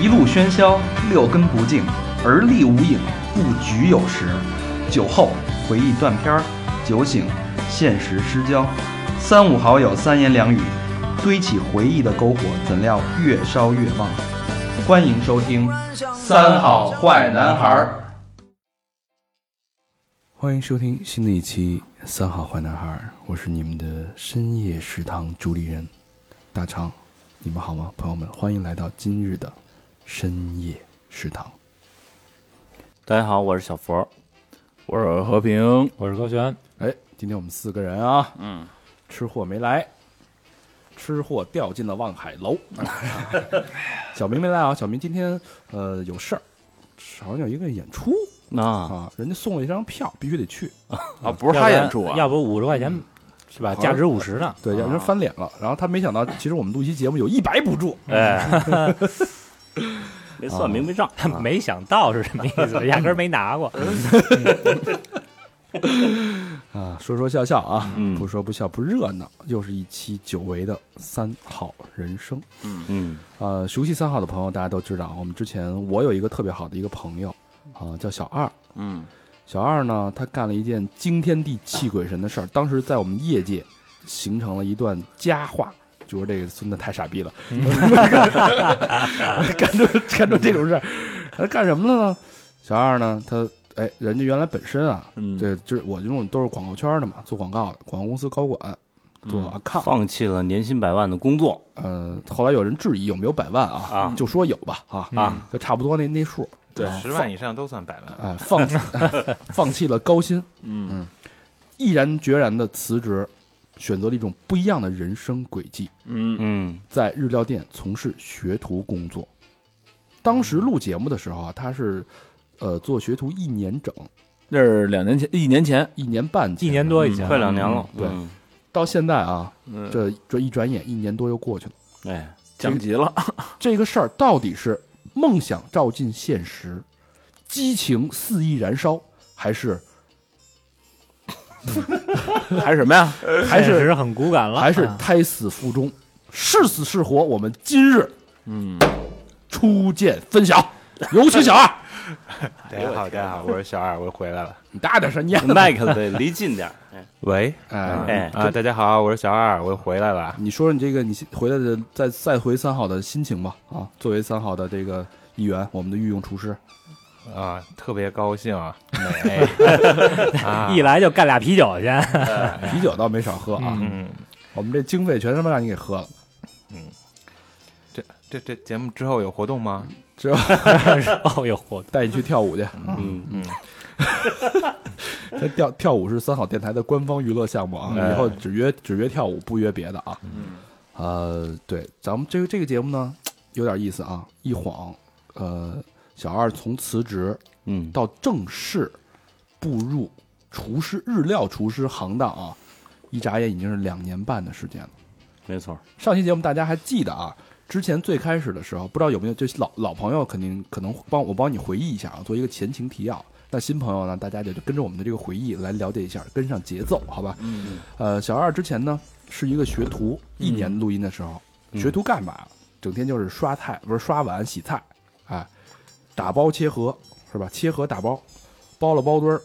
一路喧嚣，六根不净，而立无影，不局有时。酒后回忆断片儿，酒醒现实失焦。三五好友三言两语，堆起回忆的篝火，怎料越烧越旺。欢迎收听《三好坏男孩儿》。欢迎收听新的一期《三好坏男孩儿》，我是你们的深夜食堂主理人大昌，你们好吗？朋友们，欢迎来到今日的深夜食堂。大家好，我是小佛。我是和平，我是高璇，哎，今天我们四个人啊，嗯，吃货没来，吃货掉进了望海楼。 小明没来啊，小明今天呃有事儿，好像有一个演出啊啊，人家送了一张票，必须得去。啊，不是他要不然演出啊，要不五十块钱是吧？嗯好价值五十呢，对，让人翻脸了。然后他没想到，其实我们录一期节目有一百补助，哎，没算明白账，啊他没想到是什么意 思，压根儿没拿过。嗯啊，说说笑笑啊，嗯不说不笑不热闹，又是一期久违的三好人生。嗯呃，熟悉三好的朋友大家都知道，我们之前我有一个特别好的一个朋友啊、叫小二，嗯，小二呢，他干了一件惊天地泣鬼神的事儿，当时在我们业界形成了一段佳话。就说这个孙子太傻逼 了，干出干出这种事儿，他干什么了呢？小二呢，他哎，人家原来本身啊，嗯对，就是我这种都是广告圈的嘛，做广告的，广告公司高管，做嗯 account，、放弃了年薪百万的工作嗯、呃，后来有人质疑有没有百万啊，啊就说有吧，啊，啊，就差不多那那数，对，啊十万以上都算百万。哎， 放弃放弃了高薪，嗯毅然决然的辞职，选择了一种不一样的人生轨迹，嗯，嗯在日料店从事学徒工作。当时录节目的时候啊，他是呃做学徒一年整，那是两年前，一年前，一年半，一年多以前，快两年了，对嗯到现在啊，嗯，这这一转眼一年多又过去了。哎，降级了。这个事儿到底是梦想照进现实，激情肆意燃烧，还是还是什么呀？还是现实很骨感了，还是嗯啊胎死腹中，是死是活，我们今日嗯，初见分晓。有请小 二，哎大家哎好，大家好，我是小二，我回来了。嗯你大点声，你也麦克得离近点儿，哎喂，哎，哎，啊，大家好，我是小二，我回来了。你说说你这个你回来的再再回三好的心情吧嗯啊！作为三好的这个一员，我们的御用厨师，啊，特别高兴啊！啊一来就干俩啤酒去， 啤酒倒没少喝啊，哎嗯，我们这经费全他妈让你给喝了，这这这节目之后有活动吗？之后哦呦我带你去跳舞去。嗯 嗯，这跳跳舞是三好电台的官方娱乐项目啊，哎以后只约只约跳舞，不约别的啊。嗯呃，对，咱们这个这个节目呢，有点意思啊。一晃，呃，小二从辞职嗯，到正式步入厨师日料厨师行当啊，一眨眼已经是两年半的时间了。没错，上期节目大家还记得啊？之前最开始的时候，不知道有没有，就是老老朋友肯定可能帮我帮你回忆一下啊，做一个前情提要。那新朋友呢，大家就就跟着我们的这个回忆来了解一下，跟上节奏，好吧？嗯呃，小二之前呢是一个学徒，一年录音的时候，呃嗯学徒干嘛？整天就是刷菜，不是刷碗、洗菜，哎，打包切盒是吧？切盒打包，包了包堆儿，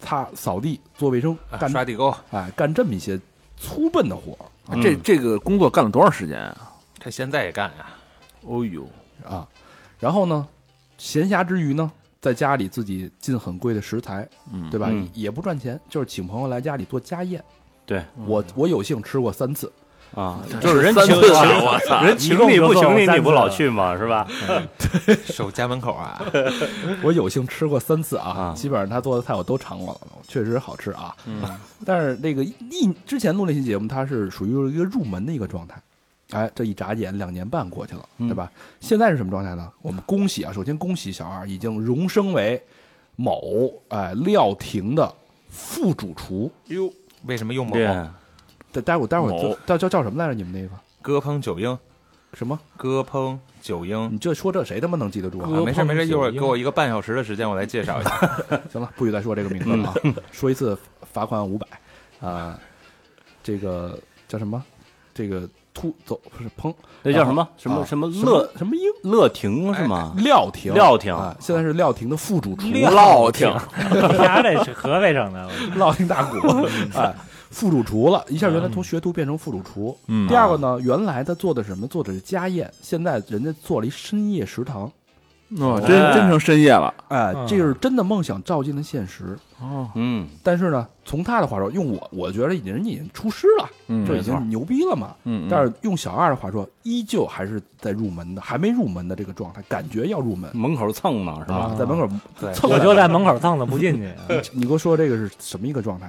擦扫地、做卫生，啊干刷地沟，哎干这么一些粗笨的活儿。嗯这这个工作干了多长时间啊？他现在也干啊。哦呦，啊，然后呢，闲暇之余呢，在家里自己进很贵的食材，嗯对吧？嗯也不赚钱，就是请朋友来家里做家宴。对我我有幸吃过三次，啊，就是人三情次情我操人一情共你就不做行你三你不次老去吗？是吧？守家门口啊， 我有幸吃过三次啊，啊基本上他做的菜我都尝过了，确实好吃啊。嗯，但是那个一之前录那期节目，它是属于一个入门的一个状态。哎，这一眨眼两年半过去了，对吧？现在是什么状态呢？我们恭喜啊，首先恭喜小二已经荣升为某哎料亭的副主厨。哟，为什么用某对，啊待待会儿待会儿某叫叫叫什么来着？你们那个割烹九英？什么？割烹九英。你这说这谁他妈能记得住啊？啊，没事没事，一会儿给九我一个半小时的时间，我来介绍一下。行了，不许再说这个名字了啊！ 说一次罚款五百啊，这个叫什么？这个突走不是砰那叫什么什么啊什么什乐么哎什么英乐亭是吗？廖廷廖廷啊，现在是廖廷的副主厨烙 挺，他这是河 北省的，我烙丁大鼓哎，副主厨了，一下原来从学徒变成副主厨。嗯第二个呢，原来他做的什么？做的是家宴，现在人家做了一深夜食堂。哦，真真成深夜了。哎嗯，这是真的梦想照进了现实。哦，嗯，但是呢，从他的话说，用我我觉得已经人家已经出师了，嗯这已经牛逼了嘛。嗯，但是是用小二的话说，依旧还是在入门的，还没入门的这个状态，感觉要入门门口蹭呢是吧？嗯啊，在门口对蹭我着就在门口蹭蹭不进去。你给我说这个是什么一个状态？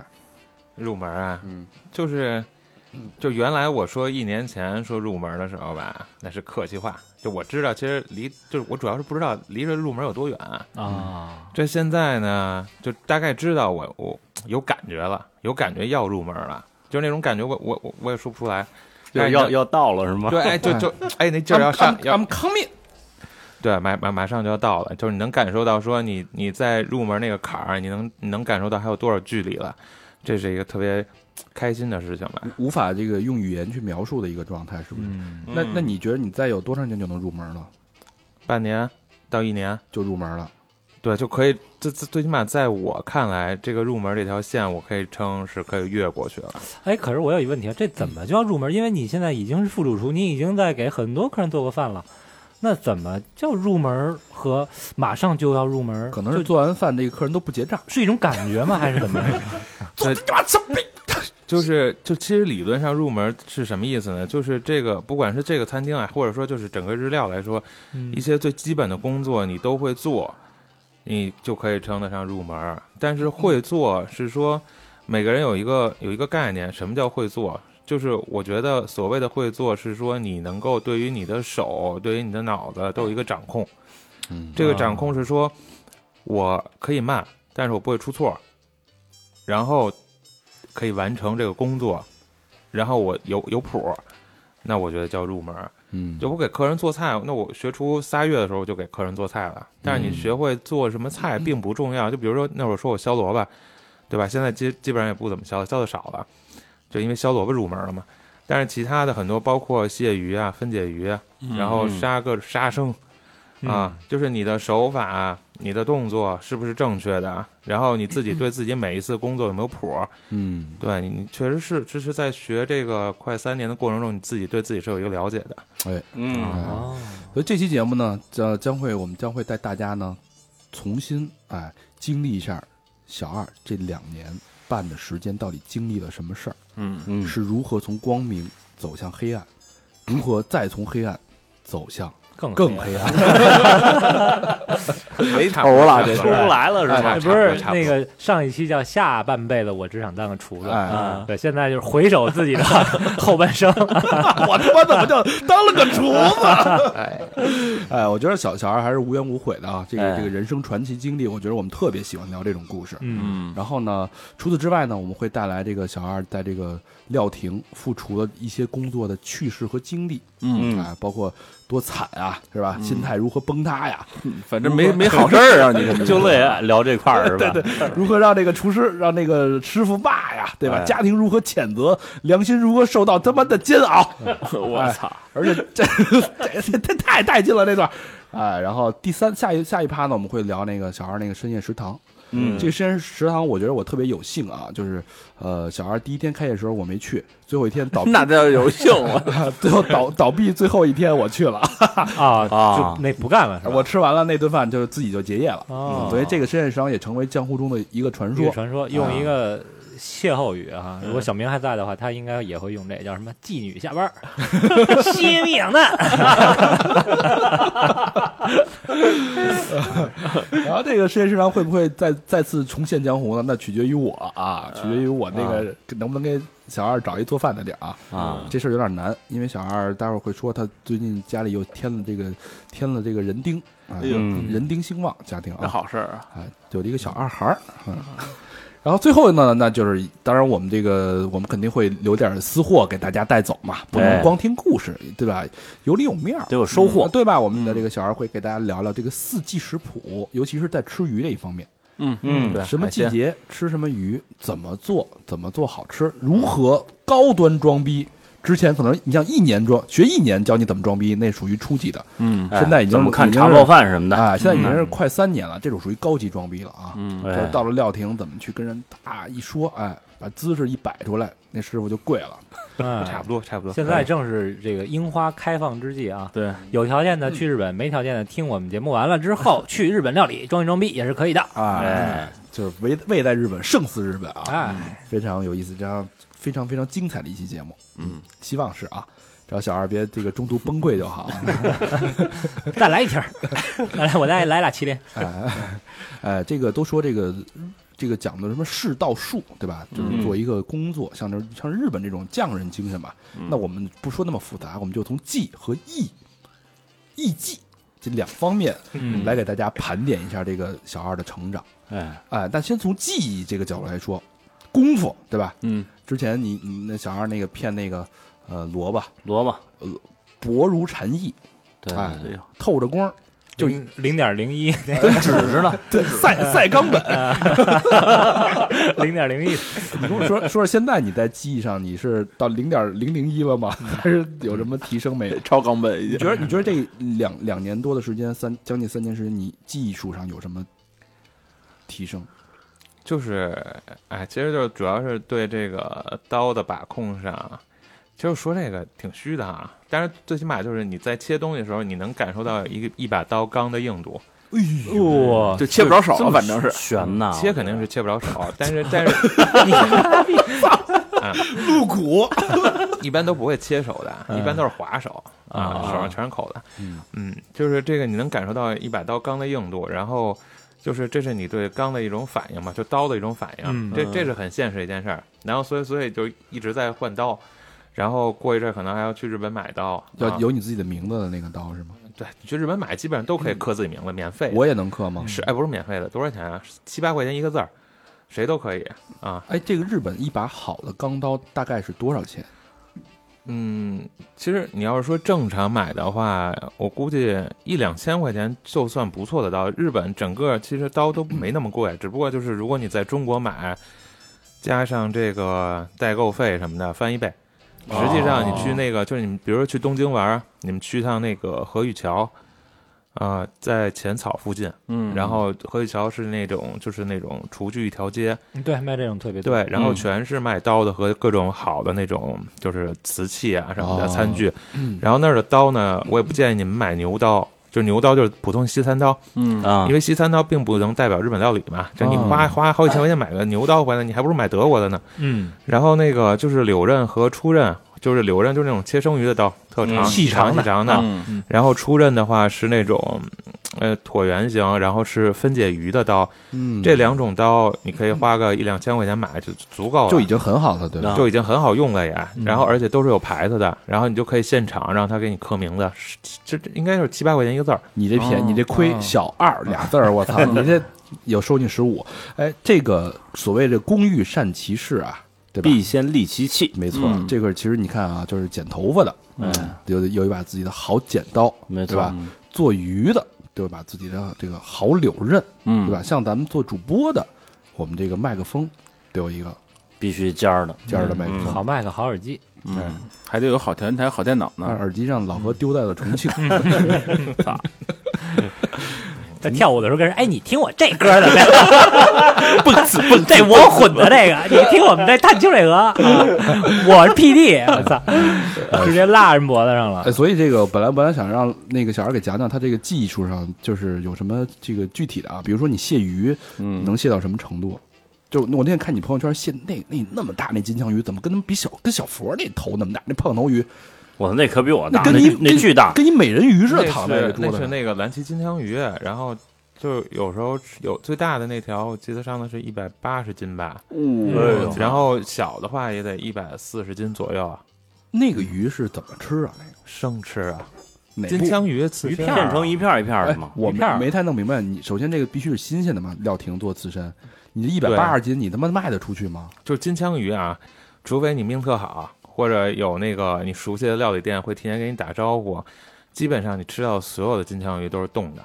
入门啊，嗯，就是，就原来我说一年前说入门的时候吧，那是客气话，就我知道其实离就是我主要是不知道离这入门有多远，嗯啊，这现在呢，就大概知道我我有感觉了，有感觉要入门了，就是那种感觉我，我我我也说不出来。就哎要要到了是吗？对，哎，就 就哎，那劲儿要上，要 I'm coming，对，马马马上就要到了，就是你能感受到说你你在入门那个坎儿，你能你能感受到还有多少距离了，这是一个特别开心的事情吧？无法这个用语言去描述的一个状态，是不是？嗯，那那你觉得你再有多长时间就能入门了？半年到一年，就入门了？对，就可以，这这最起码在我看来，这个入门这条线，我可以称是可以越过去了。哎，可是我有一问题，啊，这怎么就要入门？因为你现在已经是副主厨，你已经在给很多客人做过饭了，那怎么叫入门和马上就要入门？可能是就做完饭这个客人都不结账，是一种感觉吗？还是怎么样？就是就其实理论上入门是什么意思呢？就是这个不管是这个餐厅啊，或者说就是整个日料来说，嗯一些最基本的工作你都会做，你就可以称得上入门。但是会做是说每个人有一个有一个概念，什么叫会做？就是我觉得所谓的会做是说你能够对于你的手、对于你的脑子都有一个掌控。嗯这个掌控是说我可以慢，但是我不会出错，然后可以完成这个工作，然后我有有谱，那我觉得叫入门。嗯就我给客人做菜，那我学厨仨月的时候我就给客人做菜了。但是你学会做什么菜并不重要，就比如说那会儿说我削萝卜，对吧？现在基基本上也不怎么削了，削的少了，就因为削萝卜入门了嘛。但是其他的很多，包括蟹鱼啊、分解鱼啊，然后杀个杀生啊，就是你的手法、你的动作是不是正确的，然后你自己对自己每一次工作有没有谱，嗯，对你你确实是，这是在学这个快三年的过程中，你自己对自己是有一个了解的。嗯，哎哦，所以这期节目呢，将将会我们将会带大家呢，重新哎经历一下小二这两年半的时间到底经历了什么事儿，嗯嗯是如何从光明走向黑暗，如何再从黑暗走向 更更黑暗。 没哦头了，这哎出不来了是吧？哎，不是那个上一期叫下半辈子我只想当个厨子，哎啊对，现在就是回首自己的 后半生， 我他妈怎么就当了个厨子？啊 哎，我觉得小小孩还是无怨无悔的啊，这个哎这个人生传奇经历，我觉得我们特别喜欢聊这种故事。嗯，嗯然后呢，除此之外呢，我们会带来这个小二在这个料亭付出了一些工作的趣事和经历，嗯，啊，包括多惨啊，是吧？心态如何崩塌呀？反正没没好事儿啊，你这嗯 就累聊这块儿是吧？对对，如何让这个厨师，让那个师傅骂呀，对吧？哎家庭如何谴责，良心如何受到他妈的煎熬，哎我操，而且这 这这 这太带劲了这段，哎，然后第三下一下一趴呢，我们会聊那个小二那个深夜食堂。嗯这个深夜食堂，我觉得我特别有幸啊，就是呃，小二第一天开业的时候我没去，最后一天倒闭，那叫有幸我 最后倒倒闭最后一天我去了，啊啊就那不干了是吧？我吃完了那顿饭就是自己就结业了，嗯哦所以这个深夜食堂也成为江湖中的一个传一个说。啊传说用一个歇后语啊，如果小明还在的话，他应该也会用这叫什么“妓女下班儿， 歇密养蛋 然后这个深夜食堂会不会再再次重现江湖呢？那取决于我啊，取决于我那个能不能给小二找一做饭的地儿啊。啊，这事儿有点难，因为小二待会儿会说他最近家里又添了这个添了这个人丁啊，呦人丁兴旺家庭那啊，好事儿啊，啊，有了一个小二孩儿，嗯。然后最后呢，那就是当然我们这个我们肯定会留点私货给大家带走嘛，不能哎光听故事，对吧？有里有面儿，得有收获嗯对吧？我们的这个小二会给大家聊聊这个四季食谱，尤其是在吃鱼这一方面，嗯嗯什么季节吃什么鱼，怎么做，怎么做好吃，如何高端装逼，之前可能你像一年装学一年教你怎么装逼，那属于初级的，嗯现在已经哎怎么看已经茶是泡饭什么的，哎啊，现在已经是快三年了，这种属于高级装逼了啊。嗯就是哎到了料亭，怎么去跟人啊一说，哎，把姿势一摆出来，那师傅就跪了。嗯，差不多差不多。哎现在正是这个樱花开放之际啊，对，有条件的去日本，没条件的听我们节目完了之 后去日本料理装一装逼也是可以的。啊，哎， 就是为为在日本胜似日本啊，哎，非常有意思，这样非常非常精彩的一期节目，嗯，希望是啊，只要小二别这个中途崩溃就好。再来一 瓶儿，来来，我再来俩麒麟。哎，哎，这个都说这个这个讲的什么世道术，对吧？嗯就是做一个工作，像这像日本这种匠人精神吧。嗯那我们不说那么复杂，我们就从技和艺、艺技这两方面嗯来给大家盘点一下这个小二的成长。哎，哎，但先从技艺这个角度来说，功夫，对吧？嗯，之前你你那小二那个骗那个呃萝卜，萝卜，薄如蝉翼，对哎对，透着光儿，就零零点零 一，跟纸似的， 对，赛赛冈本。零点零一，你跟我 说说说现在你在记忆上你是到零点零零一了吗？还是有什么提升没有？嗯超冈本已你经觉得你觉得这两两年多的时间，三将近三年时间，你技术上有什么提升？就是，哎，其实就是主要是对这个刀的把控上，其实说这个挺虚的啊。但是最起码就是你在切东西的时候，你能感受到一个一把刀钢的硬度，哇，就切不着手这了，么反正是悬啊呐，切肯定是切不着 手，但是但是你啊，露骨， 一般都不会切手的，一般都是划手啊，手上全是口子。嗯，就是这个你能感受到一把刀钢的硬度，然后就是这是你对钢的一种反应嘛，就刀的一种反嗯应，这这是很现实的一件事儿。然后所以所以就一直在换刀。然后过一阵儿可能还要去日本买刀，啊要有你自己的名字的那个刀是吗？对，你去日本买基本上都可以刻自己名字，免费的。我也能刻吗？嗯是哎，不是免费的，多少钱啊？七八块钱一个字儿，谁都可以啊。哎，这个日本一把好的钢刀大概是多少钱？嗯，其实你要是说正常买的话，我估计一两千块钱就算不错的刀。日本整个其实刀都没那么贵，只不过就是如果你在中国买，加上这个代购费什么的翻一倍。实际上你去那个、就是你们，比如说去东京玩儿，你们去一趟那个河玉桥，啊、在浅草附近，嗯然后河玉桥是那种就是那种厨具一条街，对，卖这种特别多。对，然后嗯全是卖刀的和各种好的那种，就是瓷器啊什么哦的餐具。嗯然后那儿的刀呢，我也不建议你们买牛刀，就是牛刀就是普通西餐刀，嗯啊因，为西餐刀并不能代表日本料理嘛。就你哦花花好几千块钱买个牛刀回来，你还不如买德国的呢。嗯，然后那个就是柳刃和出刃，就是柳刃就是那种切生鱼的刀，特长、嗯细长细长的。嗯然后出刃的话是那种，呃，椭圆形，然后是分解鱼的刀。嗯这两种刀你可以花个一两千块钱买就足够了，就已经很好了，对嗯啊嗯吧？就已经很好用了也。然后而且都是有牌子的，然后你就可以现场让他给你刻名字，是这这应该就是七八块钱一个字儿。你这便宜，哦你这亏哦小二俩字儿，我 操，你这有收进十五。哎，这个所谓的工欲善其事啊，对吧？必先利其器，没错，嗯这个其实你看啊，就是剪头发的，嗯，有有一把自己的好剪刀，没对错吧？做鱼的，对吧？自己的这个好柳刃，嗯，对吧？？像咱们做主播的，我们这个麦克风得有一个必须尖儿的，尖儿的麦克风。好麦克，好耳机，嗯，还得有好调音台、好电脑那呢。嗯耳机让老何丢在了重庆，在跳舞的时候跟人，哎，你听我这歌怎么样？ 嗯蹦次蹦，这我混的这个，你听我们这探清 水河，啊我是 PD，我 操，直接落人脖子上了 哎，。所以这个本来本来想让那个小孩给讲讲他这个技术上就是有什么这个具体的啊，比如说你卸鱼，嗯能卸到什么程度？就我那天看你朋友圈卸那那那么大那金枪鱼，怎么跟他们比小跟小佛那头那么大那胖头鱼，我那可比我大，跟那你那巨大，跟你美人鱼似的那躺在是桌那子是上。那个蓝鳍金枪鱼，然后就有时候有最大的那条，我记得上的是一百八十斤吧，哎呦然后小的话也得一百四十斤左右啊，那个鱼是怎么吃啊？生吃啊，那个哪金部枪鱼刺身啊片成一片儿一片儿哎的嘛，，我一片没儿没太弄明白。你首先这个必须是新鲜的嘛，料亭做刺身，你这一百对八十斤，你他妈卖得出去吗？就是金枪鱼啊，除非你命特好，或者有那个你熟悉的料理店会提前给你打招呼，基本上你吃到所有的金枪鱼都是冻的。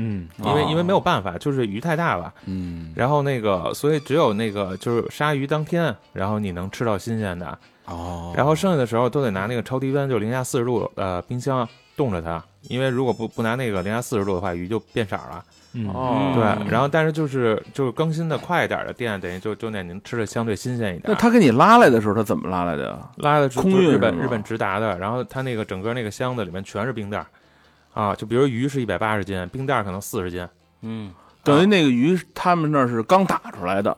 嗯，因为因为没有办法，就是鱼太大了，哦嗯，然后那个所以只有那个就是杀鱼当天，然后你能吃到新鲜的，哦，然后剩下的时候都得拿那个超低温，就零下四十度呃冰箱冻着它，因为如果不不拿那个零下四十度的话，鱼就变色儿了。嗯嗯哦，对，然后但是就是就是更新的快一点的店，等于就就得您吃的相对新鲜一那点。他给你拉来的时候，他怎么拉来的呀？拉的是空运日是本吗日本直达的，然后他那个整个那个箱子里面全是冰袋儿啊，就比如鱼是一百八十斤，冰袋儿可能四十斤，嗯，等于那个鱼他们那是刚打出来的，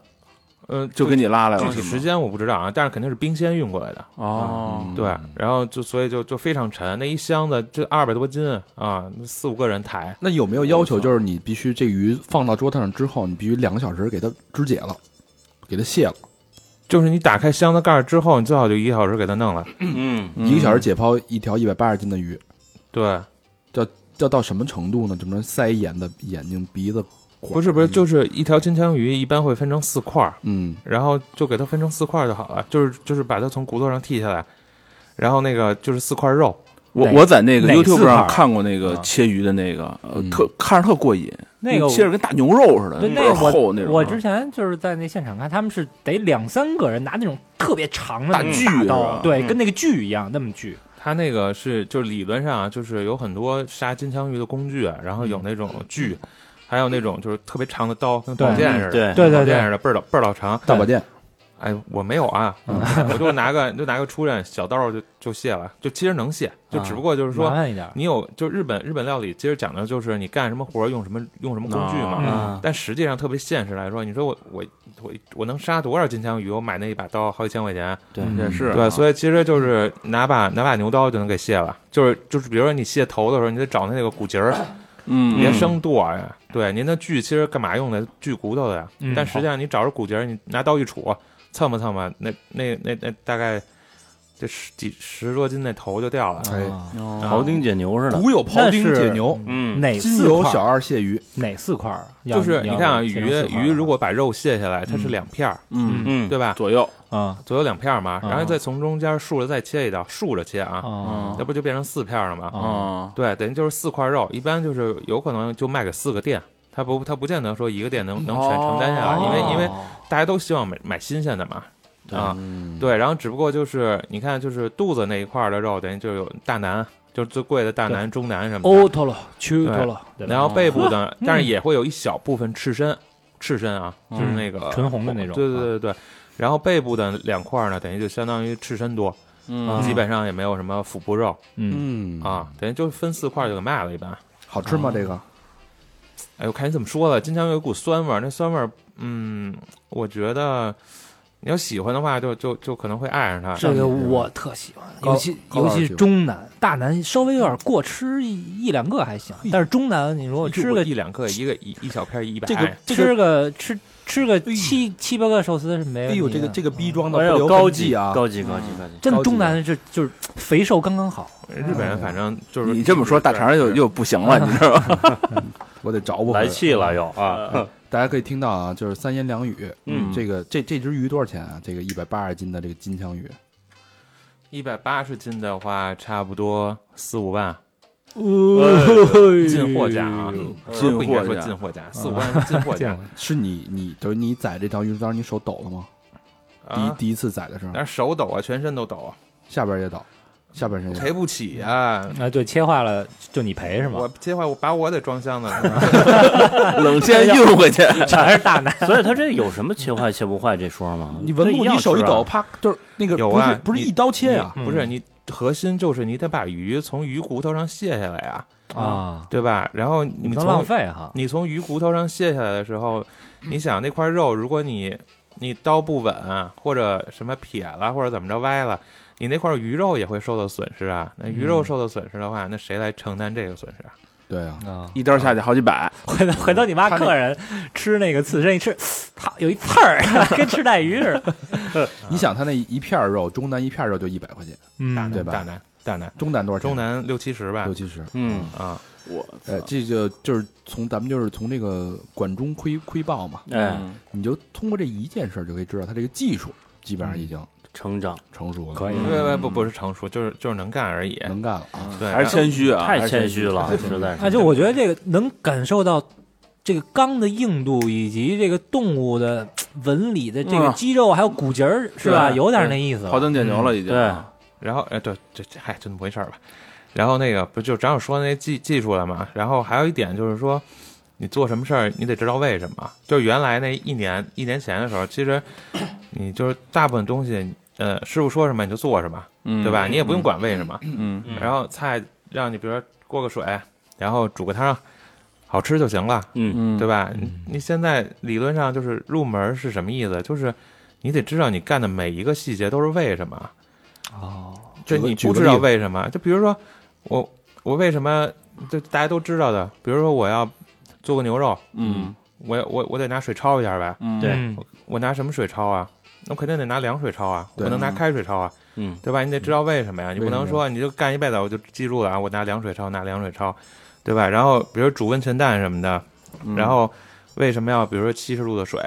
嗯、呃就给你拉来具了，体是时吗？间我不知道啊，但是肯定是冰鲜运过来的。嗯哦，对，然后就所以就就非常沉，那一箱子这二百多斤啊，四五个人抬，那有没有要求，就是你必须这鱼放到桌子上之后，你必须两个小时给它肢解了，给它卸了，就是你打开箱子盖儿之后，你最好就一个小时给它弄了。嗯，嗯一个小时解剖一条一百八十斤的鱼，对，要到什么程度呢？怎么塞眼的眼睛、鼻子？管不是不是，就是一条金枪鱼一般会分成四块儿，嗯，然后就给它分成四块儿就好了，就是就是把它从骨头上剔下来，然后那个就是四块肉，我哪我在那个哪 YouTube 四块上儿看过那个切鱼的那个，呃嗯特看着特过瘾，那个切着跟大牛肉似的，对倍那儿个厚那种。我啊我之前就是在那现场看，他们是得两三个人拿那种特别长的大那种锯大是刀吧，对，嗯跟那个锯一样那么锯。它那个是就是理论上啊，就是有很多杀金枪鱼的工具，啊然后有那种锯，还有那种就是特别长的刀，跟宝对剑似的，嗯对对宝对剑似对，的倍儿老倍儿老长，大保健，哎，我没有啊，嗯我就拿个就拿个出刃小刀儿就就卸了，就其实能卸，啊就只不过就是麻说烦一点。你有就日本日本料理其实讲的就是你干什么活儿用什么用什么工具嘛。啊，但实际上特别现实来说，你说我我我我能杀多少金枪鱼？我买那一把刀好几千块钱，对嗯也是对，以所以其实就是拿把拿把牛刀就能给卸了，就是就是比如说你卸头的时候，你得找那个骨节儿，嗯别生剁呀。对，您那锯其实干嘛用的？锯骨头的呀。嗯但实际上你找着骨节儿，你拿刀一杵，蹭吧蹭吧，那那那那大概这十几十多斤那头就掉嗯了。哎，啊庖丁解牛似的，古有庖丁解牛，嗯，哪今哎四有块小儿？二蟹鱼，哪四块儿？要就是你你要看啊，切成鱼四块儿鱼如果把肉卸下来，它是两片儿，嗯嗯，对吧？左右，啊左右两片儿嘛，啊然后再从中间竖着再切一刀，竖着切啊，啊那不就变成四片儿了吗？嗯啊，对，等于就是四块肉，一般就是有可能就卖给四个店，他不他不见得说一个店能能全承担下来，因为因为大家都希望买买新鲜的嘛，啊，对，然后只不过就是你看就是肚子那一块儿的肉，等于就有大腩，就是最贵的大腩、中腩什么欧的，托了，屈托了，哦对吧然后背部的，但是也会有一小部分赤身，赤身啊，就是嗯那个纯红的那种啊对对对对。然后背部的两块儿呢，等于就相当于赤身多，嗯基本上也没有什么腹部肉嗯，嗯，啊，等于就分四块儿就给卖了，一般。好吃啊吗？这个哎，我看你怎么说了，金枪鱼有一股酸味儿，那酸味儿，嗯，我觉得你要喜欢的话就，就就可能会爱上它。这个我特喜欢，高尤其高尤老师其喜是欢中南、大南稍微有点过吃一一两个还行，但是中南你如果我吃个一两克，一个一一小片儿一百，哎这个吃个吃吃个七七八个寿司是没哎问题呦，的。嗯这个这个逼装的哎不呦，留高痕级迹啊！高级高级高级，真高的级中南是就是肥瘦刚刚好，日本人反正就是你这么说，大肠又又不行了，你知道吧？我得找我来气了又啊，大家可以听到啊，就是三言两语。嗯这个这这只鱼多少钱啊？这个一百八十斤的这个金枪鱼，一百八十斤的话，差不多四五万进进货价啊，进不应该货说价进货价，四五万是进货价。是你你就是你宰这条鱼当时你手抖了吗？第一啊，第一次宰的时候，哎但是手抖啊，全身都抖啊，下边也抖，下半身也赔抖。不起啊！啊，对，切坏了就你赔是吗我？这话我把我得装箱子，冷鲜运 回去，全是大南，所以他这有什么切坏切不坏这说吗？你闻过这样你手一吃啊抖，，啪，就是那个有不是啊不是你一刀切啊，你不是你核心就是你得把鱼从鱼骨头上卸下来啊，啊，对吧？然后你不能从浪费哈。你从鱼骨头上卸下来的时候，你想那块肉，如果你你刀不稳啊或者什么撇了，或者怎么着歪了，你那块鱼肉也会受到损失啊。那鱼嗯肉受到损失的话，那谁来承担这个损失啊？对啊，啊，一刀下去好几百，回嗯头回头你妈他那客人吃那个刺身一吃，啪有一刺儿， 跟吃带鱼似的。你想他那一片肉，中南一片肉就一百块钱，大嗯对南吧大南大南中南多少钱？中南六七十吧六，七十。嗯，啊，我哎，这就就是从咱们就是从这个管中窥窥豹嘛，嗯哎，嗯你就通过这一件事儿就可以知道他这个技术基本上已经成长，嗯成熟了，可以不不不不是成熟，就是就是能干而已。能干了啊。对，还是谦虚啊，还太是谦虚虚了，实在是。啊，就我觉得这个能感受到这个钢的硬度，以及这个动物的纹理的这个嗯肌肉，还有骨节儿，是吧？对有点那意思了。庖丁解牛了已经。对然后，哎，对，这这，嗨，就那么回事儿吧。然后那个不就正好说那技技术了嘛？然后还有一点就是说，你做什么事儿，你得知道为什么。就是原来那一年一年前的时候，其实你就是大部分东西，呃，师傅说什么你就做什么，嗯对吧？？你也不用管为什么。嗯，然后菜让你比如说过个水，然后煮个汤，好吃就行了，嗯，嗯对吧？你你现在理论上就是入门是什么意思？就是你得知道你干的每一个细节都是为什么。哦，这举个你举不个知道例子为什么？就比如说我我为什么就大家都知道的，比如说我要做个牛肉，嗯我我我得拿水焯一下呗，嗯，对嗯我拿什么水焯啊？那我肯定得拿凉水焯啊，我对不能拿嗯开水焯啊，嗯，对吧？你得知道为什么呀？你不为什么能呀说你就干一辈子我就记住了啊，我拿凉水焯，拿凉水焯，对吧？然后比如煮温泉蛋什么的，嗯然后为什么要比如说七十度的水？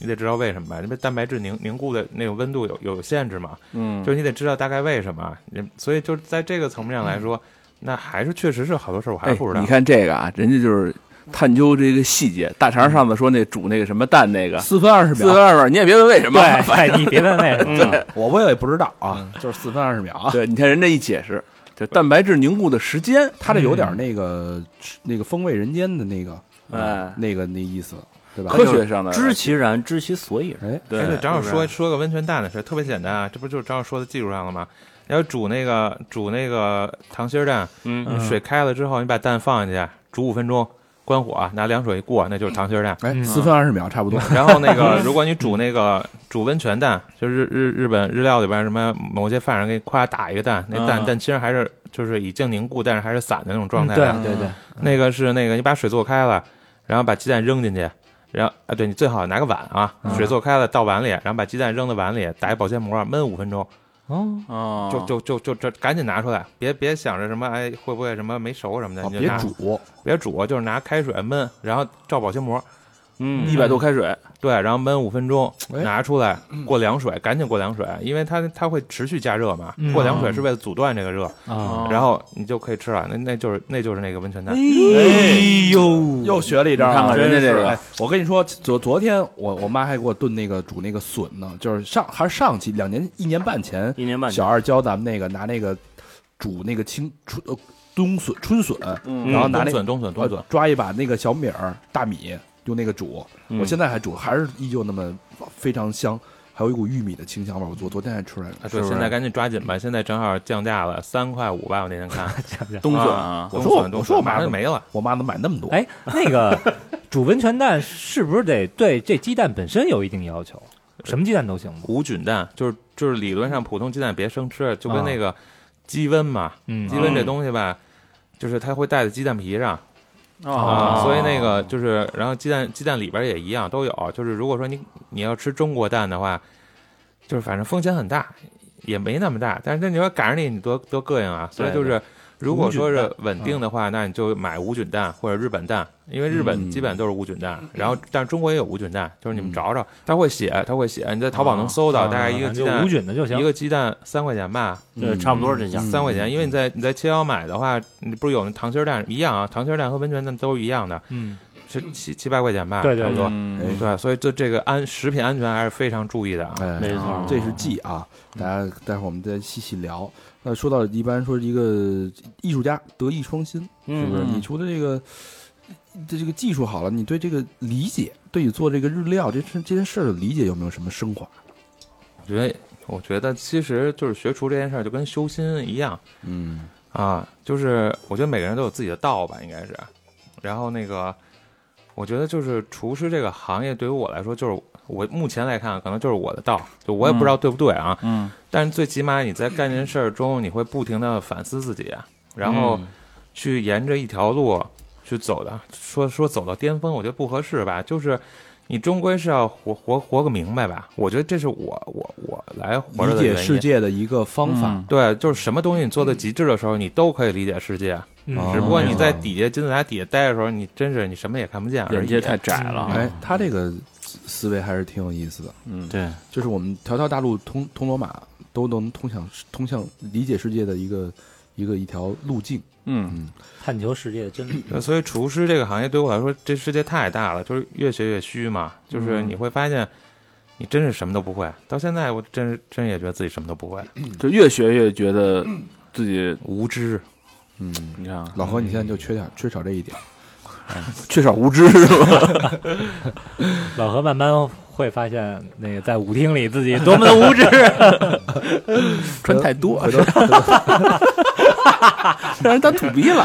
你得知道为什么吧，因为蛋白质凝凝固的那个温度有有限制嘛，嗯，就是你得知道大概为什么，你所以就是在这个层面上来说，那还是确实是好多事儿我嗯还哎是不知道。你看这个啊，人家就是探究这个细节。大肠上次说那煮那个什么蛋那个，四分二十四分秒，二十，你也别问为什么。对，哎你别问为什么，嗯我我也不知道啊，就是四分二十秒啊。嗯对，你看人家一解释，就蛋白质凝固的时间，他这有嗯点那个那个风味人间的那个嗯哎，那个那意思，对吧？科学上的知其然，知其所以然。哎，哎对，对，正好说对说个温泉蛋的事，特别简单啊，这不就是正好说的技术上了吗？你要煮那个煮那个溏心儿蛋，嗯你水开了之后，你把蛋放进去，煮五分钟，关火，拿凉水一过，那就是溏心儿蛋。嗯哎，四分二十秒差不多。然后那个，如果你煮那个煮温泉蛋，就是日日日本日料里边什么某些饭人给你夸打一个蛋，那蛋嗯蛋清还是就是已经凝固，但是还是散的那种状态啊的。对对对，那个是那个，你把水做开了，然后把鸡蛋扔进去，然后啊，对你最好拿个碗啊，水做开了倒碗里，然后把鸡蛋扔到碗里，打一保鲜膜焖五分钟，哦，哦，就就就就这赶紧拿出来，别别想着什么哎会不会什么没熟什么嗯的，啊你就别拿煮，别煮，啊就是拿开水焖，然后照保鲜膜，嗯一百度开水，对，然后焖五分钟，哎拿出来过凉水，赶紧过凉水，因为它它会持续加热嘛，嗯过凉水是为了阻断这个热，啊，然后你就可以吃了，那那就是那就是那个温泉蛋，哎呦，又学了一招啊。你看看人家这个真是哎我跟你说，昨昨天我我妈还给我炖那个煮那个笋呢，就是上还是上期两年一年半前，一年半小二教咱们那个拿那个煮那个青春呃冬笋春笋，然后拿冬那笋冬嗯笋冬笋呃，抓一把那个小米儿大米用那个煮，我现在还煮，还是依旧那么呃非常香，还有一股玉米的清香味儿。我昨昨天还吃来了。啊，对，现在赶紧抓紧吧，现在正好降价了，三块五吧，我那天看。 冬笋啊，，啊 我说我冬笋我说我妈冬笋马上怎就么没了。我妈能买那么多，哎，那个 煮温泉蛋是不是得对这鸡蛋本身有一定要求？什么鸡蛋都行吗？无菌蛋就是就是理论上普通鸡蛋别生吃，就跟啊那个鸡瘟嘛，嗯鸡瘟这东西吧，就是它会带在鸡蛋皮上啊啊，哦所以那个就是，然后鸡蛋鸡蛋里边也一样都有，就是如果说你你要吃中国蛋的话，就是反正风险很大，也没那么大，但是那你要赶上你，你多多膈应啊，所以对就是。如果说无是菌嗯稳定的话，那你就买无菌蛋或者日本蛋，因为日本基本都是无菌蛋。然后，但是中国也有无菌蛋，就是你们找找，它会写，它会写，你在淘宝啊能搜到，大概一个鸡啊就蛋无菌的就行一。个鸡蛋三块钱吧，对，差不多这价。三块钱，因为你在你在七幺买的话，你不是有那溏心儿蛋一样啊？溏心儿蛋和温泉蛋都是一样的，嗯，是七七八块钱吧，对对差不多。嗯哎对，所以就这个安食品安全还是非常注意的啊。哎，没错这是技啊，大家待会儿我们再细细聊。那说到一般说一个艺术家德艺双馨，是不是？嗯你除了这个这这个技术好了，你对这个理解，对你做这个日料这事这件事儿的理解有没有什么升华？我觉得，我觉得其实就是学厨这件事儿就跟修心一样嗯，啊，就是我觉得每个人都有自己的道吧，应该是。然后那个，我觉得就是厨师这个行业对于我来说，就是我目前来看，可能就是我的道，就我也不知道对不对啊。嗯但是最起码你在干这件事儿中，你会不停的反思自己，啊然后嗯去沿着一条路去走的。说说走到巅峰，我觉得不合适吧，就是你终归是要活活活个明白吧。我觉得这是我我我来活着理的解原因啊世。界的一个方法嗯。对，就是什么东西你做到极致的时候，你都可以理解世界。嗯只不过你在哦底下金字塔底下待的时候，你真是你什么也看不见而眼已。嗯界太窄了，哎，他这个思思维还是挺有意思的。嗯，对，就是我们条条大路通通罗马，都能通向通向理解世界的一个一个一条路径。嗯，探求世界的真理。呃所以厨师这个行业对我来说，这世界太大了，就是越学越虚嘛。就是你会发现，你真是什么都不会。到现在，我真是真也觉得自己什么都不会，就越学越觉得自己，无知。嗯，你看啊老何，你现在就缺点缺少这一点，缺少无知是吧？ 老何慢慢会发现，那个在舞厅里自己多么的 无知，穿太多，回头回头 让人当土逼 了。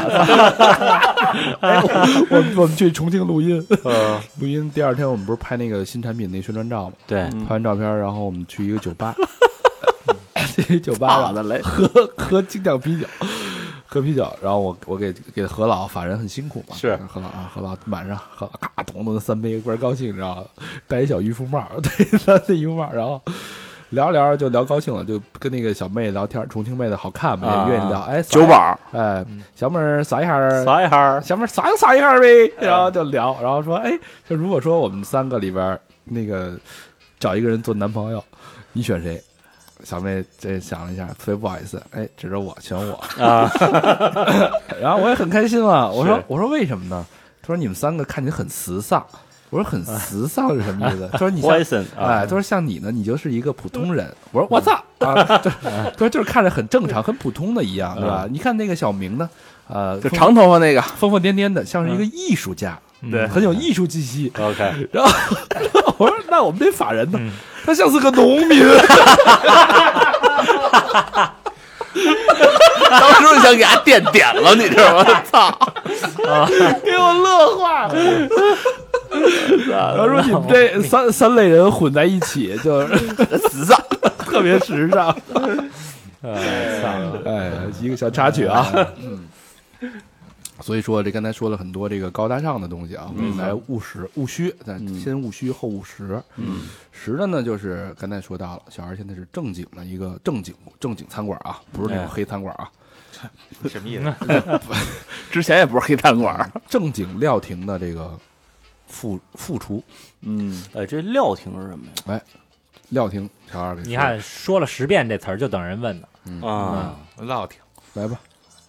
哎我们我们去重庆录音，嗯录音第二天我们不是拍那个新产品那宣传照吗？对，嗯拍完照片，然后我们去一个酒 吧，去酒吧爸吧的嘞，喝喝精酿啤酒，喝啤酒。然后我我给给何老法人很辛苦嘛，是何老啊，何老晚上何老咔咚咚三杯倍儿高兴，你知道吗？戴一小渔夫帽， 对，他那渔夫帽，然后。聊着聊着就聊高兴了，就跟那个小妹聊天，重庆妹子好看嘛，也愿意聊。哎，撒酒保，哎，小妹儿撒一下儿，撒一哈，小妹儿撒就撒一下呗，然后就聊，然后说，哎，就如果说我们三个里边儿那个找一个人做男朋友，你选谁？小妹这想了一下，特别不好意思，哎，指着我选我啊， 然后我也很开心嘛，我说我说为什么呢？她说你们三个看起来很时尚，我说很时尚是什么意思？她说你像 Poison 啊哎，他说像你呢，你就是一个普通人。我说我操啊，对他说就是看着很正常、很普通的一样，对吧？你看那个小明呢，呃，就长头发那个，疯疯癫癫的，像是一嗯个艺术家，对很有艺术气息。 ，OK，然后我说：“那我们这法人呢？嗯他像是个农民。当时就想给他电点了，你知道吗？操，”然后说：“你们这三三类人混在一起，就是 时尚， 特别时尚。呃，算了”哎，一个小插曲 啊。所以说，这刚才说了很多这个高大上的东西啊，我们来务实、务虚，咱先务虚后务实。嗯，实的呢，就是刚才说到了，小孩现在是正经的一个正经正经餐馆啊，不是那种哎黑餐馆啊，什么意思？ 之前也不是黑饭馆，正经料亭的这个副副厨嗯，呃，这料亭是什么呀？料亭小二给说你看说了十遍这词儿，就等人问呢。啊，落挺来吧，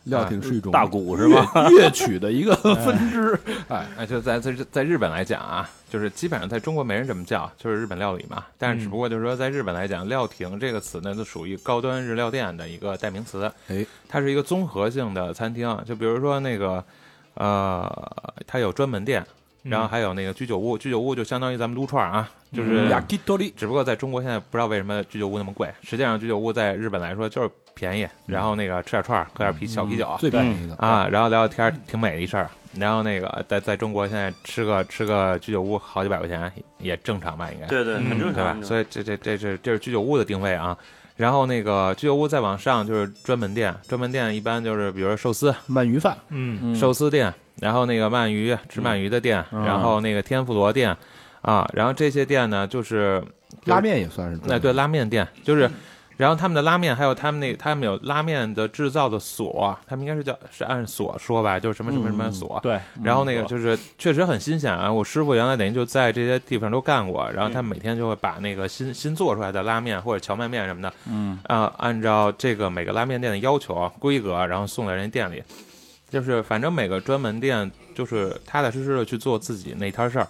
料亭啊是一种大鼓是吧？乐乐曲 的一个分支，哎，哎，就在在在日本来讲啊，就是基本上在中国没人这么叫，就是日本料理嘛。但是只不过就是说，在日本来讲，料亭这个词呢，就属于高端日料店的一个代名词。哎，它是一个综合性的餐厅，啊就比如说那个，呃，它有专门店，然后还有那个居酒屋，居酒屋就相当于咱们撸串儿啊，就是。雅基多利，只不过在中国现在不知道为什么居酒屋那么贵，实际上居酒屋在日本来说就是便宜，然后那个吃点串儿，喝点啤小啤酒，最便宜的，啊，然后聊聊天儿挺美的一事儿。然后那个在在中国现在吃个吃个居酒屋好几百块钱也正常吧，应该对对，很正嗯对吧常，？所以这这这这这是居酒屋的定位啊。然后那个居酒屋再往上就是专门店，专门店一般就是比如说寿司、鳗鱼饭，嗯，寿司店，然后那个鳗鱼吃鳗鱼的店，嗯然后那个天妇罗店啊，然后这些店呢就是拉面也算是专门，哎，对，拉面店就是，然后他们的拉面还有他们那他们有拉面的制造的锁，他们应该是叫是按锁说吧，就是什么什么什么嗯锁。对，然后那个就是确实很新鲜啊！我师傅原来等于就在这些地方都干过，然后他每天就会把那个新新做出来的拉面或者荞麦面什么的，嗯啊、按照这个每个拉面店的要求啊规格，然后送到人家店里。就是反正每个专门店就是踏踏实实的去做自己那摊事儿，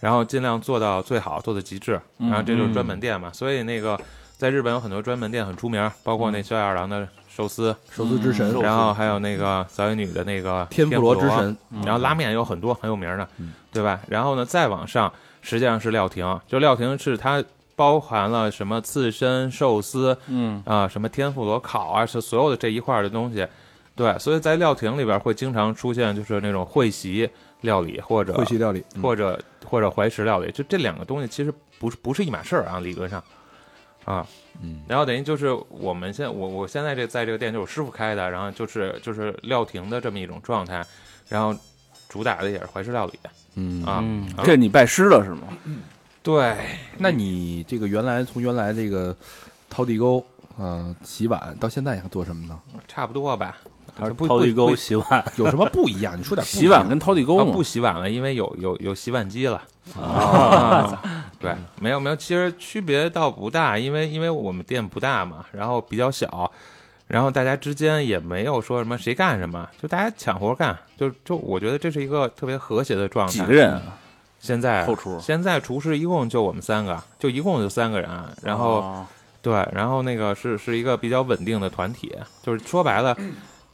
然后尽量做到最好，做到极致。嗯然后这就是专门店嘛，所以那个在日本有很多专门店很出名，包括嗯那逍遥郎的寿司，寿司之神，然后还有那个早乙女的那个天妇罗之神，然后拉面有很多很有名的，嗯对吧？然后呢，再往上实际上是料亭，就料亭是它包含了什么刺身、寿司，嗯啊、什么天妇罗烤啊，是所有的这一块儿的东西。对，所以在料亭里边会经常出现就是那种会席料理或者会席料理，嗯或者或者怀石料理，就这两个东西其实不是不是一码事儿啊，理论上，啊，嗯，然后等于就是我们现我我现在这在这个店就是我师傅开的，然后就是就是料亭的这么一种状态，然后主打的也是怀石料理嗯啊，啊这你拜师了是吗？对，那你这个原来从原来这个掏地沟，嗯，洗碗到现在还做什么呢？差不多吧，还是不掏地不不沟洗碗， 有什么不一样？你说点不一洗样碗跟掏地沟啊嘛哦不，洗碗了，因为有有有洗碗机了，啊 对，没有没有，其实区别倒不大，因为因为我们店不大嘛，然后比较小，然后大家之间也没有说什么谁干什么，就大家抢活干，就就我觉得这是一个特别和谐的状态。几个人啊？现在后厨现在厨师一共就我们三个，就一共就三个人，啊然后、哦对，然后那个是是一个比较稳定的团体，就是说白了，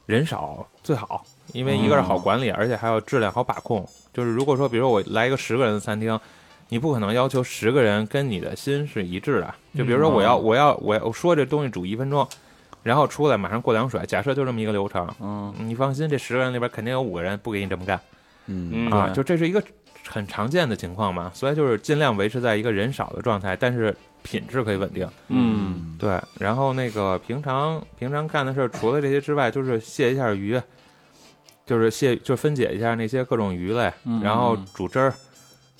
人少最好，因为一个是好管理，而且还有质量好把控。就是如果说，比如我来一个十个人的餐厅，你不可能要求十个人跟你的心是一致的。就比如说，我要、我要我要我说这东西煮一分钟，然后出来马上过凉水，假设就这么一个流程，嗯你放心，这十个人里边肯定有五个人不给你这么干。嗯，嗯啊，就这是一个很常见的情况嘛，所以就是尽量维持在一个人少的状态，但是品质可以稳定。嗯对，然后那个平常平常干的事儿，除了这些之外，就是卸一下鱼，就是卸就分解一下那些各种鱼类，嗯然后煮汁儿，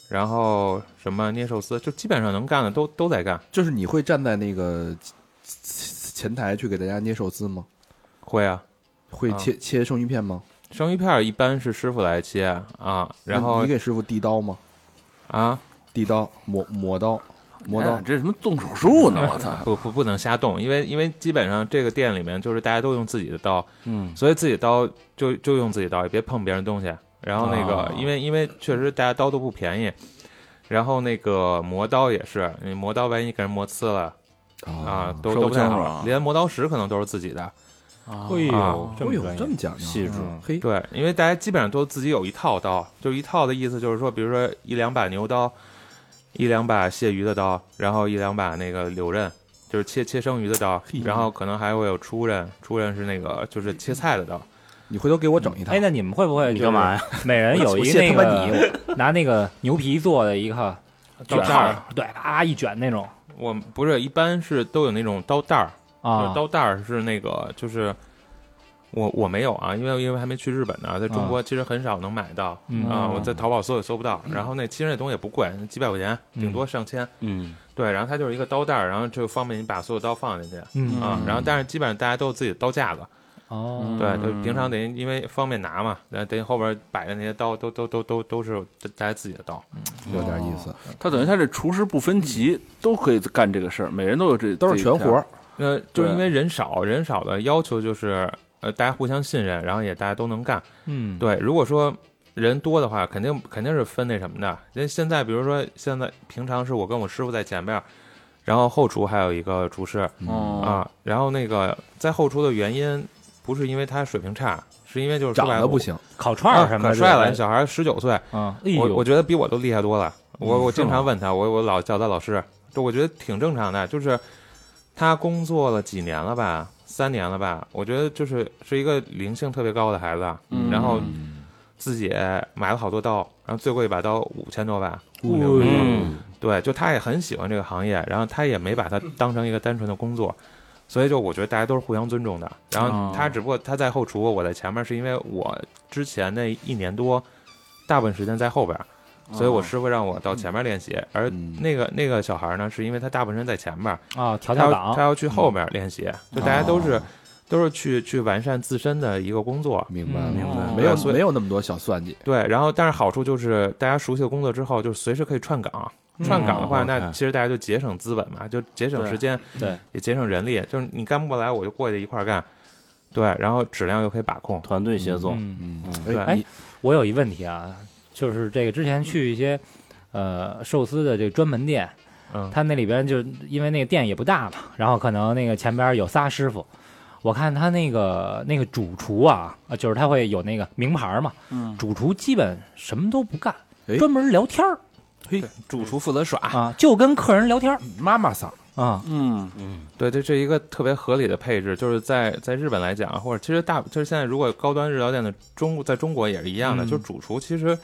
然后什么捏寿司，就基本上能干的都都在干。就是你会站在那个前台去给大家捏寿司吗？会啊，会啊切切生鱼片吗？生鱼片儿一般是师傅来切啊，嗯然那后你给师傅递刀吗？啊递刀磨磨刀磨哎刀呀，这什么动手术呢？我操！不不不能瞎动，因为因为基本上这个店里面就是大家都用自己的刀，嗯所以自己刀就就用自己刀，也别碰别人东西。然后那个，哦因为因为确实大家刀都不便宜，然后那个磨刀也是，你磨刀万一给人磨呲了啊，都说不都不太清楚好啊，连磨刀石可能都是自己的。哎呦啊，这哎么呦，专业这么讲究，细致嗯嘿，对，因为大家基本上都自己有一套刀，就一套的意思就是说，比如说一两把牛刀，一两把蟹鱼的刀，然后一两把那个柳刃，就是切切生鱼的刀，然后可能还会有初刃，初刃是那个就是切菜的刀。你回头给我整一套哎，。那你们会不会你就干嘛是每人有 我一谢那他妈个拿那个牛皮做的一个刀卷叉儿儿，对，啊一卷那种我们不是一般是都有那种刀带儿，就啊是，刀带儿是那个就是我我没有啊，因为因为还没去日本呢，在中国其实很少能买到啊、啊嗯我在淘宝搜也搜不到。然后那其实那东西也不贵，几百块钱，顶多上千。嗯，对，然后它就是一个刀带儿，然后就方便你把所有刀放进去。嗯啊，然后但是基本上大家都有自己的刀架子，嗯哦，对，就平常等于因为方便拿嘛，然后等于后边摆的那些刀都都都都都是大家自己的刀，有点意思，他等于他这厨师不分级，都可以干这个事儿，每嗯人都有这都是全活。嗯儿，呃，就对是因为人少，人少的要求就是呃大家互相信任，然后也大家都能干，嗯，对，如果说人多的话，肯定肯定是分那什么的。人现在比如说现在平常是我跟我师傅在前面，然后后厨还有一个厨师哦，啊，然后那个在后厨的原因不是因为他水平差，是因为就是说长白了得不我。行。烤串啊儿什么可的帅了，这那种小孩十九岁，啊，哎我呦我觉得比我都厉害多了。我我经是吗常问他，我我老叫他老师，就我觉得挺正常的，就是他工作了几年了吧，三年了吧，我觉得就是是一个灵性特别高的孩子，嗯然后自己买了好多刀，然后最贵一把刀五千多吧，嗯，对，就他也很喜欢这个行业，然后他也没把它当成一个单纯的工作，所以就我觉得大家都是互相尊重的。然后他只不过他在后厨，我在前面，是因为我之前那一年多，大部分时间在后边儿，所以我师傅让我到前面练习。而那个那个小孩呢，是因为他大部分时间在前面，啊调他调要他档，要去后面练习，就大家都是都是去去完善自身的一个工作。明白了，嗯明白了没有所以没有那么多小算计，对，然后但是好处就是大家熟悉了工作之后，就是随时可以串岗。串嗯岗的话，哦那，OK 其实大家就节省资本嘛，就节省时间，对，也节省人力。就是你干不过来，我就过去一块儿干，对，然后质量又可以把控。团队协作，嗯，对哎，你我有一问题啊，就是这个之前去一些呃寿司的这个专门店，嗯，他那里边就因为那个店也不大嘛，然后可能那个前边有仨师傅，我看他那个那个主厨啊，呃就是他会有那个名牌嘛，嗯主厨基本什么都不干哎，专门聊天儿主厨负责耍，啊，就跟客人聊天儿妈妈桑，啊，嗯对，这是一个特别合理的配置，就是在在日本来讲，或者其实大就是现在如果高端日料店的中在中国也是一样的，嗯就是主厨其实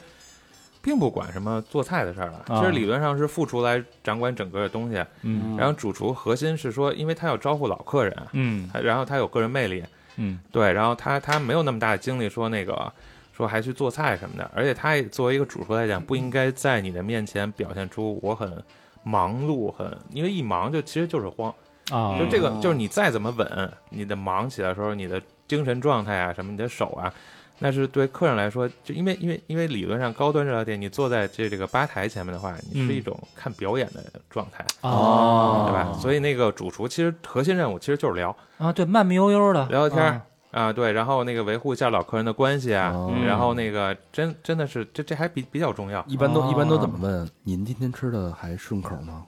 并不管什么做菜的事儿了，啊其实理论上是副厨来掌管整个的东西，嗯然后主厨核心是说，因为他要招呼老客人，啊嗯他然后他有个人魅力，嗯对，然后他他没有那么大的精力说那个说还去做菜什么的，而且他也作为一个主厨来讲，不应该在你的面前表现出我很忙碌，很因为一忙就其实就是慌，啊就，这个就是你再怎么稳，你的忙起来的时候，你的精神状态啊什么，你的手啊，但是对客人来说，就因为因为因为理论上高端热料店，你坐在这这个吧台前面的话，你是一种看表演的状态，哦对吧？所以那个主厨其实核心任务其实就是聊啊，对，慢慢悠悠的聊聊天儿、啊，对，然后那个维护一下老客人的关系啊，哦然后那个真真的是这这还比比较重要一般都一般都哦怎么问？您今天吃的还顺口吗？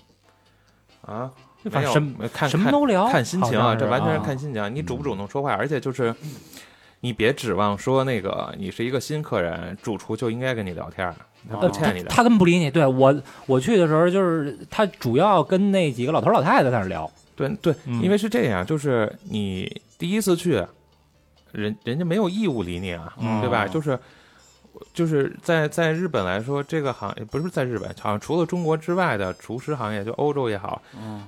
啊。嗯没反有正什么没有看什么都聊，看看心情哦好啊，像是这完全是啊看心情啊。你主不主动说话，而且就是你别指望说那个你是一个新客人，主厨就应该跟你聊天儿，他不呃欠你的。他根本不理你。对我，我去的时候就是他主要跟那几个老头老太太在那儿聊，对对，嗯因为是这样，就是你第一次去，人人家没有义务理你啊，嗯对吧？就是就是在在日本来说，这个行业不是在日本，好像除了中国之外的厨师行业，就欧洲也好，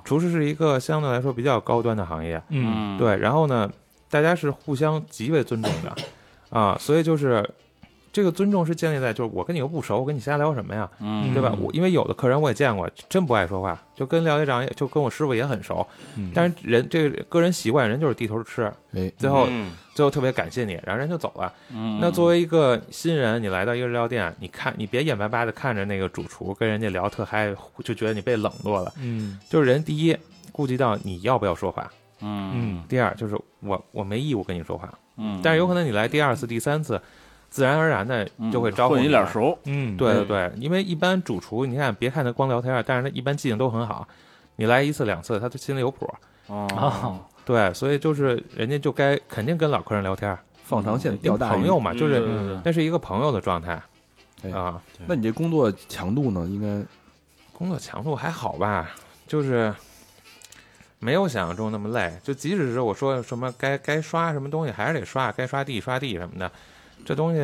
厨师是一个相对来说比较高端的行业，嗯，嗯，对，然后呢，大家是互相极为尊重的啊，所以就是这个尊重是建立在就是我跟你又不熟，我跟你瞎聊什么呀，嗯对吧？我因为有的客人我也见过，真不爱说话，就跟廖学长也就跟我师傅也很熟，嗯但是人这个个人习惯，人就是低头吃，哎，最后、嗯最后特别感谢你，然后人就走了。嗯那作为一个新人，你来到一个日料店，你看你别眼巴巴的看着那个主厨跟人家聊特嗨，就觉得你被冷落了。嗯就是人第一顾及到你要不要说话，嗯第二就是我我没义务跟你说话，嗯，但是有可能你来第二次、第三次，自然而然的就会招呼混一了脸。熟，嗯，对对对，因为一般主厨，你看别看他光聊天儿，但是他一般记性都很好，你来一次两次，他就心里有谱。哦啊，对，所以就是人家就该肯定跟老客人聊天儿，放长线钓大鱼嗯朋友。嘛，啊就是、嗯那是一个朋友的状态哎啊。那你这工作强度呢？应该工作强度还好吧，就是没有想象中那么累。就即使是我说什么该该刷什么东西，还是得刷，该刷地刷地什么的。这东西，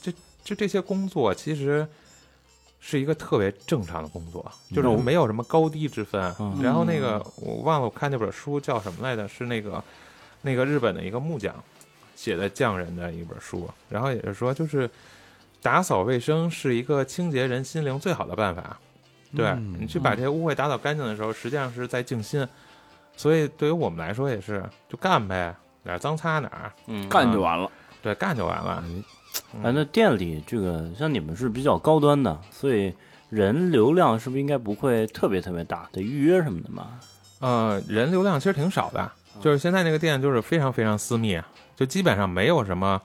这就这些工作，其实是一个特别正常的工作，就是没有什么高低之分。嗯然后那个我忘了，我看那本书叫什么来着？是那个那个日本的一个木匠写的匠人的一本书，然后也是说，就是打扫卫生是一个清洁人心灵最好的办法。对嗯你去把这些污秽打扫干净的时候，实际上是在静心。所以对于我们来说也是，就干呗，哪儿脏擦哪儿，嗯干就完了。嗯对，干就完了。哎，那店里这个像你们是比较高端的，所以人流量是不是应该不会特别特别大？得预约什么的嘛？呃，人流量其实挺少的，就是现在那个店就是非常非常私密，啊就基本上没有什么，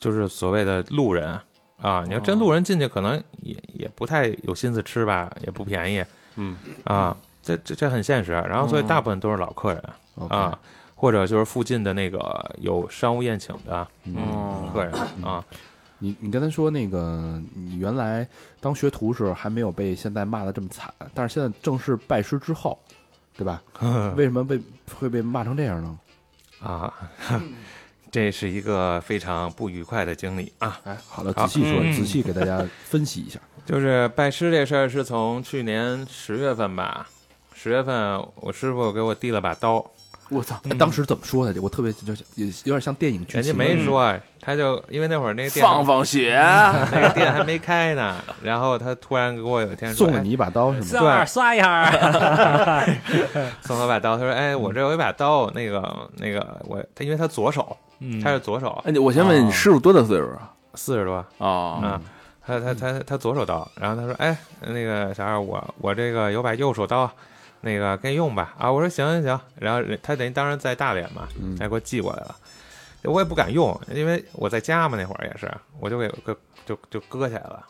就是所谓的路人啊。你要真路人进去，可能也也不太有心思吃吧，也不便宜。嗯啊，这这这很现实。然后所以大部分都是老客人啊，或者就是附近的那个有商务宴请的哦客人啊。你你刚才说那个，你原来当学徒时候还没有被现在骂的这么惨，但是现在正式拜师之后，对 吧？为什么被会被骂成这样呢？啊， 这是一个非常不愉快的经历啊。哎，好了，好仔细说，嗯仔细给大家分析一下。就是拜师这事儿是从去年十月份吧，十月份我师傅给我递了把刀，我操，当时怎么说的？我特别就是也有点像电影剧嗯人家情，没说啊，他就因为那会儿那个店放放血， 啊那个店还没开呢，然后他突然给我有一天说送了哎你一把刀是吗？刷一下刷一下，送我把刀，他说哎我这有一把刀，那个那个我他因为他左手，嗯他是左手哎，你我先问你师傅多大岁数啊？四十多，啊，啊，他他他他左手刀，然后他说，哎，那个小二，我我这个有把右手刀，那个给你用吧。啊，我说行行行，然后人他等于当时在大连嘛，他给我寄过来了，我也不敢用，因为我在家嘛那会儿也是，我就给给就就搁起来了。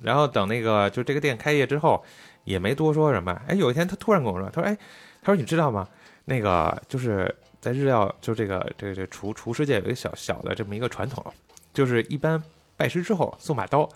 然后等那个就这个店开业之后，也没多说什么。哎，有一天他突然跟我说，他说，哎，他说你知道吗？那个就是在日料，就这个这个这个厨厨师界有一个小小的这么一个传统，就是一般拜师之后送把刀。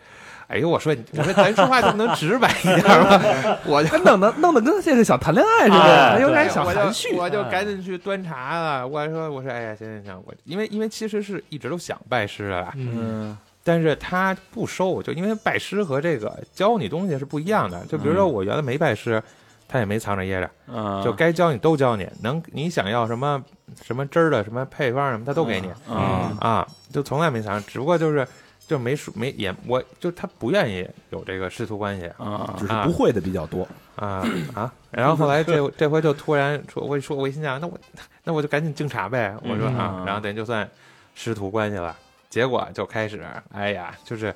哎呦，我说你，我说咱说话就不能直白一点 吗？我就。弄得弄得跟现在想谈恋爱似哎的，对有点想想含蓄。啊我就赶紧去端茶了。我还说，我说，哎呀，行行行，我因为因为其实是一直都想拜师的啦，嗯但是他不收，就因为拜师和这个教你东西是不一样的。就比如嗯说我原来没拜师，他也没藏着掖着，啊嗯就该教你都教你，能你想要什么什么汁儿的、什么配方什么，他都给你、嗯啊啊，就从来没藏着，只不过就是就没说没也我就他不愿意有这个师徒关系啊只是不会的比较多，啊啊，然后后来这这回就突然说，我一说我一心想，那我那我就赶紧敬茶呗，我说啊，然后等于就算师徒关系了。结果就开始，哎呀，就是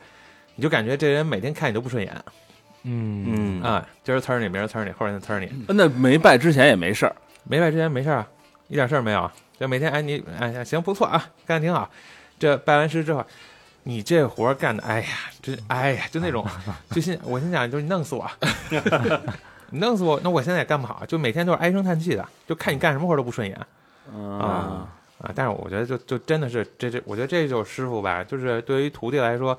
你就感觉这人每天看你都不顺眼嗯，嗯，啊，今儿呲儿你，明儿呲儿你，后天呲儿你，那没拜之前也没事儿，没拜之前没事儿啊，一点事儿没有啊，就每天哎你哎行不错啊，干得挺好。这拜完师之后，你这活儿干的，哎呀，真哎呀，就 那种，就心我心想就是你弄死我，你弄死我，那我现在也干不好，就每天都是唉声叹气的，就看你干什么活儿都不顺眼啊，啊。但是我觉得就就真的是这这，我觉得这就是师傅吧，就是对于徒弟来说。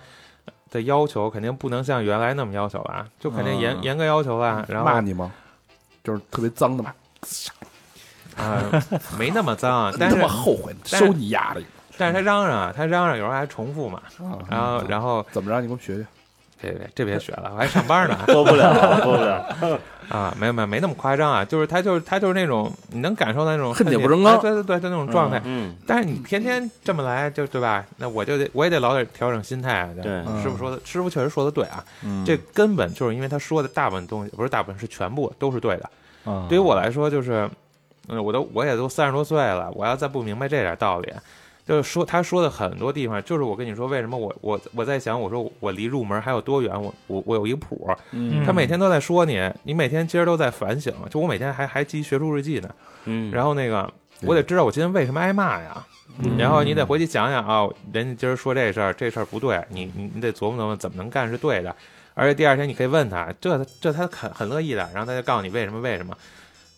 的要求肯定不能像原来那么要求吧，就肯定严、嗯严格要求吧。然后啊骂你吗？就是特别脏的吧，啊、没那么脏，啊 但他是妈后悔，但是收你丫的！但是他嚷嚷啊，他嚷嚷，有时候还重复嘛。嗯然后，啊然后啊怎么着？你给我学学。别别这别学了，我还上班 呢播不了，播不了，啊！没有没有没那么夸张啊，就是他就是他就是那种你能感受到那种恨铁铁不成钢哎对对对，就那种状态。嗯，但是你天天这么来，就对吧？那我就得我也得老得调整心态啊。对吧师傅说的，师傅确实说的对啊，嗯这根本就是因为他说的大部分东西不是大部分是全部都是对的。嗯啊对于我来说，就是，嗯，我都我也都三十多岁了，我要再不明白这点道理，就是说他说的很多地方，就是我跟你说为什么我我我在想，我说我离入门还有多远，我我我有一个谱，嗯他每天都在说你，你每天其实都在反省，就我每天还还记学术日记呢，嗯，然后那个我得知道我今天为什么挨骂呀。嗯然后你得回去想想啊，人家今儿说这事儿，这事儿不对，你你你得琢磨琢磨怎么能干是对的。而且第二天你可以问他，这这他很很乐意的，然后他就告诉你为什么为什么。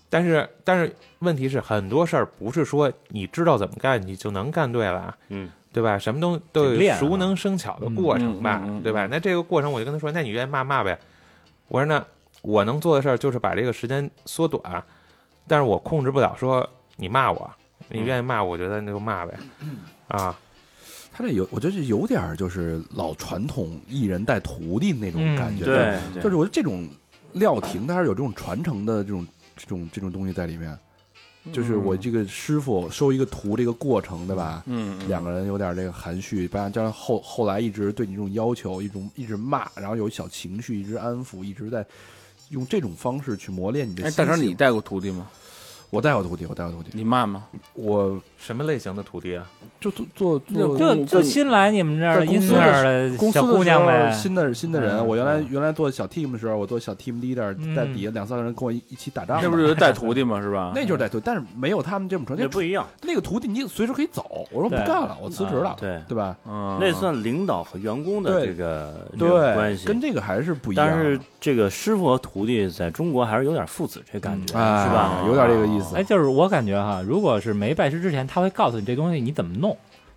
但是但是问题是很多事儿不是说你知道怎么干你就能干对了啊，嗯对吧？什么东西都得练有啊熟能生巧的过程吧，嗯嗯嗯嗯对吧？那这个过程我就跟他说，那你愿意骂骂呗。我说那我能做的事儿就是把这个时间缩短，但是我控制不了说你骂我，你愿意骂我，我觉得那就骂呗，啊，他这有，我觉得是有点儿就是老传统艺人带徒弟那种嗯感觉，对，对就是我觉得这种料亭，它是有这种传承的这种这种这种东西在里面，就是我嗯这个师傅收一个徒这个过程，对吧？嗯两个人有点这个含蓄，加上加上后后来一直对你这种要求，一种一直骂，然后有小情绪，一直安抚，一直在用这种方式去磨练你的哎心，性。大成，你带过徒弟吗？我带我徒弟，我带我徒弟，你骂吗？我什么类型的徒弟啊？嗯就做做做就公就新来你们这儿在公音司乐的公司小姑的时娘候，呗，新的新的人，嗯我原来原来做小 team 的时候，我做小 team leader，嗯在底下两三个人跟我一一起打仗嘛，那不是有带徒弟吗？是吧？那就是歹徒，但是没有他们这么纯也粹。不一样，那个徒弟你随时可以走，我说不对干了，我辞职了，啊对，对吧？嗯，那算领导和员工的对这个这个关对，系，跟这个还是不一样。但是这个师傅和徒弟在中国还是有点父子这感觉，哎是吧？有点这个意思哎，就是我感觉哈，如果是没拜师之前，他会告诉你这东西你怎么弄。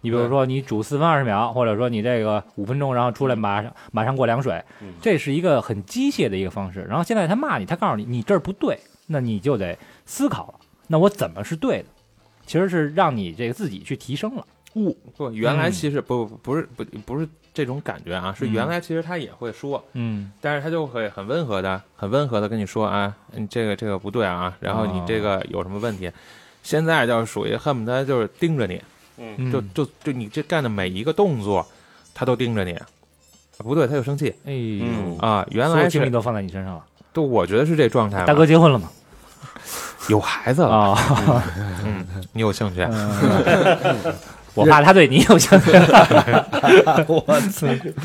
你比如说，你煮四分二十秒，或者说你这个五分钟，然后出来马上马上过凉水嗯，这是一个很机械的一个方式。然后现在他骂你，他告诉你你这儿不对，那你就得思考了。那我怎么是对的？其实是让你这个自己去提升了。不，原来嗯其实不不不是不不是这种感觉啊，是嗯原来其实他也会说，嗯，但是他就会很温和的、很温和的跟你说啊，你这个这个不对啊，然后你哦这个有什么问题。现在就是属于恨不得就是盯着你，就嗯就就你这干的每一个动作，他都盯着你，啊不对他就生气哎呦，嗯啊。原所有来精力是，哎都放在你身上了。就我觉得是这状态嘛。大哥结婚了吗？有孩子了，啊，嗯，你有兴趣？我怕他对你有想 法。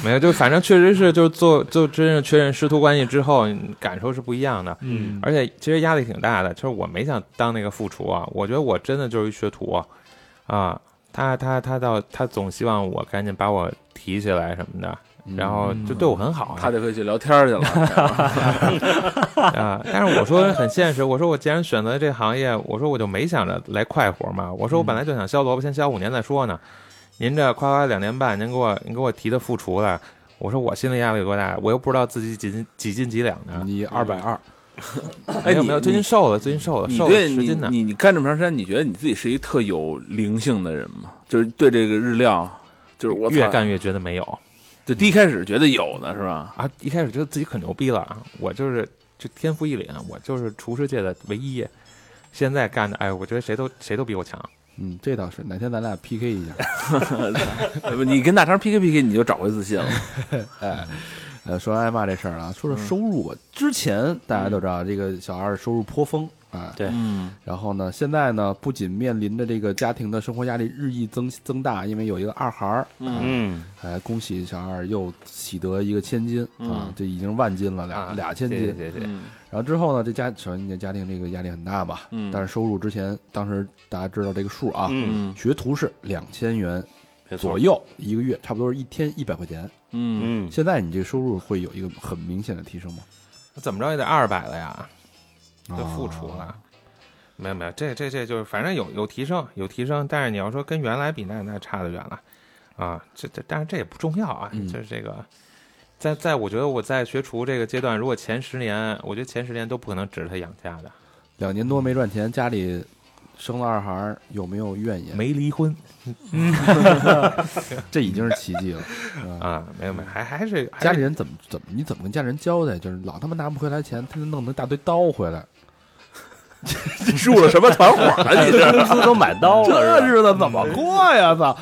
没有，就反正确实是，就是做就真正确认师徒关系之后，你感受是不一样的。嗯而且其实压力挺大的，就是我没想当那个副厨啊，我觉得我真的就是一学徒啊。啊他他他到他总希望我赶紧把我提起来什么的，然后就对我很好他啊。得回去聊天儿去了。 啊但是我说很现实，我说我既然选择这行业，我说我就没想着来快活嘛，我说我嗯本来就想削萝卜，先削五年再说呢。您这夸夸两年半，您给我您给我提的副厨了，我说我心里压力有多大，我又不知道自己几斤几斤几两呢。你二百二，哎，有你没有最近瘦了？最近瘦了，你瘦了对十你斤呢。你你干这么长时间，你觉得你自己是一特有灵性的人吗？就是对这个日料，就是我操越干越觉得没有，就第一开始觉得有呢，是吧？啊，一开始觉得自己可牛逼了啊，我就是就天赋异禀，啊我就是厨师界的唯一。现在干的，哎，我觉得谁都谁都比我强。嗯，这倒是，哪天咱俩 PK 一下。不你跟大肠 PK PK，你就找回自信了。哎，呃，说挨骂这事儿啊，说说收入吧。之前大家都知道，这个小二收入颇丰哎，对嗯，然后呢，现在呢，不仅面临着这个家庭的生活压力日益增增大，因为有一个二孩儿，嗯，哎，恭喜小二又喜得一个千金啊嗯，这已经万金了，俩啊俩千谢谢金。谢谢，嗯然后之后呢，这家首先你的家庭这个压力很大吧，嗯但是收入之前当时大家知道这个数啊，嗯嗯学徒是两千元没错左，右一个月，差不多是一天一百块钱。嗯嗯，现在你这收入会有一个很明显的提升吗？怎么着也得二百了呀，啊这付出啊了。没有没有，这这这就是反正有有提升有提升，但是你要说跟原来比，那那差得远了啊。这这但是这也不重要啊，嗯就是这个，在在我觉得我在学厨这个阶段，如果前十年，我觉得前十年都不可能指着他养家的，两年多没赚钱，家里生了二孩儿，有没有怨言？，没离婚这已经是奇 迹了。啊，没有没有，还还是还是家里人怎么怎么你怎么跟家人交代？就是老他妈拿不回来钱，他就弄了一大堆刀回 来，入了什么团伙啊？ 你这工资都买到了，啊这日子怎么过呀？操！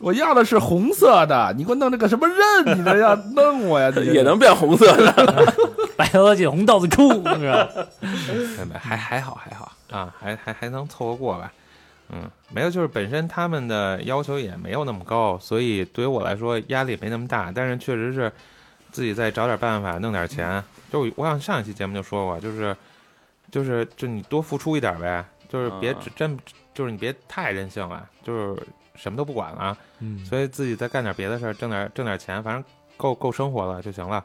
我要的是红色的，你给我弄这个什么刃？你这要弄我呀？你这 也能变红色的， 白头进红豆子出，是吧？没没嗯还还好还好啊，还还还能凑合过吧。嗯，没有，就是本身他们的要求也没有那么高，所以对于我来说压力没那么大。但是确实是自己再找点办法弄点钱。就我我想上一期节目就说过，就是就是就你多付出一点呗，就是别啊只真就是你别太任性了，就是什么都不管了。嗯，所以自己再干点别的事儿，挣点挣点钱，反正够够生活了就行了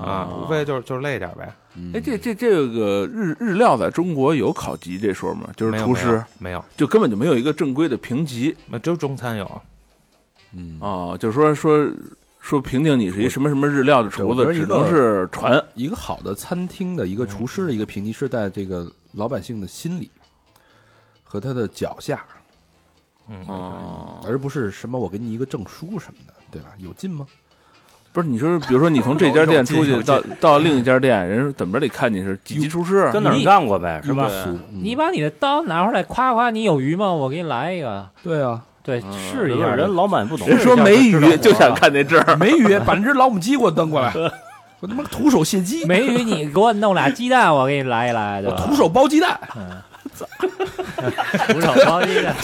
啊，哦无非就是就是累点呗。嗯哎，这这这个日日料在中国有考级这说吗？就是没有厨没有师没有，就根本就没有一个正规的评级没有只有中餐有。嗯，哦，就是说说说评定你是一什么什么日料的厨子，只能是传一个好的餐厅的一个厨师的一个评级是在这个老百姓的心里和他的脚下，嗯，哦。而不是什么我给你一个证书什么的，对吧？有劲吗？不是，你说比如说你从这家店出去到到另一家店，人说怎么着得看你是几级厨师，跟哪儿你干过呗，是吧？庸俗？嗯你把你的刀拿出来，夸夸你有鱼吗？我给你来一个，对啊，对，嗯试一有下。的人老板不懂，人说没鱼就想看那证儿，啊没鱼，把那只老母鸡给我蹬过 来，我他妈徒手卸鸡，没鱼，你给我弄俩鸡蛋， 我给你来一来，对我吧？徒手包鸡蛋。徒手包鸡蛋，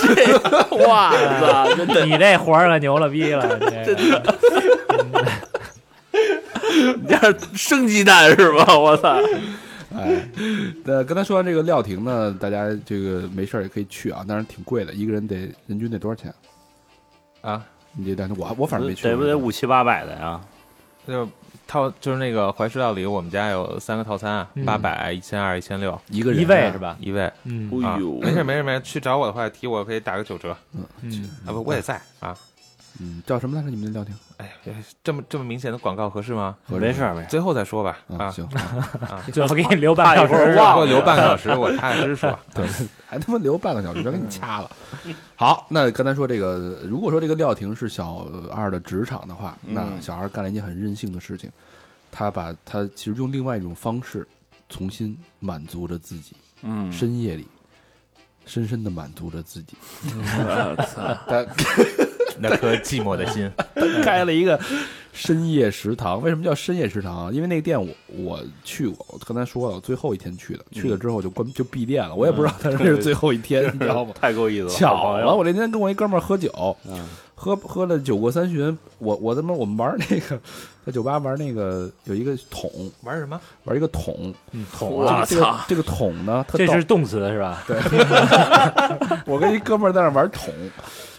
哇塞，真的，你这活儿可牛了逼 了，你这个你这是生鸡蛋是吧？我操，哎，呃，刚才说完这个料亭呢，大家这个没事儿也可以去啊，当然挺贵的，一个人得人均得多少钱？啊，你这但是我我反正没去过，得不得五七八百的呀？就套就是那个怀石料理，我们家有三个套餐，啊嗯八百、一千二、一千六啊一个人一位是吧？一位。嗯啊哎呦，没事没事没事，去找我的话提我可以打个九折啊，嗯，不我也在啊。嗯，叫什么来着？你们那料亭？哎，这么这么明显的广告合适吗？合着没事儿没事最后再说吧啊，啊，行，最后给你留半怕小一会儿时，给我留半个小时，我踏踏实实说。 对，还他妈留半个小时，全给你掐了。 好，那刚才说这个，如果说这个料亭是小二的职场的话，那小二干了一件很任性的事情，他把他其实用另外一种方式重新满足着自己，嗯，深夜里深深的满足着自己。我操，他那颗寂寞的心，开了一个深夜食堂。为什么叫深夜食堂啊？因为那个店我我去过，我刚才说了，我最后一天去的，去了之后就关就闭店了，我也不知道他这是最后一天，你知道吗？太够意思了，巧了，好朋我友那天跟我一哥们儿喝酒，嗯喝喝了酒过三巡，我我他妈我们玩那个在酒吧玩那个有一个桶， 玩什么？玩一个桶，嗯捅我啊，这个操，这个桶呢，它这倒是动词是吧？对， 我跟一哥们儿在那玩桶，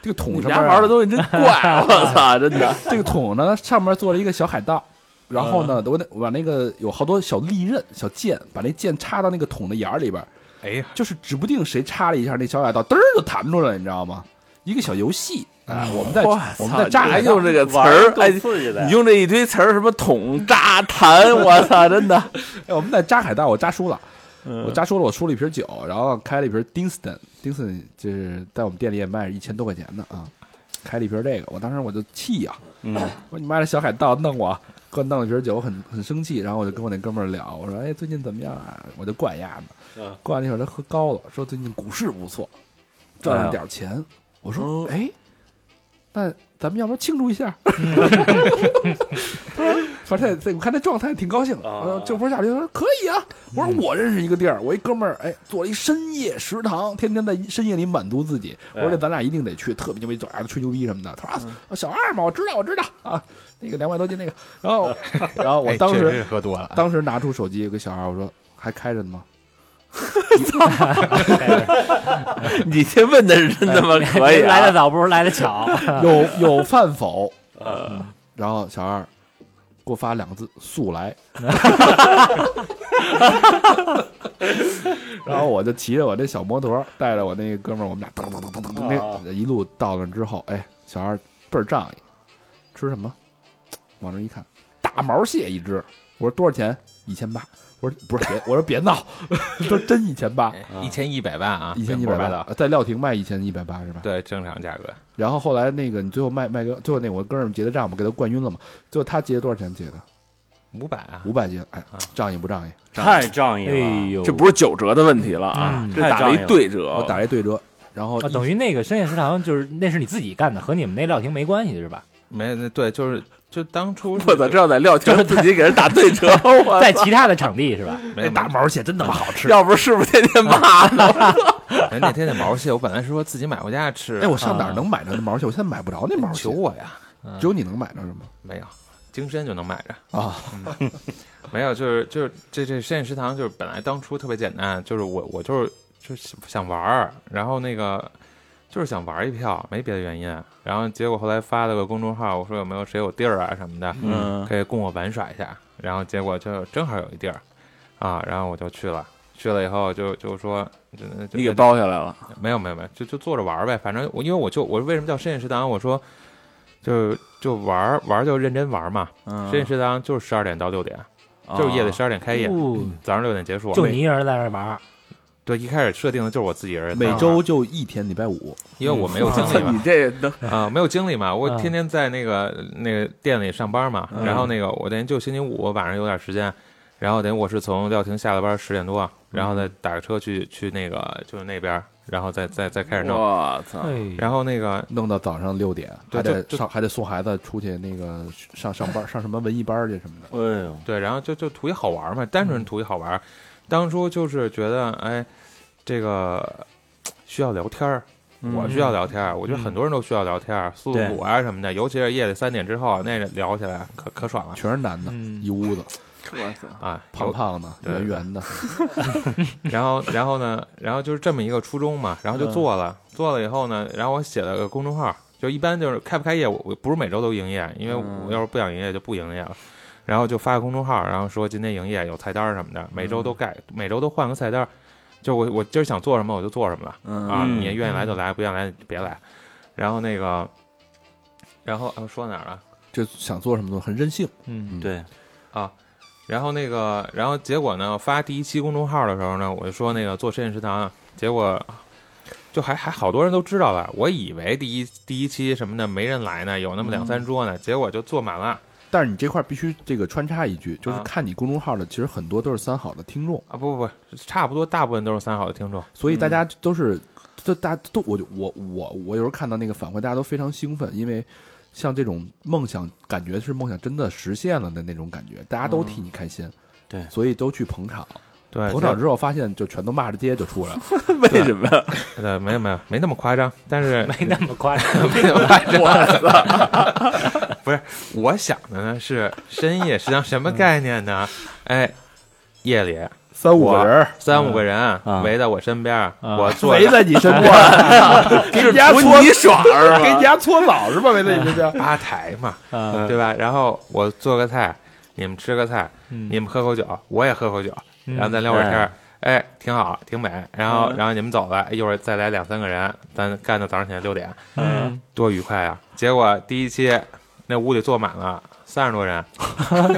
这个桶你上家面玩的东西真怪，我 操，真的，这个桶呢，上面做了一个小海盗，然后呢，嗯我得我把那个有好多小利刃、小剑，把那剑插到那个桶的眼儿里边儿，哎呀，就是指不定谁插了一下，那小海盗嘚儿就弹出来了，你知道吗？一个小游戏，哎，我们在哇我们在炸操海还盗用这个词玩儿儿，哎够，刺激的你。用这一堆词儿，什么桶、炸、弹，我操， 真的，哎我们在扎海盗，我扎输了，嗯我扎输了，我输了一瓶酒，然后开了一瓶 Dinston，Dinston 就是在我们店里也卖一千多块钱的啊，开了一瓶这个，我当时我就气呀、嗯，我说你妈这小海盗弄我，给我弄了瓶酒，我很很生气，然后我就跟我那哥们儿聊，我说哎最近怎么样啊？我就灌鸭子嗯，灌了一会儿他喝哦高了，说最近股市不错，赚了点钱，我说哎。哎那咱们要不然庆祝一下？他说，反正他我看他状态挺高兴的，啊呃就坡下驴他说可以啊。我说我认识一个地儿，我一哥们儿哎做了一深夜食堂，天天在深夜里满足自己。我说这咱俩一定得去，特别牛逼，找人吹牛逼什么的。他说啊，小二嘛，我知道我知道啊，那个两百多斤那个。然后然后我哎当确实时是喝多了，当时拿出手机给小二我说还开着呢吗？你这问的是真他妈可以啊 来的早不如来的巧。有有饭否？嗯然后小二给我发两个字“速来”，然后我就骑着我这小摩托，带着我那哥们儿，我们俩噔噔噔噔噔噔，一路到那之后，哎，小二倍儿仗义，吃什么？往这一看，大毛蟹一只，我说多少钱？一千八。我说不是，别我说别闹， 说真一千哎八，一千一百万啊，一千一百不是八的，，在料亭卖一千一百八是吧？对，正常价格。然后后来那个你最后卖卖给最后那我哥们儿结的账，我给他灌晕了嘛。最后他结多少钱结的？五百啊，五百结，哎，仗义不仗义？太仗义了，哎呦这不是九折的问题了啊，啊嗯这打了一对折，我打了一对折，然后啊等于那个深夜食堂就是那是你自己干的，和你们那料亭没关系是吧？没那对，就是就当初是我操，这要在料亭自己给人打对 折，我在其他的场地是吧？没大毛蟹真他妈好吃。要不是不是天天骂呢？哎那天那毛蟹，我本来是说自己买回家吃，哎，我上哪儿能买着那毛蟹？我现在买不着那毛蟹求，我呀，只有你能买着是吗？没有，精深就能买着。嗯啊，没有，就是就是这这实验食堂就是本来当初特别简单，就是我我就是就是想玩儿，然后那个就是想玩一票，没别的原因。然后结果后来发了个公众号，我说有没有谁有地儿啊什么的，嗯可以供我玩耍一下。然后结果就正好有一地儿啊，然后我就去了。去了以后就就说，就就你给包下来了，没有没有没有，就就坐着玩儿呗。反正我因为我就我为什么叫深夜食堂？我说就就玩儿玩儿就认真玩儿嘛。嗯哦深夜食堂就是十二点到六点，就是啊夜里十二点开业，哦早上六点结束。就你一人在那玩儿，对，一开始设定的就是我自己人，啊每周就一天，礼拜五。因为我没有精操力 你嘛，这能啊，没有精力嘛，我嗯天天在那个那个店里上班嘛，然后那个我等于就星期五晚上有点时间，然后等于我是从料亭下了班十点多，然后再打个车去去那个就是那边，然后再再再开始弄，我操！哎，然后那个弄到早上六点，对还就得就上还得送孩子出去那个上上班上什么文艺班儿去什么的。哎呦，对，然后就就图一好玩儿嘛，单纯图一好玩儿。当初就是觉得，哎，这个需要聊天儿，我需要聊天儿，我觉得很多人都需要聊天儿，速度对谷啊什么的，尤其是夜里三点之后，那聊起来可可爽了全是男的，嗯一屋子我操！啊，胖胖的、对圆圆的，有然后然后呢，然后就是这么一个初衷嘛，然嗯后就做了，做了以后呢，然后我写了个公众号，就一般就是开不开业，我我不是每周都营业，因为嗯我要是不想营业就不营业了。然后就发个公众号，然后说今天营业有菜单儿什么的，每嗯周都改，每周都换个菜单儿。就我我今儿想做什么我就做什么了、啊，嗯你愿意来就来，不愿意来就别来。然后那个，然后、啊、说哪儿了？就想做什么都很任性。嗯对，啊，然后那个，然后结果呢，发第一期公众号的时候呢，我就说那个做实验食堂啊，结果就还还好多人都知道了。我以为第一第一期什么的没人来呢，有那么两三桌呢，嗯结果就坐满了但是你这块儿必须这个穿插一句，就是啊看你公众号的，其实很多都是三好的听众，啊！不不不，差不多大部分都是三好的听众。所以大家都是，这、大家都我就我我我有时候看到那个反馈，大家都非常兴奋，因为像这种梦想，感觉是梦想真的实现了的那种感觉，大家都替你开心，对所以都去捧场，对，捧场之后发现就全都骂着街就出来了，为什么呀？对，呃没有没有没那么夸张，但是没那么夸张。我想的呢是深夜食堂什么概念呢？哎，夜里嗯三五个人儿嗯三五个人啊围在我身边儿，啊我坐围着在你身边，给你家搓你爽是吧？给你家搓澡是吧？围在你身边，吧台嘛，对吧？然后我做个菜，你们吃个菜，你们喝口酒，我也喝口酒，然后咱聊会儿天儿，哎，挺好，挺美。然后，然后你们走了，一会儿再来两三个人，咱干到早上起来六点，嗯，多愉快啊！结果第一期那屋里坐满了。三十多人，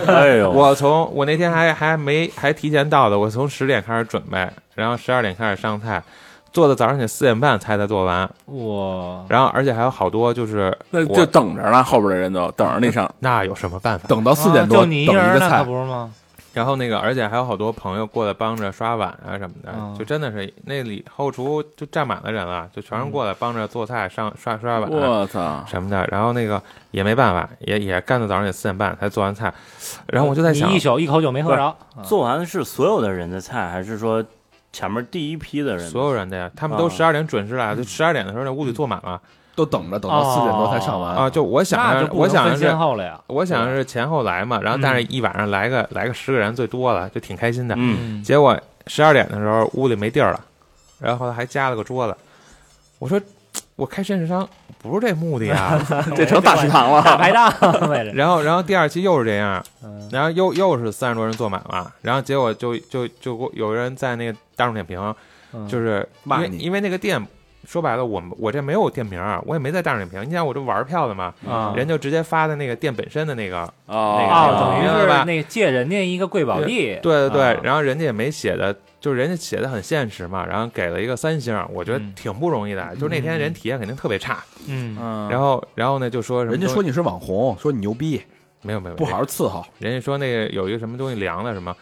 哎 呦，我从我那天还还没还提前到的，我从十点开始准备，然后十二点开始上菜，做到早上起四点半菜才做完，我然后而且还有好多就是那我就等着了，后边的人都等着你上。那有什么办法？等到四点多、啊就等你一人个呢，可菜，不是吗？然后那个，而且还有好多朋友过来帮着刷碗啊什么的，嗯啊就真的是那里后厨就站满了人了，就全是过来帮着做菜、上刷刷碗、啊我操！什么的。然后那个也没办法，也也干到早上也四点半才做完菜，然后我就在你想，一宿一口酒没喝着，做完是所有的人的菜，还是说前面第一批的人？所有人的呀，他们嗯都啊十二点准时来，就十二点的时候那屋里坐满了都等着等到四点多才上完啊。就我想嗯那着就，不我能想着分嗯先是，后了 呀。我想着是前后来嘛，然后但是一晚上来个来个十个人最多了，就挺开心的。嗯，结果十二点的时候屋里没地儿了，然后后来还加了个桌子。我说我开健身商不是这目的 啊。这成大食堂大了，排档为了然后然后第二期又是这样，嗯然后又又是三十多人坐满了，然后结果就就就给我有人在那个大众点评，嗯就是因骂为你因为那个店。说白了，我们我这没有店名儿，我也没在大众点评。你想，我这玩票的嘛，啊人就直接发的那个店本身的那个那个啊，哦等于明白吧是那借人家一个贵宝地，对对对，啊然后人家也没写的，就是人家写的很现实嘛，然后给了一个三星儿，我觉得挺不容易的。就那天人体验肯定特别差，嗯，嗯，然后然后呢就说什么人家东说你是网红，说你牛逼，没有没有不好，好伺候，人家说那个有一个什么东西凉了什么，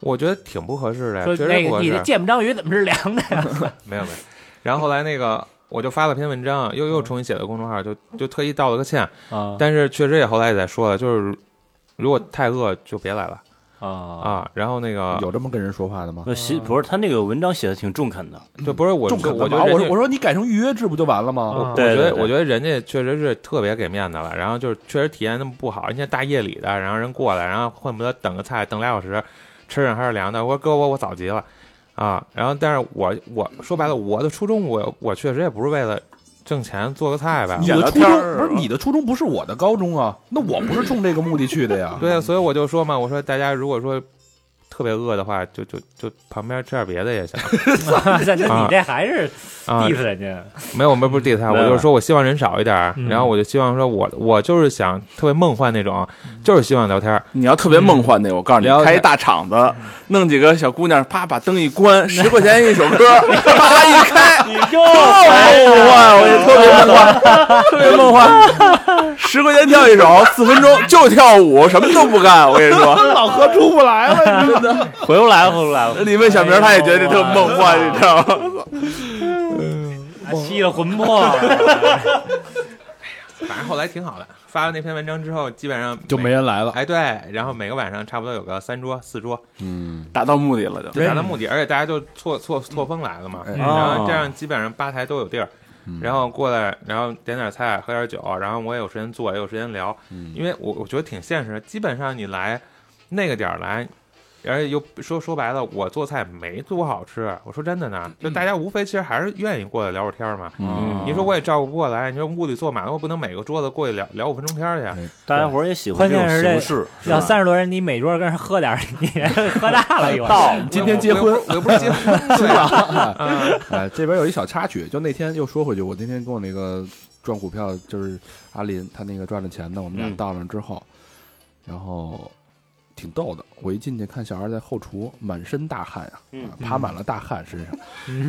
我觉得挺不合适的，说确那实不个合你适的，芥末章鱼怎么是凉的呀？没有没有。然后后来那个我就发了篇文章，又又重新写了公众号，就就特意道了个歉， 啊 但是确实也后来也在说了，就是如果太饿就别来了啊啊。然后那个有这么跟人说话的吗？不写不是他那个文章写的挺中肯的，就不是我中就肯嗯我干觉嘛？得啊我人家说我说你改成预约制不就完了吗？啊我觉哦对得，对我觉得人家确实是特别给面子了，然后就是确实体验那么不好，人家大夜里的，然后人过来，然后恨不得等个菜等俩小时，吃上还是凉的。我说哥，我我早急了啊！然后但是我我说白了，我的初衷我我确实也不是为了挣钱做个菜吧嗯你，演的聊初天衷儿不是是吧你的初衷不是我的高中啊，那我不是冲这个目的去的呀。 对啊，所以我就说嘛，我说大家如果说特别饿的话，就就就旁边吃点别的 也行那你这还是啊 diss 人家，没有，我们不是地摊，没我有就是说我希望人少一点儿，嗯然后我就希望说我我就是想特别梦幻那种，嗯就是希望聊天儿。你要特别梦幻那，我告诉你了，解开一大厂子，弄几个小姑娘，啪把灯一关，十块钱一首歌， 啪一开，你 又特别梦幻，我就特别梦幻，特别梦幻。十块钱跳一首，四分钟就跳舞，什么都不干。我跟你说， 老何出不来了，真的。 回不来回不来。你问小明，他也觉得这特梦幻，你知道吗？ 吸了魂魄， 反正后来挺好的。发了那篇文章之后，基本上 就没人来了。哎对，然后每个晚上差不多有个三桌四桌，达到目的了就。就达到目的，而且大家就错错错峰来了嘛，哎然后这样基本上吧台都有地儿。然后过来，然后点点菜，喝点酒，然后我也有时间坐，也有时间聊，因为我我觉得挺现实的。基本上你来那个点儿来，而且又说说白了，我做菜没多好吃。我说真的呢，就大家无非其实还是愿意过来聊会儿天儿嘛。嗯你说我也照顾不过来，你说屋里坐满了，我不能每个桌子过去聊聊五分钟天儿去。啊大家伙儿也喜欢这种形式，是要吧三十多人，你每桌跟人喝点儿，你喝大了一碗， 今天结我婚也不我也不是结婚，对啊 啊，哎，这边有一小插曲，就那天又说回去，我那天跟我那个赚股票就是阿林，他那个赚了钱的，我们俩嗯到那之后，然后挺逗的。我一进去看小孩在后厨，满身大汗啊，嗯啊爬满了大汗身上。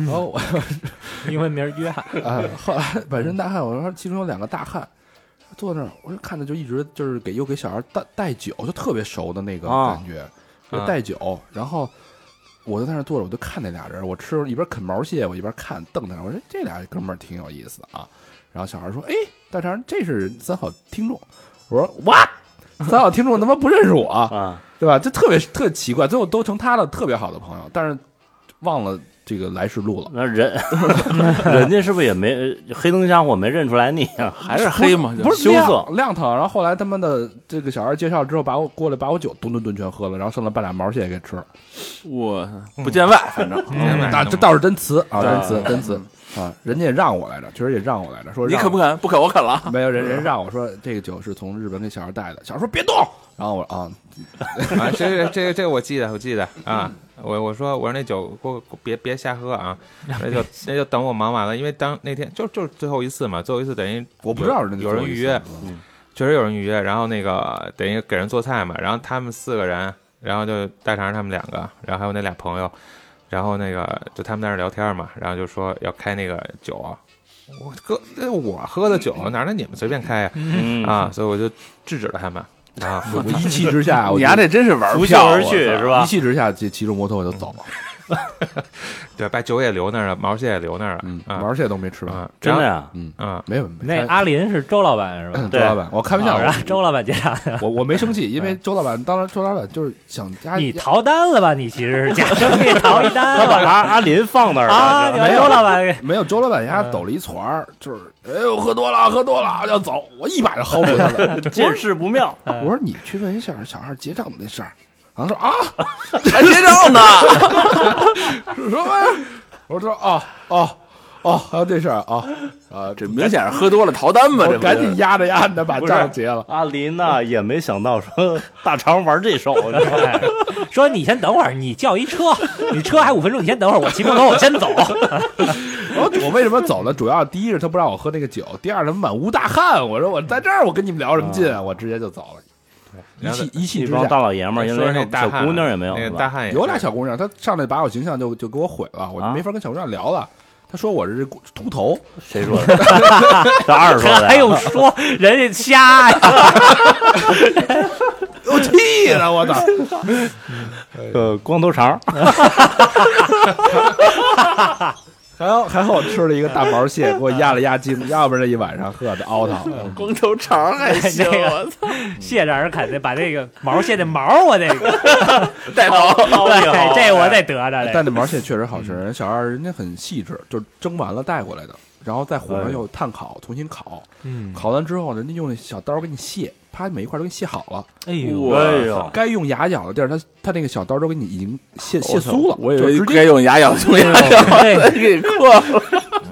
然后我英文名儿约翰， 啊，后来满身大汗，我说其中有两个大汉。坐那儿，我就看着就一直就是给又给小孩带带酒，就特别熟的那个啊感觉，就带酒。然后我就在那儿坐着，我就看那俩人，我吃一边啃毛蟹，我一边看瞪他俩，我说这俩哥们儿挺有意思的啊。然后小孩说：“哎，大肠，这是三好听众。”我说：“哇，三好听众他妈不认识我，啊，对吧？这特别特奇怪，最后都成他的特别好的朋友，但是忘了这个来时路了。”那人 人家是不是也没呃黑灯瞎火没认出来你啊？还是黑嘛，就不是羞亮涩亮堂。然后后来他们的这个小孩介绍之后，把我过来把我酒吨吨吨全喝了，然后剩了半俩毛蟹给吃了。我不见外，嗯反正今天那晚上这倒是真瓷啊，真瓷真瓷啊！人家也让我来着，确实也让我来着，说你让肯不肯？不肯，我肯了啊。没有人人让我说这个酒是从日本给小孩带的，小孩说别动，然后我啊啊，这这这个这个我记得，我记得啊，我我说我说那酒给我别别瞎喝啊，那就那就等我忙完了，因为当那天就就是最后一次嘛，最后一次等于我不知道有人家有人做的预是约什，确实有人预约，然后那个等于给人做菜嘛，然后他们四个人，然后就大肠他们两个，然后还有那俩朋友，然后那个就他们在那聊天嘛，然后就说要开那个酒，啊 我喝那我喝的酒哪能你们随便开呀、嗯 啊，所以我就制止了他们。啊，我一气之下，我你就丫这真是玩拂袖票而我去操是吧一？气之下骑骑着摩托我就走了，对，把酒也留那儿了，毛蟹也留那儿了，嗯，啊玩儿去也都没吃完，啊，真的呀，啊，没有没那开阿林是周老板是吧？周老板，我开玩笑，啊周老板介绍的，我我没生气，因嗯为周老板当时周老板就是想加你逃单了吧？你其实是假装你逃一单他把了阿阿林放那儿啊！了，你是吧把周老板给没有周老板家抖了一团儿，就是哎呦喝多了喝多了要走，我一把就薅住他了。见势不妙， 嗯我说你去问一下小孩结账的事儿，然后说啊，还结账呢， 说什么呀？我说哦哦哦，还有这事儿啊啊，这明显是喝多了逃单嘛，这我不就是赶紧压着压着把账结了。阿林呐也没想到说大肠玩这手，你知道哎吗 说你先等会儿，你叫一车，你车还五分钟，你先等会儿，我骑摩托我先 走。我我为什么走了？主要第一是他不让我喝那个酒，第二他满屋大汗。我说我在这儿，我跟你们聊什么劲啊？我直接就走了。一气一气一之帮大下，老爷们儿，说连那个大小汉姑娘也没有，那是个吧大汉也有俩哎是小姑娘，她上来把我形象就就给我毁了，我就啊没法跟小姑娘聊了。她说我是秃头，谁说的？这二十多的呀，还用说人家 瞎呀？我气的我操！呃光头肠，还好还好，我吃了一个大毛 蟹，给我压了压惊，要不然这一晚上 喝的熬汤。光头肠还行， 那个哎我操，谢让人啃的，把这个毛蟹的毛我得， 带头。 对，这我得得着但这。那毛蟹确实好吃，人小二人家很细致，就是蒸完了带过来的，然后在火上又炭烤，重新烤，嗯，烤完之后人家用那小刀给你卸，啪每一块都给你卸好了，哎哎我呦，该用牙咬的地儿，它它那个小刀都给你已经卸卸酥了，我以就为直该接用牙咬就牙咬，给你过了。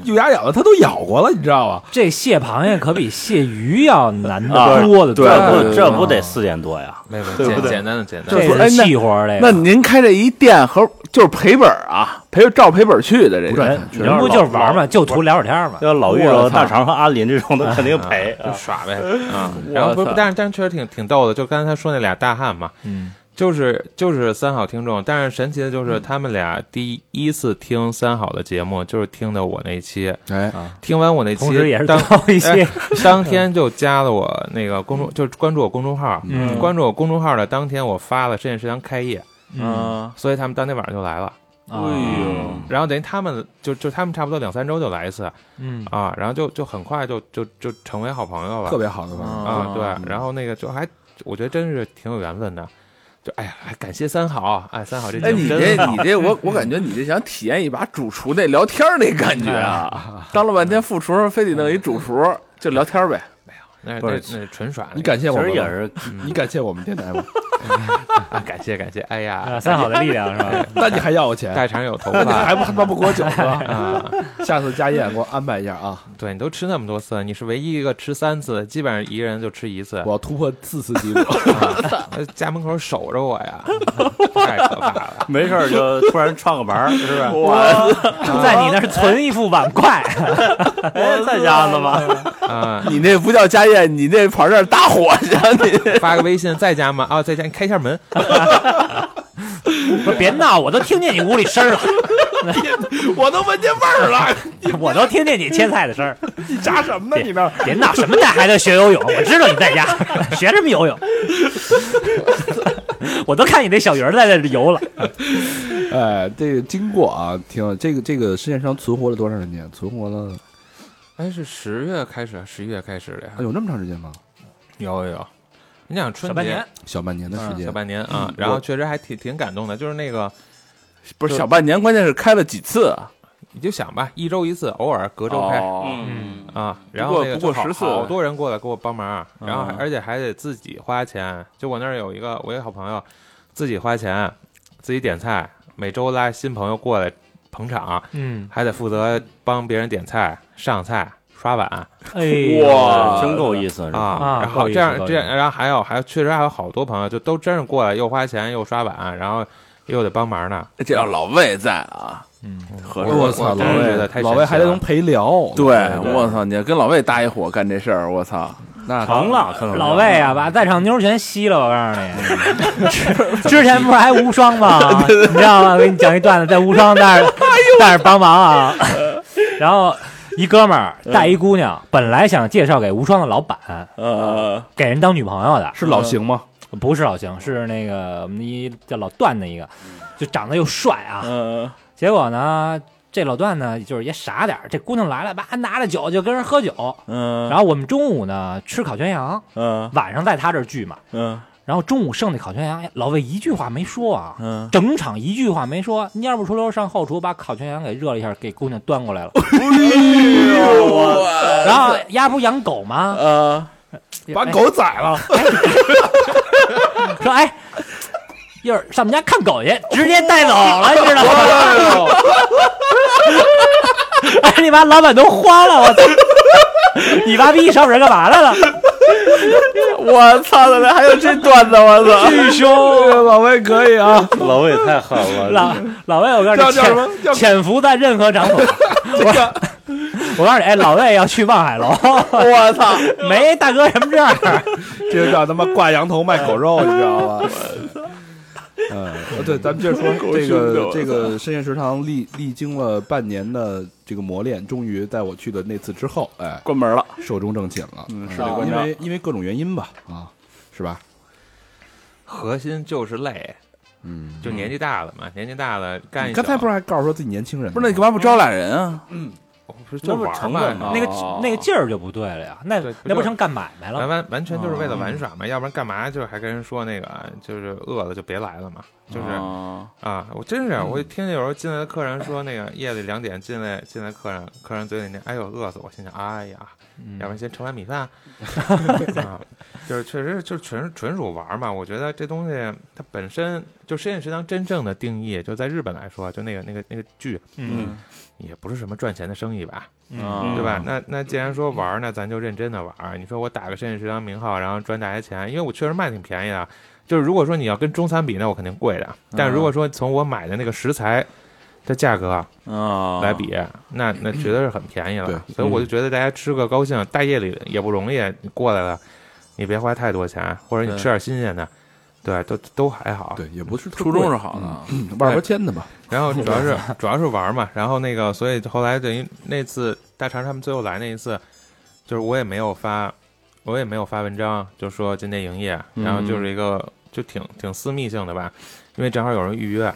用牙咬的，它都咬过了，你知道吧？这蟹螃蟹可比蟹鱼要难啊得多的多对这对了，不这不得四点多呀？没没对不简对简单的简单这不的，是这哎是那气活儿这那个。您开这一店和就是赔本儿啊，赔照赔本儿去的这不个。哎赚人钱，全人不就是玩儿嘛，就图聊会儿天儿嘛。要老遇着大肠和阿林这种的，肯定赔 就啊。耍呗啊。然后不是，但是但是确实挺挺逗的，就刚才他说那俩大汉嘛，嗯，就是就是三好听众，但是神奇的嗯就是他们俩第一次听三好的节目，就是听的我那一期，啊哎，听完我那同时也期，是 当高一些哎。当天就加了我那个公众，就是关注我公众号，嗯关注我公众号的当天，我发了深夜食堂开业，嗯，所以他们当天晚上就来了。哎然后等于他们就就他们差不多两三周就来一次嗯，啊，然后就就很快就就就成为好朋友了，特别好的吧？啊，对，然后那个就还我觉得真是挺有缘分的，就哎呀，还感谢三好，哎，三好这哎，节目你真这 好你这，我我感觉你这想体验一把主厨那聊天儿那感 觉啊，当了半天副厨，非得弄一主厨 就聊天儿呗。那不那是那纯耍那个，你感谢其我们实也吧，是你感谢我们电台吗？啊感谢感谢，哎啊呀，三好的力量是吧？那你还要我钱？大肠有头那你发还不他妈不给我酒吗？啊，下次家宴给我安排一下啊！对你都吃那么多次，你是唯一一个吃三次，基本上一个人就吃一次我，要突破四次记录。 呃家门口守着我呀，太可怕了。没事儿就突然串个门 儿，是不是？哇， 在你那儿存一副碗筷， 哎，在家呢吗？啊、你那不叫家宴，你那跑这儿搭伙去啊，你发个微信在家吗？啊，在家，你开一下门。不是别闹，我都听见你屋里声儿了，我都闻见味儿了。 我都听见你切菜的声儿。你扎什么呢？你那别闹，什么男孩子学游泳？我知道你在家 学什么游泳， 我都看你那小鱼儿在那游了。哎，这个经过啊，挺这个这个世界上存活了多长时间？存活了哎，是十月开始，十一月开始的呀啊？有那么长时间吗？有有有，你想春小半节年，小半年的时嗯间小。半年啊，然后确实还挺挺感动的，就是那个 不是小半年，关键是开了几次啊？你就想吧，一周一次，偶尔隔周开、哦嗯，啊。不然过后那个不过就好14好多人过来给我帮忙，然后还嗯而且还得自己花钱。就我那儿有一个我一个好朋友，自己花钱，自己点菜，每周拉新朋友过来捧场，嗯，还得负责帮别人点菜、上菜、刷啊碗哎呦哇真够意思是吧？啊。然不好后意思这样不好意思这样，然后还有还有确实还有好多朋友就都真是过来又花钱又刷碗，然后又得帮忙呢。这要老魏在啊，嗯，合适。我操，老我真是觉得魏太老神魏奇还得了能陪聊，对，我操，你要跟老魏搭一伙干这事儿，我操，那成了，可能老魏啊，把在场妞儿全吸了，我告诉你，之之前不是还无双吗？你知道吗？我给你讲一段子，在无双那儿那儿帮忙啊，然后一哥们儿带一姑娘，本来想介绍给无双的老板，呃，给人当女朋友的，是老邢吗？不是老邢，是那个我们一叫老段的一个，就长得又帅啊。嗯结果呢，这老段呢就是也傻点儿，这姑娘来了吧，拿着酒就跟人喝酒。嗯，然后我们中午呢吃烤全羊，嗯晚上在他这儿聚嘛。嗯然后中午剩的烤全羊，哎老魏一句话没说啊，嗯，整场一句话没说，蔫不出溜上后厨把烤全羊给热了一下，给姑娘端过 来了。哎然后丫不养狗吗？哎呃，把狗宰了，说哎，一会儿上我们家 看狗去，直接带走了，你知道吗？ 哎，你妈老板都慌了，我 操！你妈逼上本干嘛来了？我操的，还有这段子，我操，巨凶，哎老魏可以啊，老魏太狠啊了， 老老魏，我告叫叫什诉么你，潜潜伏在任何场所。我我告诉你，哎，老魏要去望海 楼，我操，没大哥什么证儿，这就叫他妈挂羊头卖狗肉，你知道吗？嗯，对，咱们接着说狗这熊的个我操这个深夜食堂历历经了半年的这个磨练，终于在我去的那次之后，哎，关门了，寿终正寝了。嗯，是得啊关因账为因为各种原因吧，啊，是吧？核心就是累，嗯，就年纪大了嘛，年纪大了干一你刚才宿不是还告诉说自己年轻人？不是那你干嘛不招俩人啊？不是就玩儿成嘛本嘛那那个个那个劲儿就不对了呀，那哦对那不成干买卖了完吗？完完全就是为了哦玩耍嘛，要不然干嘛就是还跟人说那个就是饿了就别来了嘛，就是哦啊啊，我真是我听见有时候进来的客人说那个夜里两点进来进来客人，客人嘴里念哎呦饿死我，心想哎呀，要不然先盛碗米饭，啊，就是确实就纯纯属玩儿嘛。我觉得这东西它本身就深夜食堂真正的定义，就在日本来说，就那个那个那个剧嗯也不是什么赚钱的生意吧，啊，对吧？那那既然说玩儿，那咱就认真的玩儿。你说我打个深夜食堂名号，然后赚大家钱，因为我确实卖挺便宜的。就是如果说你要跟中餐比，那我肯定贵的。嗯但如果说从我买的那个食材的价格啊，来比，那那绝对是很便宜了。对所以嗯我就觉得大家吃个高兴，大夜里也不容易，你过来了，你别花太多钱，或者你对吃点新鲜的，对，都都还好。对，也不是特初贵中是好的，嗯外边签的嘛。然后主要是主要是玩嘛，然后那个，所以后来等于那次大肠他们最后来那一次，就是我也没有发，我也没有发文章，就说今天营业，然后就是一个就挺挺私密性的吧，因为正好有人预约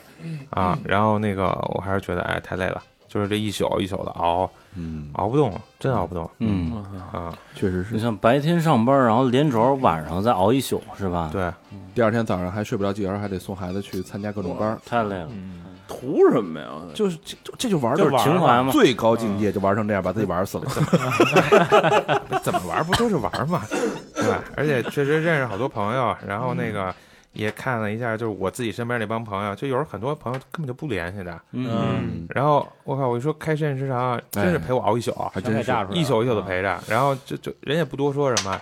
啊，然后那个我还是觉得哎太累了，就是这一宿一宿的熬嗯熬不动了，真熬不动嗯，啊，确实是你。像白天上班，然后连轴晚上再熬一宿，是吧？，对，第二天早上还睡不了几个小时，还得送孩子去参加各种班儿，太累了，图什么呀？就是这就这就玩就到是情怀嘛。最高境界，就玩成这样，把自己玩死了。怎么玩不都是玩嘛，对吧？而且确实认识好多朋友，然后那个也看了一下，就是我自己身边那帮朋友，就有时候很多朋友根本就不联系的。嗯，哎然后我靠，我一说开深夜食堂，真是陪我熬一宿，还真是大出来了一宿一宿的陪着。然后就就人也不多说什么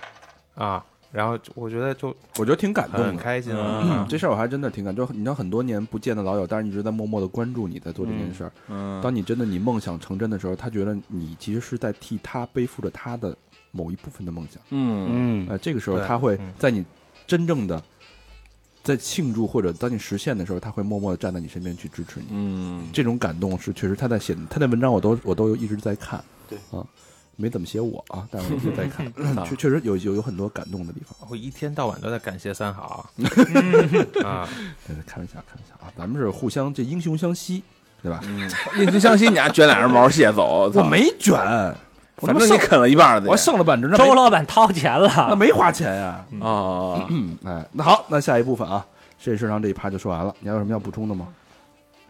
啊，然后就我觉得就我觉得挺感很动的。开心啊。嗯这事儿我还真的挺感动。就你知道，很多年不见的老友，但是一直在默默的关注你，在做这件事儿。嗯当你真的你梦想成真的时候，他觉得你其实是在替他背负着他的某一部分的梦想。嗯嗯，呃，这个时候对他会嗯在你真正的在庆祝或者当你实现的时候，他会默默的站在你身边去支持你。嗯，这种感动是确实他在写他的文章，我都我都一直在看。对啊，没怎么写我啊，但是我一直在看，确确实有有有很多感动的地方。我一天到晚都在感谢 三好啊，对开玩笑，开玩笑啊，咱们是互相这英雄相惜，对吧？印之相惜，你还卷俩人毛蟹走，我操没卷，我反他妈正你剩啃了一半儿的，我剩了半只，那周没老板掏钱那了，没花钱呀。嗯啊，哎，那好，那下一部分啊，深夜食堂这一趴就说完了，你还有什么要补充的吗？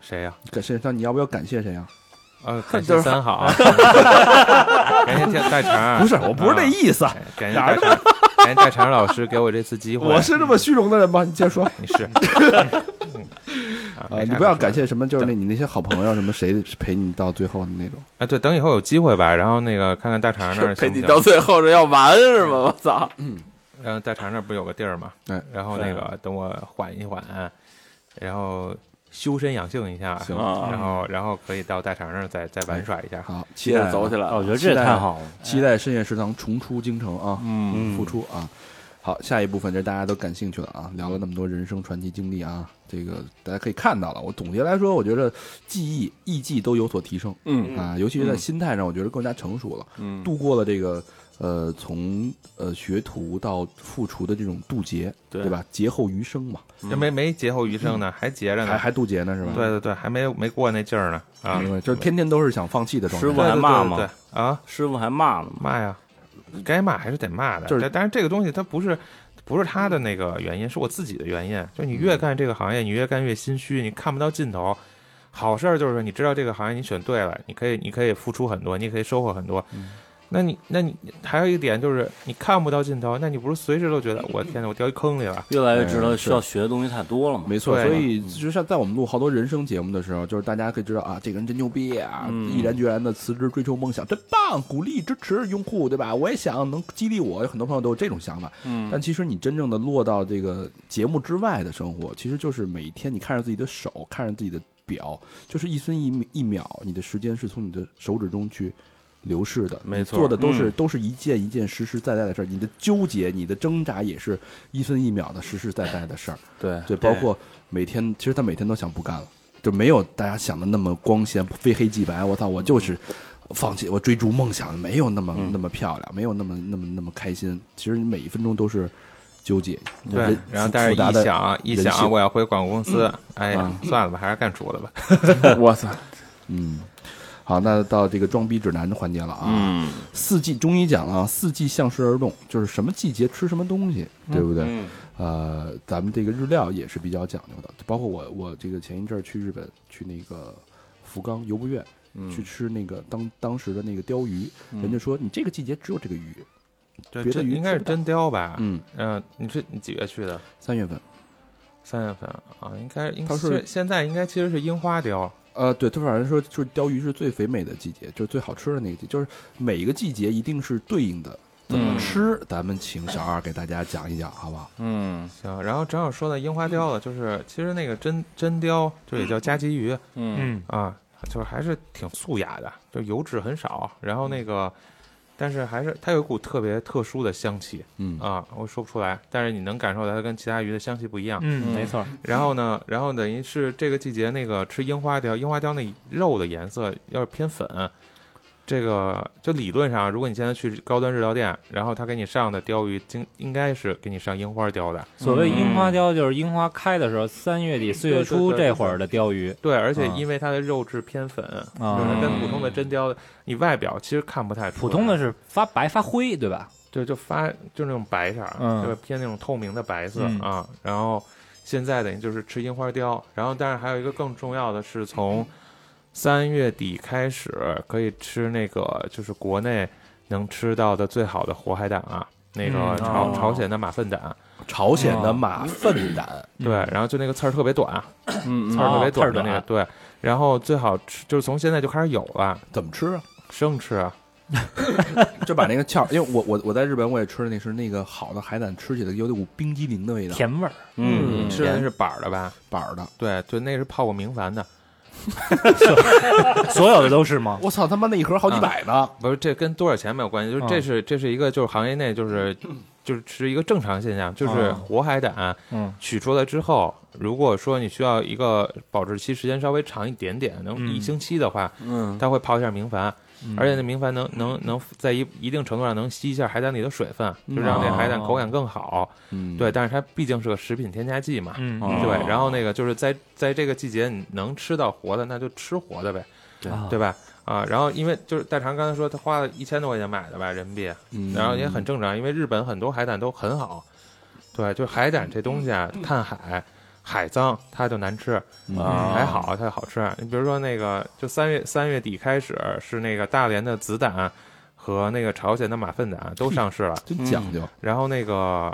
谁呀？感深夜食堂，你要不要感谢谁啊？ 啊，感就谢是三好，感谢大肠，啊不是，我不是那意，意思，啊哎感谢大肠，感谢大肠老师给我这次机会。嗯我是这么虚荣的人吗？你接 着说啊你是嗯啊，没呃你啥不要可说的感谢什么，就是那你那些好朋友什么谁陪你到最后的那种。啊，对，等以后有机会吧，然后那个看看大肠 那 儿陪行不你行？到最后这要完是吗？我操，然后大肠那儿不是有个地儿嘛，哎然后那个等我缓一缓，然后修身养性一下，行哎然后然后可以到大肠那儿再再玩耍一下。好，期接待着啊走起来啊我了，觉得这也太好了，期待深夜食堂重出京城啊，嗯复出啊。好，下一部分这是大家都感兴趣的啊，聊了那么多人生传奇经历啊，这个大家可以看到了。我总结来说，我觉得记忆、艺技都有所提升嗯啊，尤其是在心态上，我觉得更加成熟了，嗯度过了这个呃从呃学徒到副厨的这种渡劫，对对吧？劫后余生嘛，这没没劫后余生呢，还劫着还呢。还渡劫呢是吧？对对对，还没没过那劲儿呢啊！对，就是天天都是想放弃的状师态傅。还骂吗对对对啊，师傅还骂了吗？骂呀，该骂还是得骂的。就是但，但是这个东西它不是不是他的那个原因，是我自己的原因。就你越干这个嗯行业，你越干越心虚，你看不到尽头。好事儿就是你知道这个行业你选对了，你可以你可以付出很多，你也可以收获很多。嗯那你那你还有一点就是你看不到尽头，那你不是随时都觉得我天哪，我掉一坑里了？越来越知道嗯需要学的东西太多了嘛。嗯没错，对所以就像在我们录好多人生节目的时候，就是大家可以知道啊，这个人真牛逼啊，嗯毅然决然的辞职追求梦想，真棒，鼓励支持用户，对吧？我也想能激励我，有很多朋友都有这种想法。嗯但其实你真正的落到这个节目之外的生活，其实就是每天你看着自己的手，看着自己的表，就是一分一秒一秒，你的时间是从你的手指中去流逝的。没错嗯你做的都是、都是一件一件实实在在的事儿，你的纠结、你的挣扎也是一分一秒的实实在在的事儿。对，对，包括每天，其实他每天都想不干了，就没有大家想的那么光鲜、非黑即白。我操，我就是放弃，我追逐梦想，没有那么、嗯那么漂亮，没有那么那么那么开心。其实你每一分钟都是纠结，对人，然后但是复杂一的想一人性想，我要回广告公司，哎呀，算了吧，还是干厨的吧。我操，嗯。好，那到这个装逼指南的环节了啊。嗯四季中医讲了啊，四季向时而动，就是什么季节吃什么东西，对不对？呃，咱们这个日料也是比较讲究的，包括我我这个前一阵儿去日本去那个福冈游步院，去吃那个当当时的那个鲷鱼，人家说你这个季节只有这个鱼，这别的这鱼应该吃是不到真雕吧？嗯，嗯，你是你几月去的？三月份，三月份啊，应该应它该是是现在应该其实是樱花雕，呃，对，他反正说就是鲷鱼是最肥美的季节，就是最好吃的那个季节，就是每一个季节一定是对应的怎么吃，咱们请小二给大家讲一讲，好不好？嗯行。然后正好说到樱花雕了，就是其实那个真真雕，就也叫加吉鱼嗯嗯啊，就是还是挺素雅的，就油脂很少，然后那个，但是还是它有一股特别特殊的香气嗯啊，我说不出来，但是你能感受到它跟其他鱼的香气不一样。嗯，没错，然后呢，然后等于是这个季节那个吃樱花雕，樱花雕那肉的颜色要是偏粉，这个就理论上，如果你现在去高端日料店，然后他给你上的鲷鱼，应应该是给你上樱花雕的。所谓樱花雕就是樱花开的时候，三月底四月初嗯对对对这会儿的鲷鱼对，而且啊因为它的肉质偏粉，就是啊，跟普通的真雕，你外表其实看不太出来普通的是发白发灰，对吧？对，就发就那种白色儿，嗯就是偏那种透明的白色、嗯啊。然后现在等于就是吃樱花雕，然后但是还有一个更重要的是从三月底开始可以吃那个就是国内能吃到的最好的活海胆啊，那个嗯朝、哦朝鲜的马粪胆，朝鲜啊的马粪胆，对，然后就那个刺儿特别短，嗯刺儿特别短的嗯哦刺那儿个，短对。然后最好吃就是从现在就开始有了，怎么吃啊？生吃啊，就把那个壳儿，因为我我我在日本我也吃的那是那个好的海胆，吃起来有股冰激凌的味道，甜味儿，嗯，吃的那是板儿的吧？板儿的。对对，那是泡过明矾的。所有的都是吗？ 我操他妈那一盒好几百呢！不是，这跟多少钱没有关系，就是嗯这是、这是一个就是行业内就是就是是一个正常现象，就是嗯活海胆嗯取出来之后，如果说你需要一个保质期时间稍微长一点点，能嗯一星期的话，嗯它会泡一下明矾，而且那明矾能能能在一一定程度上能吸一下海胆里的水分，就让那海胆口感更好。嗯对，，但是它毕竟是个食品添加剂嘛。嗯哦对，然后那个就是在在这个季节你能吃到活的，那就吃活的呗。对吧？啊，然后因为就是大肠刚才说他花了一千多块钱买的吧人民币，嗯然后也很正常，因为日本很多海胆都很好，对，就海胆这东西啊，看海海脏它就难吃，嗯啊还好它好吃。你比如说那个，就三月三月底开始是那个大连的子胆和那个朝鲜的马粪胆都上市了，真讲究。然后那个，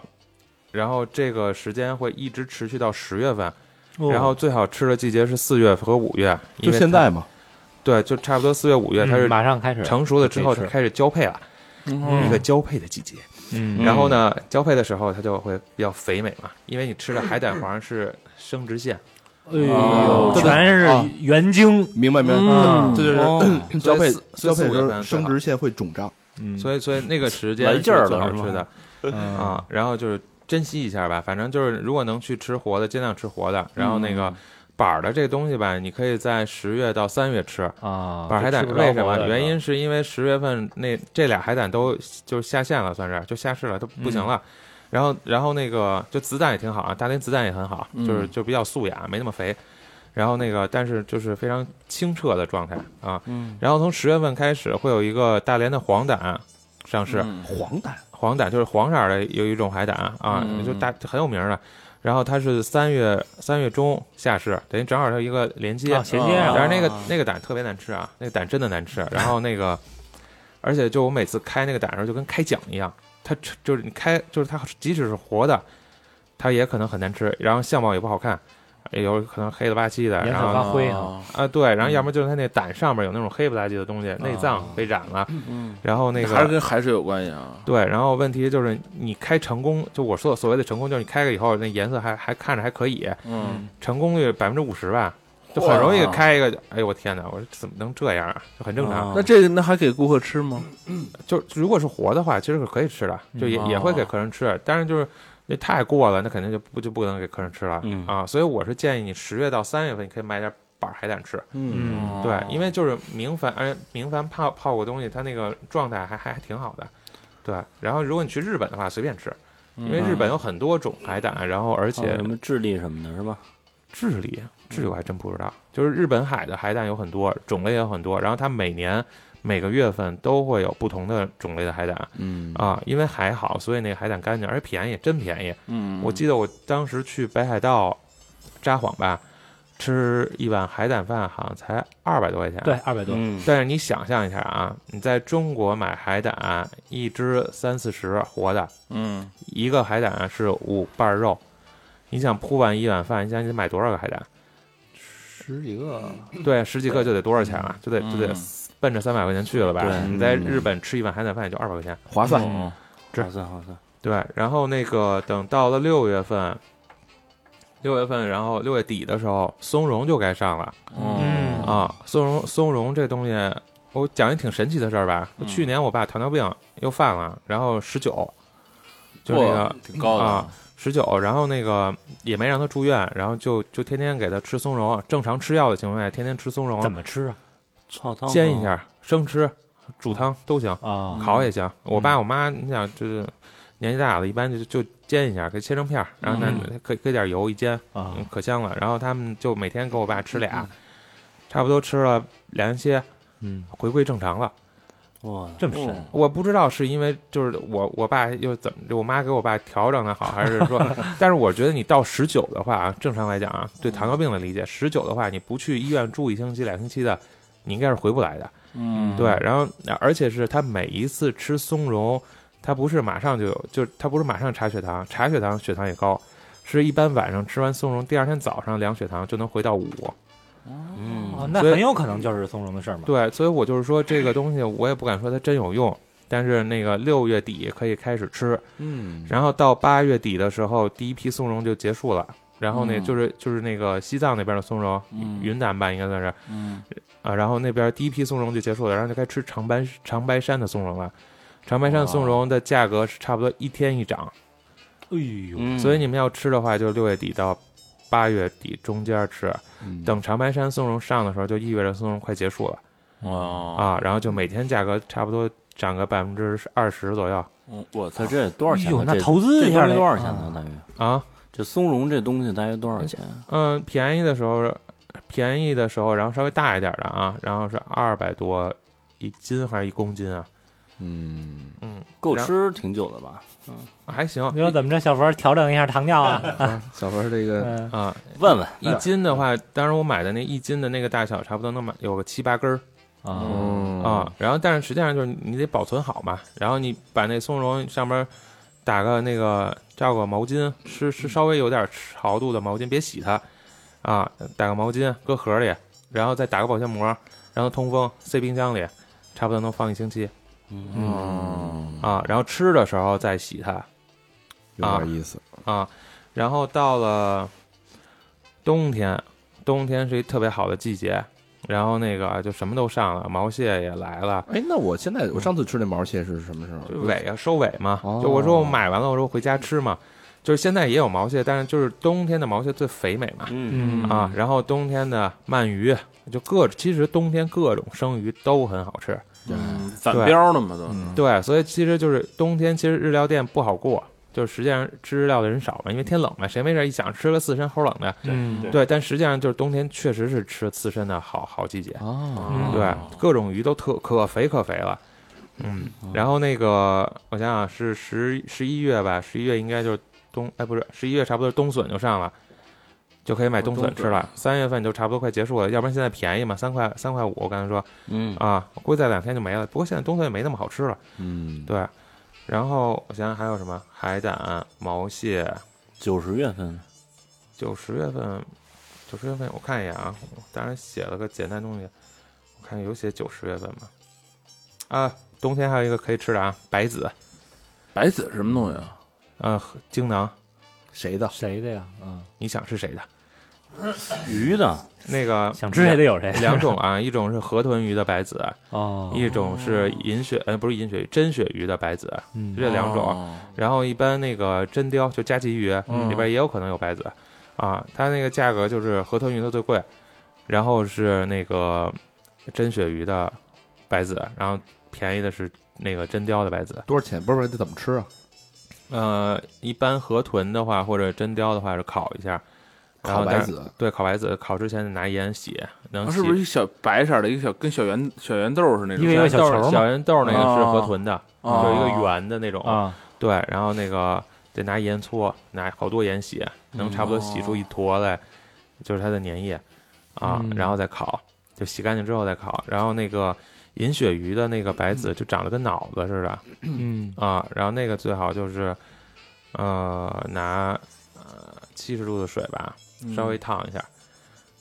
然后这个时间会一直持续到十月份，哦然后最好吃的季节是四月和五月，因就为现它在嘛，对，就差不多四月五月嗯它是马上开始，成熟了之后，就它可以吃开始交配了，嗯一个交配的季节。嗯然后呢，交配的时候它就会比较肥美嘛，因为你吃的海胆黄是生殖腺，哎呦，对对全哦啊是原精，明白明嗯白，这就是交配所以四交配的时所以四五月候份生殖腺会肿胀，嗯所以所以那个时来间劲儿是最了好是吗吃的。啊，然后就是珍惜一下吧，反正就是如果能去吃活的，尽量吃活的。然后那个板儿的这东西吧，你可以在十月到三月吃。啊板儿海胆为什么？原因是是因为十月份那这俩海胆都就是下线了，算是就下市了，都不嗯行了。然后，然后那个就子弹也挺好啊，大连子弹也很好，嗯就是就比较素雅，没那么肥。然后那个，但是就是非常清澈的状态啊。嗯然后从十月份开始会有一个大连的黄胆上市，嗯黄疸黄胆就是黄色儿的有一种海胆啊，嗯就大很有名儿的。然后它是三月三月中下市，等于正好它一个连接。啊衔接哦上但是那个那个胆特别难吃啊，那个胆真的难吃。然后那个，而且就我每次开那个胆的时候，就跟开奖一样，它吃就是你开就是它即使是活的，它也可能很难吃，然后相貌也不好看，有可能黑了吧唧的，颜然色后发灰啊啊，哦啊对，然后要么就是它那胆上面有那种黑不拉几的东西，内脏被染了，然后那个还是跟海水有关系啊。对，然后问题就是你开成功，就我说所谓的成功，就是你开了以后那颜色还还看着还可以，嗯，成功率百分之五十吧，就很容易开一个。哎呦我天哪，我说怎么能这样啊？就很正常。那这个那还给顾客吃吗？就如果是活的话，其实是可以吃的，就也、嗯也会给哦客人吃，但是就是。那太过了，那肯定就不就不能给客人吃了、嗯啊！所以我是建议你十月到三月份，你可以买点板儿海胆吃，嗯哦对，因为就是明矾，而且明矾泡泡过东西，它那个状态还还还挺好的，对。然后如果你去日本的话，随便吃，因嗯为日本有很多种海胆，然后而还有且什么智利什么的，是吧？智利，智嗯利我还真不知道，就是日本海的海胆有很多种类也有很多，然后它每年每个月份都会有不同的种类的海胆嗯啊，因为海好，所以那个海胆干净，而且便宜，真便宜。嗯我记得我当时去北海道札幌吧，吃一碗海胆饭好像才二百多块钱，对，二百多，嗯但是你想象一下啊，你在中国买海胆，一只三四十活的，嗯一个海胆是五瓣肉，你想铺完一碗饭，你想你得买多少个海胆？十几个，对，十几个就得多少钱啊？就得就得嗯奔着三百块钱去了吧？对你在日本吃一碗海胆饭也就二百块钱。划算。嗯这好算好算，对，然后那个等到了六月份，六月份，然后六月底的时候，松茸就该上了。嗯啊，松茸松茸这东西，我讲一挺神奇的事儿吧。嗯去年我爸糖尿病又犯了，然后十九，就是那哇个挺高的啊，十九，然后那个也没让他住院，然后就就天天给他吃松茸，正常吃药的情况下，天天吃松茸怎，么吃啊？泡汤煎一下，生吃、煮汤都行，啊，烤也行。我爸我妈，你想就是年纪大了，一般就就煎一下，给切成片儿，然后呢，搁搁点油一煎，啊嗯，可香了。然后他们就每天给我爸吃俩，差不多吃了两星期，嗯，回归正常了。哇，这哦么深，我不知道嗯是因为就是我我爸又怎么，我妈给我爸调整的好，还是说？但是我觉得你到十九的话啊，正常来讲啊，对糖尿病的理解，十九的话你不去医院住一星期、两星期的，你应该是回不来的。嗯对，然后而且是他每一次吃松茸，他不是马上就有，就是他不是马上查血糖，查血糖血糖也高，是一般晚上吃完松茸，第二天早上量血糖就能回到五。哦嗯，那所以很有可能就是松茸的事儿嘛。对，所以我就是说这个东西我也不敢说它真有用，但是那个六月底可以开始吃，嗯然后到八月底的时候，第一批松茸就结束了。然后呢，嗯就是就是那个西藏那边的松茸，嗯云南吧，应该算是嗯啊。然后那边第一批松茸就结束了，然后就该吃长白长白山的松茸了。长白山的松茸的价格是差不多一天一涨，哎呦，嗯所以你们要吃的话，就六月底到八月底中间吃。嗯等长白山松茸上的时候，就意味着松茸快结束了哦哇啊。然后就每天价格差不多涨个百分之二十左右嗯我操它这多少哎钱呦，呢？那这投资这一下东西得多少钱呢？啊大约啊。这松茸这东西大约多少钱？嗯，便宜的时候，便宜的时候，然后稍微大一点的啊，然后是二百多一斤还是一公斤啊？嗯嗯，够然吃挺久的吧？还行啊你说怎么着，小佛调整一下糖 尿啊？小冯这个嗯，啊。问问，一斤的话，当时我买的那一斤的那个大小，差不多能买有个七八根儿嗯啊。然后，但是实际上就是你得保存好嘛，然后你把那松茸上面打个那个罩个毛巾，是是稍微有点潮度的毛巾，别洗它啊，打个毛巾搁盒里，然后再打个保鲜膜，然后通风塞冰箱里，差不多能放一星期。嗯啊，然后吃的时候再洗它有点意思，啊，然后到了冬天，冬天是一特别好的季节，然后那个就什么都上了，毛蟹也来了，哎，那我现在我上次吃那毛蟹是什么时候？就尾啊收尾嘛。哦就我说我买完了，我说回家吃嘛。就是现在也有毛蟹，但是就是冬天的毛蟹最肥美嘛。嗯，嗯啊，然后冬天的鳗鱼，就各其实冬天各种生鱼都很好吃。嗯，反标了嘛都。对，所以其实就是冬天，其实日料店不好过，就是实际上吃日料的人少嘛，因为天冷嘛，谁没事儿一想吃个刺身齁冷的？嗯对对，但实际上就是冬天确实是吃刺身的好好季节。哦，对，各种鱼都特可肥可肥了。嗯，然后那个我想想是十十一月吧，十一月应该就是冬，哎不是十一月差不多冬笋就上了，就可以买冬笋吃了。三月份就差不多快结束了，要不然现在便宜嘛，三块三块五，我刚才说，嗯啊，估计再两天就没了。不过现在冬笋也没那么好吃了，嗯，对。然后我想想还有什么海胆、毛蟹，九十月份九十月份，九十月份我看一眼啊，我当然写了个简单东西，我看有写九十月份吗？啊，冬天还有一个可以吃的啊，白子，白子是什么东西啊？呃，精囊，谁的？谁的呀？嗯，你想是谁的？鱼的，那个想吃谁的有谁。 两种啊，一种是河豚鱼的白子，哦，一种是银鳕，呃，不是银鳕鱼，真鳕鱼的白子，嗯就这两种。哦然后一般那个真鲷就加鲫鱼里边也有可能有白子，啊，它那个价格就是河豚鱼的最贵，然后是那个真鳕鱼的白子，然后便宜的是那个真鲷的白子。多少钱？不是不是，这怎么吃啊？呃，一般河豚的话或者真鲷的话是烤一下，然后烤白但子，对，烤白子烤之前拿盐洗，能啊洗。是不是一小白色的，一个小跟小圆小圆豆似的那因为种？有圆小豆球嘛小圆豆那个啊是河哦豚的，哦就是一个圆的那种啊，对，然后那个得拿盐搓，拿好多盐洗，能差不多洗嗯出一坨来，就是它的粘液啊，嗯然后再烤，就洗干净之后再烤。然后那个银鳕鱼的那个白子就长得跟脑子似的嗯，啊，然后那个最好就是呃拿呃七十度的水吧，嗯稍微烫一下、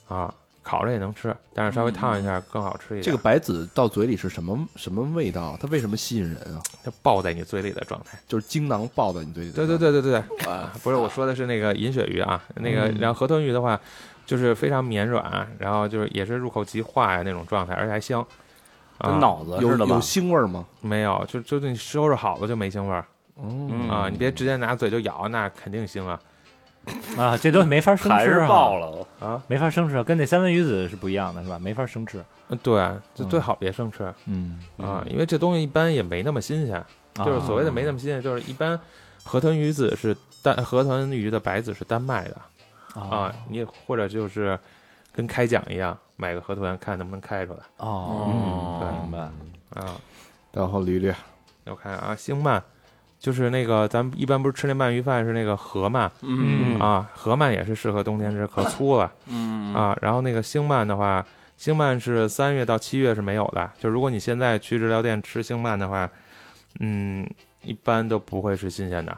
啊，烤着也能吃，但是稍微烫一下更好吃一嗯点。这个白子到嘴里是什么什么味道？它为什么吸引人啊？它爆在你嘴里的状态。就是精囊爆在你嘴里。对对，对对对对，不是我说的是那个银鳕鱼啊，那个然后河豚鱼的话，就是非常绵软，然后就是也是入口即化呀那种状态，而且还香。跟啊，脑子有似的吧有？腥味儿吗？没有，就就是你收拾好了就没腥味儿哦嗯啊！你别直接拿嘴就咬，那肯定腥啊。啊，这东西没法生吃啊，还是爆了，哦没法生吃，啊跟那三文鱼子是不一样的，是吧？没法生吃。嗯对，就最好别生吃嗯，啊，因为这东西一般也没那么新鲜，就是所谓的没那么新鲜，就是一般河豚鱼子是单河豚鱼的白子是单卖的，哦啊，你也或者就是跟开奖一样，买个河豚看能不能开出来哦，对明白。啊。然后捋捋，我看啊，星鳗，就是那个咱们一般不是吃那鳗鱼饭是那个河鳗、嗯啊，河鳗也是适合冬天吃，可粗了、嗯啊。然后那个星鳗的话，星鳗是三月到七月是没有的，就如果你现在去日料店吃星鳗的话，嗯，一般都不会是新鲜的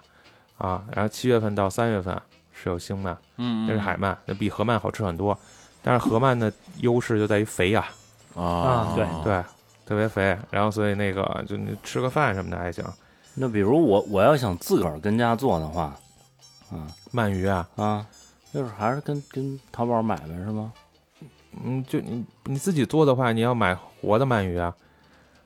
啊。然后七月份到三月份是有星鳗，嗯那是海鳗，那比河鳗好吃很多。但是河鳗的优势就在于肥呀、啊啊对对，特别肥。然后所以那个就你吃个饭什么的还行。那比如我我要想自个儿跟家做的话，鳗鱼啊，啊，就是还是跟跟淘宝买呗，是吗？嗯，就你你自己做的话，你要买活的鳗鱼啊。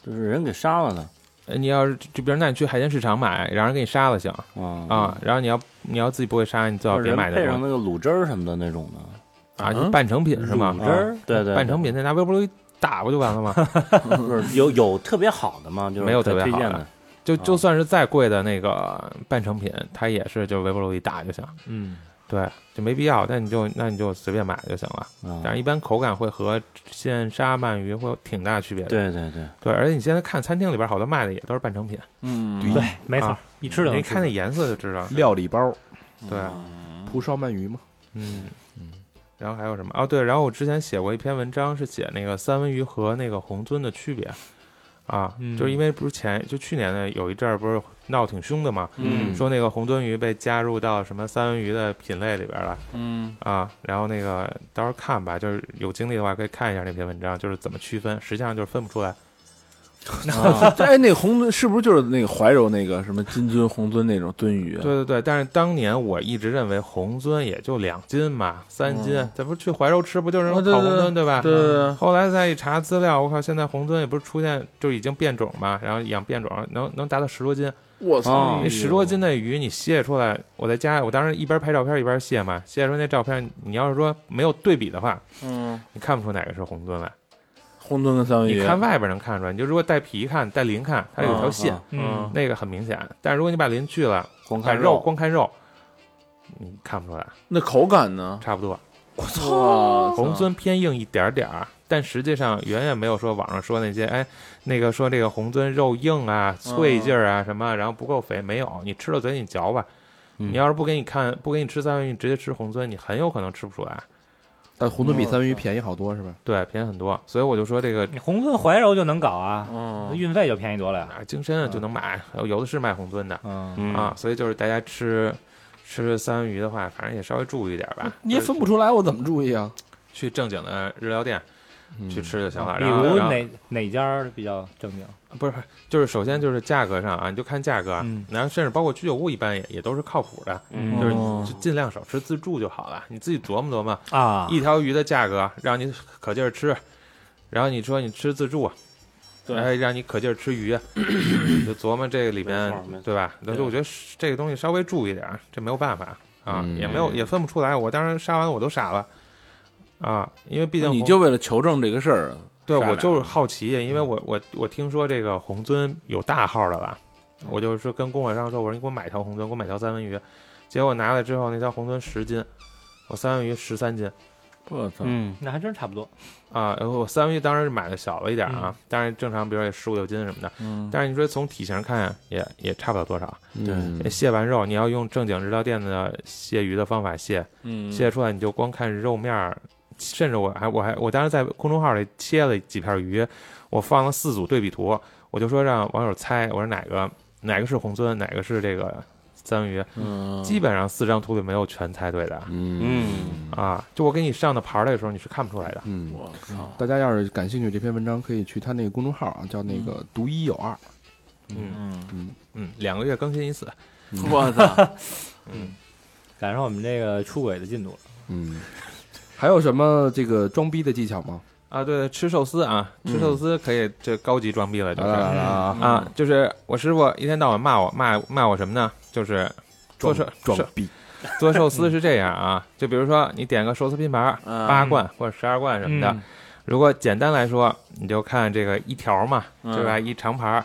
就是人给杀了的呃你要是就比如那你去海鲜市场买，让人给你杀了行啊啊。然后你要你要自己不会杀，你最好或者别人买配那上那种个卤汁儿什么的那种的，啊，就嗯半成品是吗？卤汁儿啊，对对，半成品，再拿微波炉一打不就完 了吗？对不是有有特别好的吗？就是没有可特别推好荐的的，就啊就算是再贵的那个半成品，它也是就微波炉一打就行。嗯，对，就没必要，那你就那你就随便买就行了。啊但是一般口感会和现杀鳗鱼会有挺大区别的。对对对，对，而且你现在看餐厅里边好多卖的也都是半成品，嗯对，没错啊，一吃就你能一吃看那颜色就知道。料理包，对，嗯蒲烧鳗鱼吗？嗯，然后还有什么？哦，对，然后我之前写过一篇文章，是写那个三文鱼和那个红鳟的区别啊，嗯就是因为不是前就去年的有一阵儿不是闹挺凶的嘛，嗯说那个红鳟鱼被加入到什么三文鱼的品类里边了嗯啊，然后那个到时候看吧，就是有精力的话可以看一下那篇文章，就是怎么区分，实际上就是分不出来哎，那红是不是就是那个怀柔那个什么金鳟、红鳟那种鳟鱼？啊对对对，但是当年我一直认为红鳟也就两斤吧，三斤，咱不是去怀柔吃不就是那啊嗯对种烤红对鳟对吧？对对啊对后来再一查资料，我靠，现在红鳟也不是出现就已经变种嘛，然后养变种能能达到十多斤，我哦操，那十多斤的鱼你卸出来，我在家我当时一边拍照片一边卸嘛，卸出来那照片你要是说没有对比的话，嗯，你看不出哪个是红鳟来。红鳟跟哎三文鱼，你看外边能看出来，你就如果带皮看、带鳞看，它有一条线，啊嗯，那个很明显。但如果你把鳞去了，光把看肉光看肉，你看不出来，那口感呢？差不啊我多。哦操，红鳟偏硬一点点儿，但实际上远远没有说网上说那些，哎，那个说这个红鳟肉硬啊、嗯脆劲儿啊什么，然后不够肥，没有。你吃到嘴你嚼吧，嗯你要是不给你看，不给你吃三文鱼，你直接吃红鳟，你很有可能吃不出来。但馄饨比三文鱼便宜好嗯多是吧？对，便宜很多，所以我就说这个你红鳟怀柔就能搞啊，嗯，运费就便宜多了呀。哪儿京深啊就能买，有的是卖红鳟的。嗯，嗯啊，，所以就是大家吃吃三文鱼的话，反正也稍微注意点吧。嗯你也就是分不出来，我怎么注意啊？去正经的日料店去吃就行嗯了。啊比然后如然后哪哪家儿比较正经？不是，就是首先就是价格上啊，你就看价格啊，嗯然后甚至包括居酒屋一般也也都是靠谱的，嗯就是哦你就尽量少吃自助就好了。你自己琢磨琢磨，啊，一条鱼的价格让你可劲儿吃，然后你说你吃自助。啊对哎，让你可劲儿吃鱼，啊你就琢磨这个里边没错没，错对吧？但是我觉得是这个东西稍微注意点儿，这没有办法啊，嗯也没有也分不出来。我当时杀完我都傻了啊，因为毕竟你红就为了求证这个事儿，啊对杀我的就是好奇，因为我我我听说这个红鳟有大号的了，我就是说跟供货商说，我说你给我买一条红鳟，给我买条三文鱼，结果拿来之后那条红鳟十斤，我三文鱼十三斤。我操，嗯那还真差不多。啊，然后我三文鱼当然是买的小了一点啊，当然正常，比如说也十五六斤什么的，嗯，但是你说从体型看也也差不了多少，对嗯蟹完肉，你要用正经日料店的蟹鱼的方法蟹，嗯蟹出来你就光看肉面儿，甚至我还我还我当时在公众号里切了几片鱼，我放了四组对比图，我就说让网友猜，我说哪个哪个是红鳟，哪个是这个三文鱼，嗯，基本上四张图里没有全猜对的嗯啊，就我给你上的牌儿的时候你是看不出来的，嗯，我靠，大家要是感兴趣这篇文章，可以去他那个公众号啊，叫那个“独一有二嗯嗯，嗯，两个月更新一次，我操，赶上我们这个出轨的进度了。”。嗯，还有什么这个装逼的技巧吗？啊，对，吃寿司啊，吃寿司可以这高级装逼了，就来是。来来来啊！啊，就是我师傅一天到晚骂我，骂骂我什么呢？就是做寿装寿逼，做寿司是这样啊，就比如说你点个寿司拼盘儿嗯八罐或者十二罐什么的，如果简单来说，你就看这个一条嘛，嗯对吧？一长盘儿，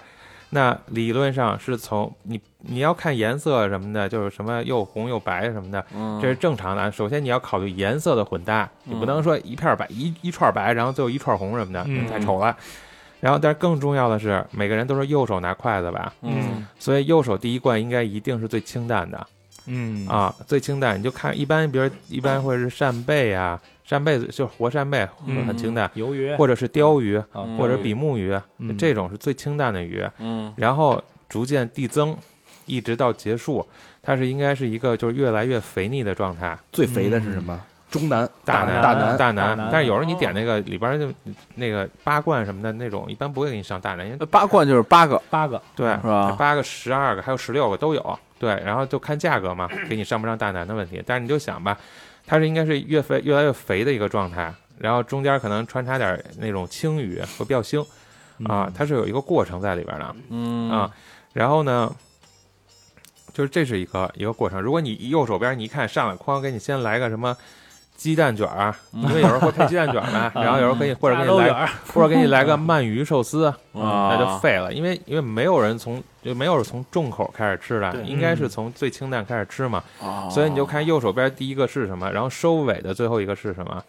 那理论上是从你你要看颜色什么的，就是什么又红又白什么的，嗯这是正常的。首先你要考虑颜色的混搭，你不能说一片儿白一一串儿白，然后最后一串儿红什么的，嗯太丑了。然后，但是更重要的是，每个人都是右手拿筷子吧，嗯所以右手第一罐应该一定是最清淡的嗯，啊，最清淡。你就看一般，比如一般会是扇贝啊，扇贝就是活扇贝，嗯很清淡，鱿鱼或者是鲷鱼啊嗯或者比目鱼，嗯这种是最清淡的鱼。嗯然后逐渐递增，一直到结束，它是应该是一个就是越来越肥腻的状态。最肥的是什么？中南大南南大南大大哦南南，但是有时候你点那个里边儿就那个八罐什么的那种，一般不会给你上大南，因为那八罐就是八个，八个对是吧八个、十二个还有十六个都有，对，然后就看价格嘛，给你上不上大南的问题。但是你就想吧，它是应该是越肥越来越肥的一个状态，然后中间可能穿插点儿那种青鱼会比较腥啊，它是有一个过程在里边儿的。嗯啊，然后呢，就是这是一个一个过程。如果你右手边你一看上来，哐给你先来个什么鸡蛋卷儿，因为有时候会配鸡蛋卷儿嘛，然后有时候给你或者加给州你园来儿，或者给你来个鳗鱼寿司，嗯那就啊，废了，因为因为没有人从就没有人从重口开始吃的，应该是从最清淡开始吃嘛。啊所以你就看右手边第一个是什么，然后收尾的最后一个是什么。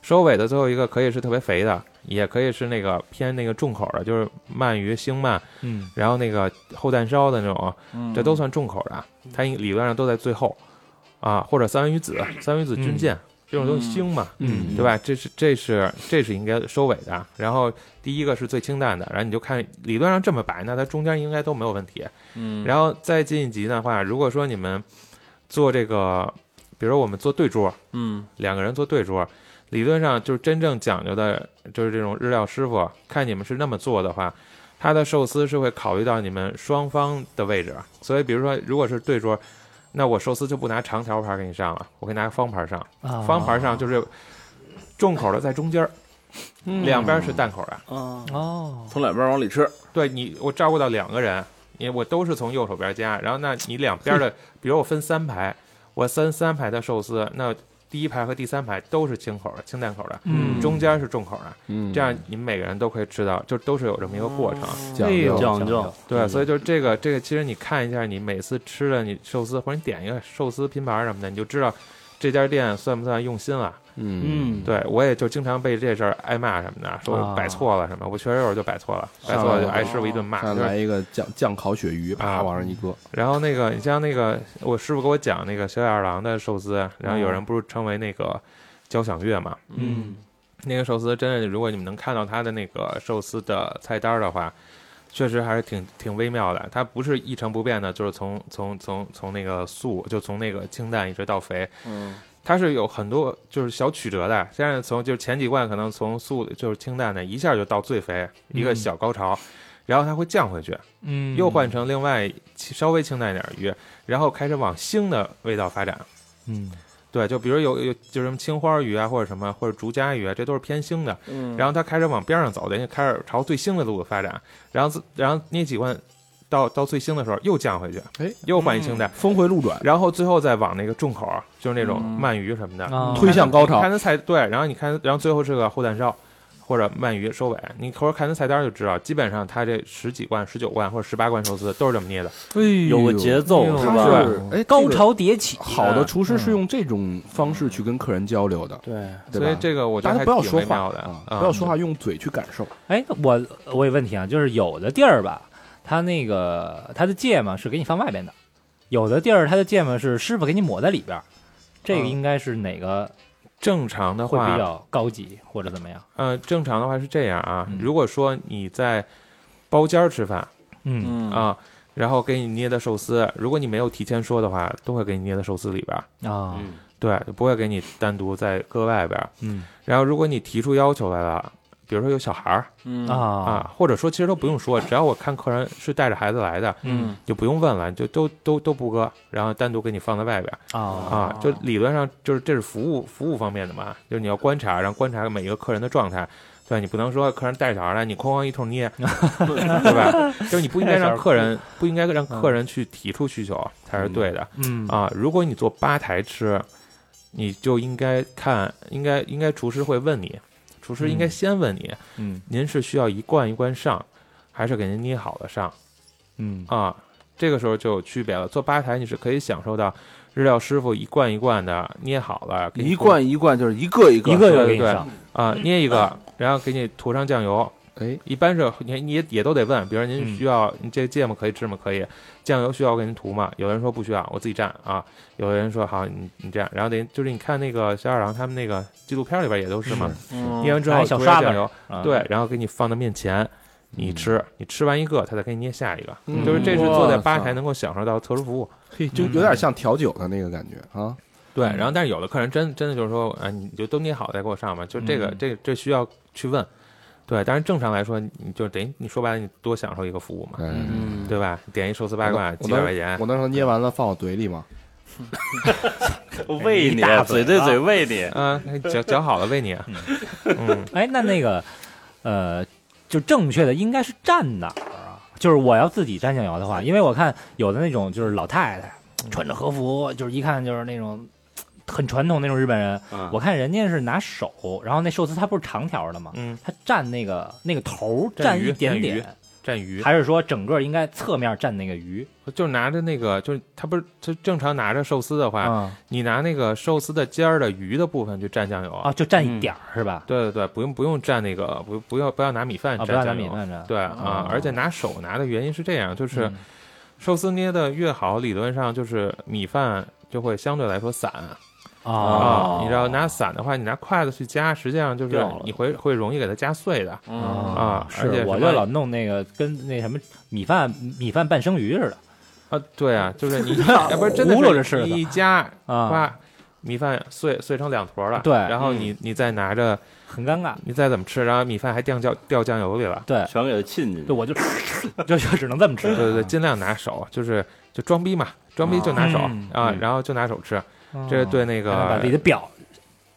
收尾的最后一个可以是特别肥的，也可以是那个偏那个重口的，就是鳗鱼、星鳗，嗯，然后那个厚蛋烧的那种，嗯这都算重口的啊，它理论上都在最后啊，或者三文鱼子、三文鱼子军嗯舰、这种都腥嘛，嗯对吧？这是这是这是应该收尾的，然后第一个是最清淡的，然后你就看理论上这么摆，那它中间应该都没有问题。嗯然后再进一级的话，如果说你们做这个，比如我们做对桌，嗯两个人做对桌，理论上就是真正讲究的，就是这种日料师傅，看你们是那么做的话，它的寿司是会考虑到你们双方的位置，啊所以比如说如果是对桌，那我寿司就不拿长条盘给你上了，我给你拿方盘上，啊方盘上就是重口的在中间儿，两边是淡口的。啊，哦，从两边往里吃，对你，我照顾到两个人，你我都是从右手边加，然后那你两边的，比如我分三排，我分三排的寿司，那第一排和第三排都是清口的、清淡口的，嗯中间是重口的，嗯这样你们每个人都可以吃到，就都是有这么一个过程。讲究讲究，对，所以就是这个这个，其实你看一下，你每次吃的你寿司或者你点一个寿司拼盘什么的，你就知道这家店算不算用心了。嗯嗯，对我也就经常被这事儿挨骂什么的，说啊我摆错了什么，我确实有时候就摆错了，摆错了就挨师傅一顿骂。看就是来一个酱酱烤鳕鱼，啪啊往上一搁，然后那个，你像那个，我师傅给我讲那个小野二郎的寿司，然后有人不是称为那个交响乐嘛？哦嗯那个寿司真的，如果你们能看到他的那个寿司的菜单的话，确实还是挺挺微妙的。它不是一成不变的，就是从从从从那个素，就从那个清淡一直到肥，嗯它是有很多就是小曲折的。现在从就是前几罐可能从素就是清淡的，一下就到最肥一嗯个小高潮，然后它会降回去。嗯又换成另外稍微清淡一点儿鱼，然后开始往腥的味道发展。嗯对，就比如有有就是什么青花鱼啊，或者什么，或者竹夹鱼啊，这都是偏腥的。哦嗯然后它开始往边上走，人家开始朝最腥的路发展。然后自然后那几罐到到最腥的时候又降回去，哎，又换一清嗯淡，峰回路转，然后最后再往那个重口，啊就是那种鳗鱼什么的，啊推向高潮看。它菜对，然后你看，然后最后是个厚蛋烧或者鳗鱼收尾，你或者看它菜单就知道，基本上它这十几罐、十九罐或者十八罐寿司都是这么捏的。哎有个节奏是它吧？是哎，这个高潮迭起，好的厨师是用这种方式去跟客人交流的，对，对所以吧？这个我觉大家得还不要挺说微话妙的啊，嗯不要说话，用嘴去感受。哎，那我我有问题啊，就是有的地儿吧，它那个它的芥末是给你放外边的，有的地儿它的芥末是师傅给你抹在里边儿，这个嗯应该是哪个正常的会比话，较高级或者怎么样？呃，正常的话是这样啊嗯。如果说你在包间儿吃饭嗯嗯啊，然后给你捏的寿司，如果你没有提前说的话，都会给你捏在寿司里边儿，啊对，不会给你单独再搁外边儿。嗯然后如果你提出要求来了，比如说有小孩儿嗯啊啊，或者说其实都不用说，只要我看客人是带着孩子来的，嗯就不用问了，就都都都不搁，然后单独给你放在外边儿。啊啊，就理论上就是这是服务服务方面的嘛，就是你要观察，然后观察每一个客人的状态，对吧？你不能说客人带着小孩来，你哐哐一 通捏，对吧？就是你不应该让客人不应该让客人去提出需求才是对的嗯啊。如果你坐吧台吃，你就应该看，应该应该厨师会问你，厨师应该先问你，嗯您是需要一罐一罐上，还是给您捏好了上？嗯啊，这个时候就有区别了。做吧台你是可以享受到日料师傅一罐一罐的捏好了，给你一罐一罐就是一个一个一个一对个对给你对上啊捏一个，然后给你涂上酱油。哎，一般是你你也也都得问，比如您嗯需要、你这芥末可以吃吗？可以，酱油需要我给您涂吗？有人说不需要，我自己蘸啊。有人说好，你你这样，然后得就是你看那个小二郎他们那个纪录片里边也都是嘛，捏完之嗯拿后一小涂刷上子酱油，啊对，然后给你放到面前，你吃，你吃完一个，他再给你捏下一个，嗯就是这是坐在哇吧塞台能够享受到特殊服务。嘿，就有点像调酒的那个感觉啊。对，然后但是有的客人真真的就是说，啊，你就都捏好再给我上吧，就这个、嗯这这需要去问。对，但是正常来说，你就等于你说白了，你多享受一个服务嘛，哎，嗯，对吧？点一寿司我八罐，我几百能块钱我，能说捏完了放我嘴里吗？喂啊你，嘴对嘴喂你，啊，搅搅好了喂你，嗯，哎，那那个，呃，就正确的应该是站哪儿啊？就是我要自己蘸酱油的话，因为我看有的那种就是老太太嗯穿着和服，就是一看就是那种很传统那种日本人，嗯啊我看人家是拿手，然后那寿司它不是长条的吗？嗯，它蘸那个那个头蘸蘸鱼一点蘸鱼点，蘸鱼，还是说整个应该侧面蘸那个鱼就是拿着那个，就是他不是就正常拿着寿司的话，啊、你拿那个寿司的尖儿的鱼的部分去蘸酱油啊，。就蘸嗯一点儿、是吧？对对对，不用不用蘸那个，不不要不要拿米饭啊，蘸不要拿酱米油。饭蘸，对啊哦，而且拿手拿的原因是这样，就是。嗯寿司捏的越好，理论上就是米饭就会相对来说散啊哦你知道拿散的话，你拿筷子去夹，实际上就是掉了你会会容易给它夹碎的。嗯啊而哦且是，我什就么老弄那个跟那什么米饭米饭拌生鱼似的嗯 啊，对啊，就是你要不然真的糊弄着吃的你一夹，啊哇，米饭碎碎成两坨了，对嗯然后你你再拿着，很尴尬。你再怎么吃，然后米饭还掉酱掉酱油里了，对，全给它浸进对，去。我就 就就只能这么吃。对对对，尽量拿手，就是就装逼嘛，装逼就拿手嗯嗯啊，哎然后就拿手吃，哦，这是对那然后把自己个的表